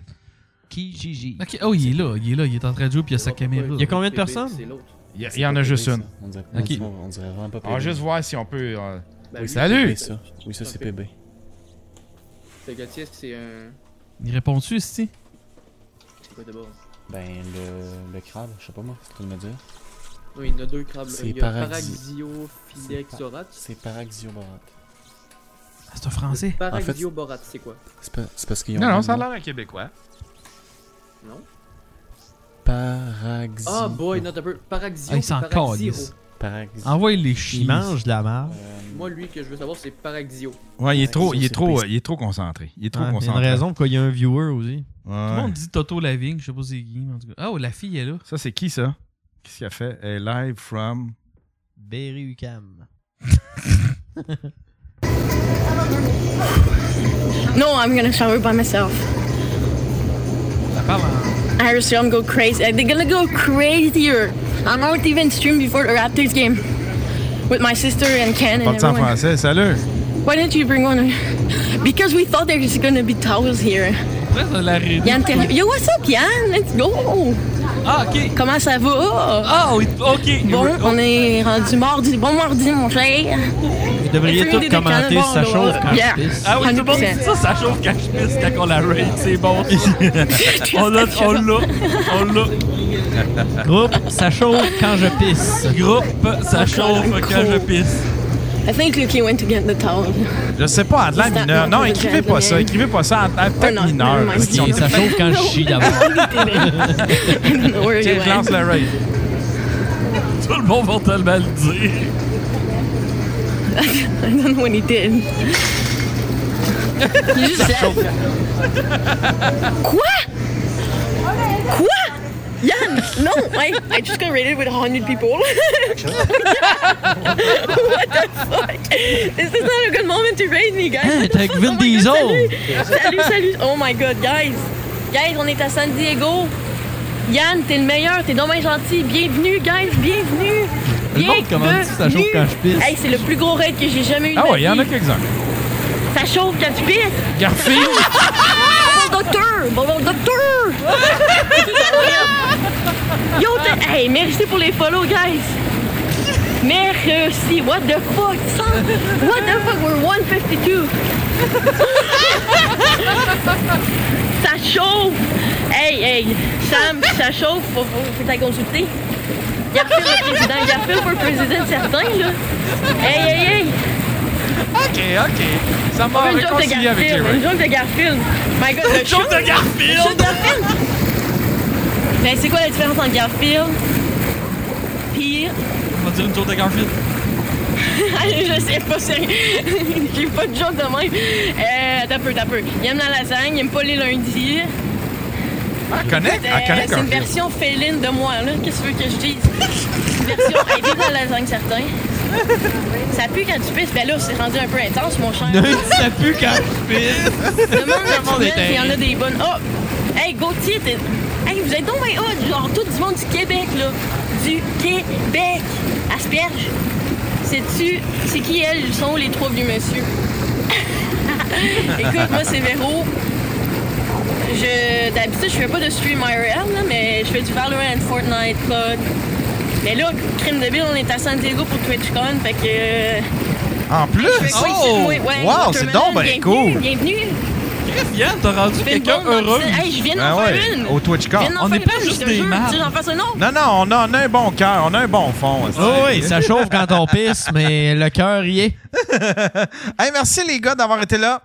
Qui, Gigi? Ok, oh, il est là, il est là, il est en train de jouer, puis il y a sa caméra. Il y a combien de personnes? C'est l'autre. Il y, a- il y en a juste une. On dirait, Ok. on dirait vraiment pas Ben On va juste voir si on peut... euh, oui, c'est Salut! PB, ça. Oui, ça, c'est PB. C'est Gauthier, c'est un. Il répond-tu, ici? C'est quoi d'abord Ben, le, le crabe, je sais pas moi, c'est de me dire. Non, il y en a deux crabes. C'est Il y a paradis- Paraxiophilexorat. C'est Paraxioborat. Ah, C'est un français. Paraxioborat, c'est quoi C'est pas- c'est parce qu'ils ont. Non, le non, ça a nom. l'air un Québécois. Non Paraxi. Ah, boy, non, t'as peu. Paraxio. Ah, il s'en Paraxiro. calisse. Paraxi. Envoie les chiens. Il mange de la merde. Euh, Moi, lui, que je veux savoir, c'est Euh, Paraxio. Ouais, il est trop, il c'est est trop, le euh, il est trop concentré. Il est trop Ah, mais concentré. Il y a une raison pourquoi il y a un viewer aussi. Tout le monde dit Toto Lavigne, je sais pas c'est qui, mais en tout cas. Ah, oh, la fille est là. Ça, c'est qui, ça? Qu'est-ce qu'il a fait? Eh, live from... Berry Ucam. [laughs] No, I'm gonna shower by myself. Irish Young go crazy. They're gonna go crazier. I'm not even streamed before the Raptors game with my sister and Ken and Parti en everyone. français, salut! Why didn't you bring one? [laughs] Because we thought there's gonna be towels here. Après, ça l'a réduit. Yann, Terrier- yo, what's up, Yann? Let's go! Ah, ok. Comment ça va? Ah, ok. Bon, on est rendu mardi. Bon mardi, mon cher. Vous devriez Every tous day they commenter can ça ball, chauffe quand yeah. je pisse. Ah oui, tout le monde dit ça, ça chauffe quand je pisse, quand on la raid, c'est bon. [laughs] on l'a, on l'a, on l'a. Groupe, ça chauffe quand je pisse. Groupe, ça chauffe quand je pisse. I think Lucky went to get the towel. Je sais pas, Adelaide Is that mineur. not Non, the écrivez pas ça. gentleman? Écrivez pas ça. Adelaide not, mineur. never mind. Parce qu'on Ça dit- chauffe quand je chie d'abord. Where Tiens, you lance went. la raid. Tout le monde va tellement le dire. I don't know what he did. He just said. Quoi? Quoi? Yann, no, I, I just got raided with 100 people. [laughs] what the fuck? This is not a good moment to raid me, guys. T'es [laughs] avec Vin Diesel. Salut, [laughs] salut. Oh my god, guys. Guys, on est à San Diego. Yann, t'es le meilleur, t'es dommage gentil. Bienvenue, guys, bienvenue. Le monde commente ça chauffe quand je pisse. Hey, c'est le plus gros raid que j'ai jamais eu. de Ah ma ouais, il y en a vie. quelques-uns. Ça chauffe quand tu pisses. Garfield. [laughs] Bon docteur! Bon docteur! Yo, t'es- hey, merci pour les follow, guys! Merci! What the fuck? son? What the fuck? We're 152! ça chauffe! Hey, hey! Sam, ça chauffe! Faut, faut, faut t'aller consulter! Garfield le président! Garfield pour le président certain, là! Hey, hey, hey! Ok, ok. Ça m'a Une joke de réconcilié avec les Garfield. Une raids. joke de Garfield. My God, Une le joke show- de Garfield. le show de Garfield. Ben, c'est quoi la différence entre Garfield? Pire. On va dire une tour de Garfield. [laughs] je sais pas, sérieux. [laughs] J'ai pas de joke de même. Euh, t'as peu, t'as peu. Il aime la lasagne, il aime pas les lundis. Ah, Elle connaît, Écoute, euh, elle connaît C'est une Garfield. version féline de moi, là. Qu'est-ce que tu veux que je dise? Une [laughs] version aidée de la lasagne, certain. Ça pue quand tu pisses. Ben là, c'est rendu un peu intense, mon [laughs] cher. ça pue quand je pisse. Le monde Le monde naturel, est il y en a terrible. des bonnes. Oh! Hey, Gauthier, t'es. Hey, vous êtes donc bien hot, genre tout du monde du Québec, là. Du Québec! Asperge! Sais-tu, c'est qui elles sont les [laughs] trois vieux monsieur? Écoute, moi, c'est Véro. je, d'habitude, je fais pas de stream IRL, là, mais je fais du Valorant, Fortnite, COD. Mais là, crime de bill, on est à San Diego pour TwitchCon, fait que. euh, [laughs] En plus! je fais quoi ici? Oh! Oui, ouais, wow, Watermelon, c'est donc ben bienvenue, cool! Bienvenue! Yann, t'as rendu Tu fais quelqu'un le bon dans le heureux. sel. Hey, je viens Ben d'en faire ouais, une! au TwitchCon. Je viens d'en On faire n'est pas une, juste je te des jure. mardes. Tu veux en faire un autre? Non, non, on a, on a un bon cœur, on a un bon fond. aussi. Oh oui, ça chauffe quand on pisse, mais le cœur y est. [laughs] Hey, merci les gars d'avoir été là.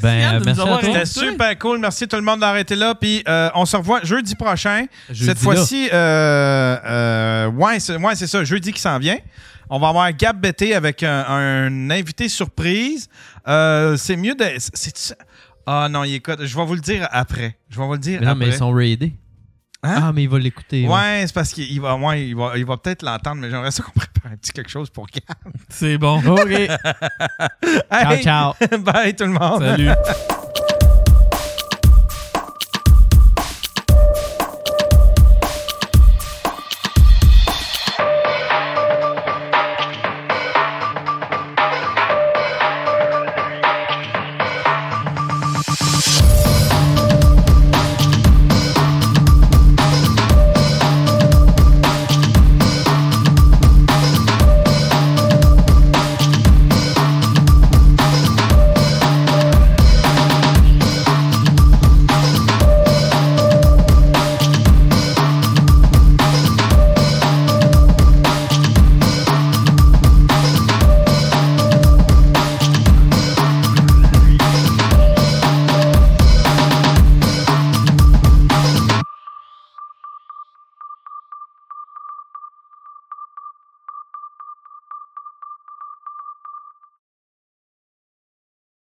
Ben, Yann, de nous merci à avoir toi. C'était invités. super cool. Merci tout le monde d'avoir été là. Puis euh, on se revoit jeudi prochain. Jeudi Cette fois-ci, euh, euh, ouais, c'est ouais, c'est ça, jeudi qui s'en vient. On va avoir Gab Bété avec un, un invité surprise. Euh, c'est mieux de. c'est- Ah non, il écoute. Je vais vous le dire après. Je vais vous le dire Mais non, après. mais ils sont raidés. Ah, mais il va l'écouter. ouais. Ouais, c'est parce qu'il il va, ouais, il va, il va peut-être l'entendre, mais j'aimerais ça qu'on [laughs] prépare un petit quelque chose pour Gab. [laughs] C'est bon. Hey, Ciao, [laughs] Bye tout le monde. [laughs] Salut.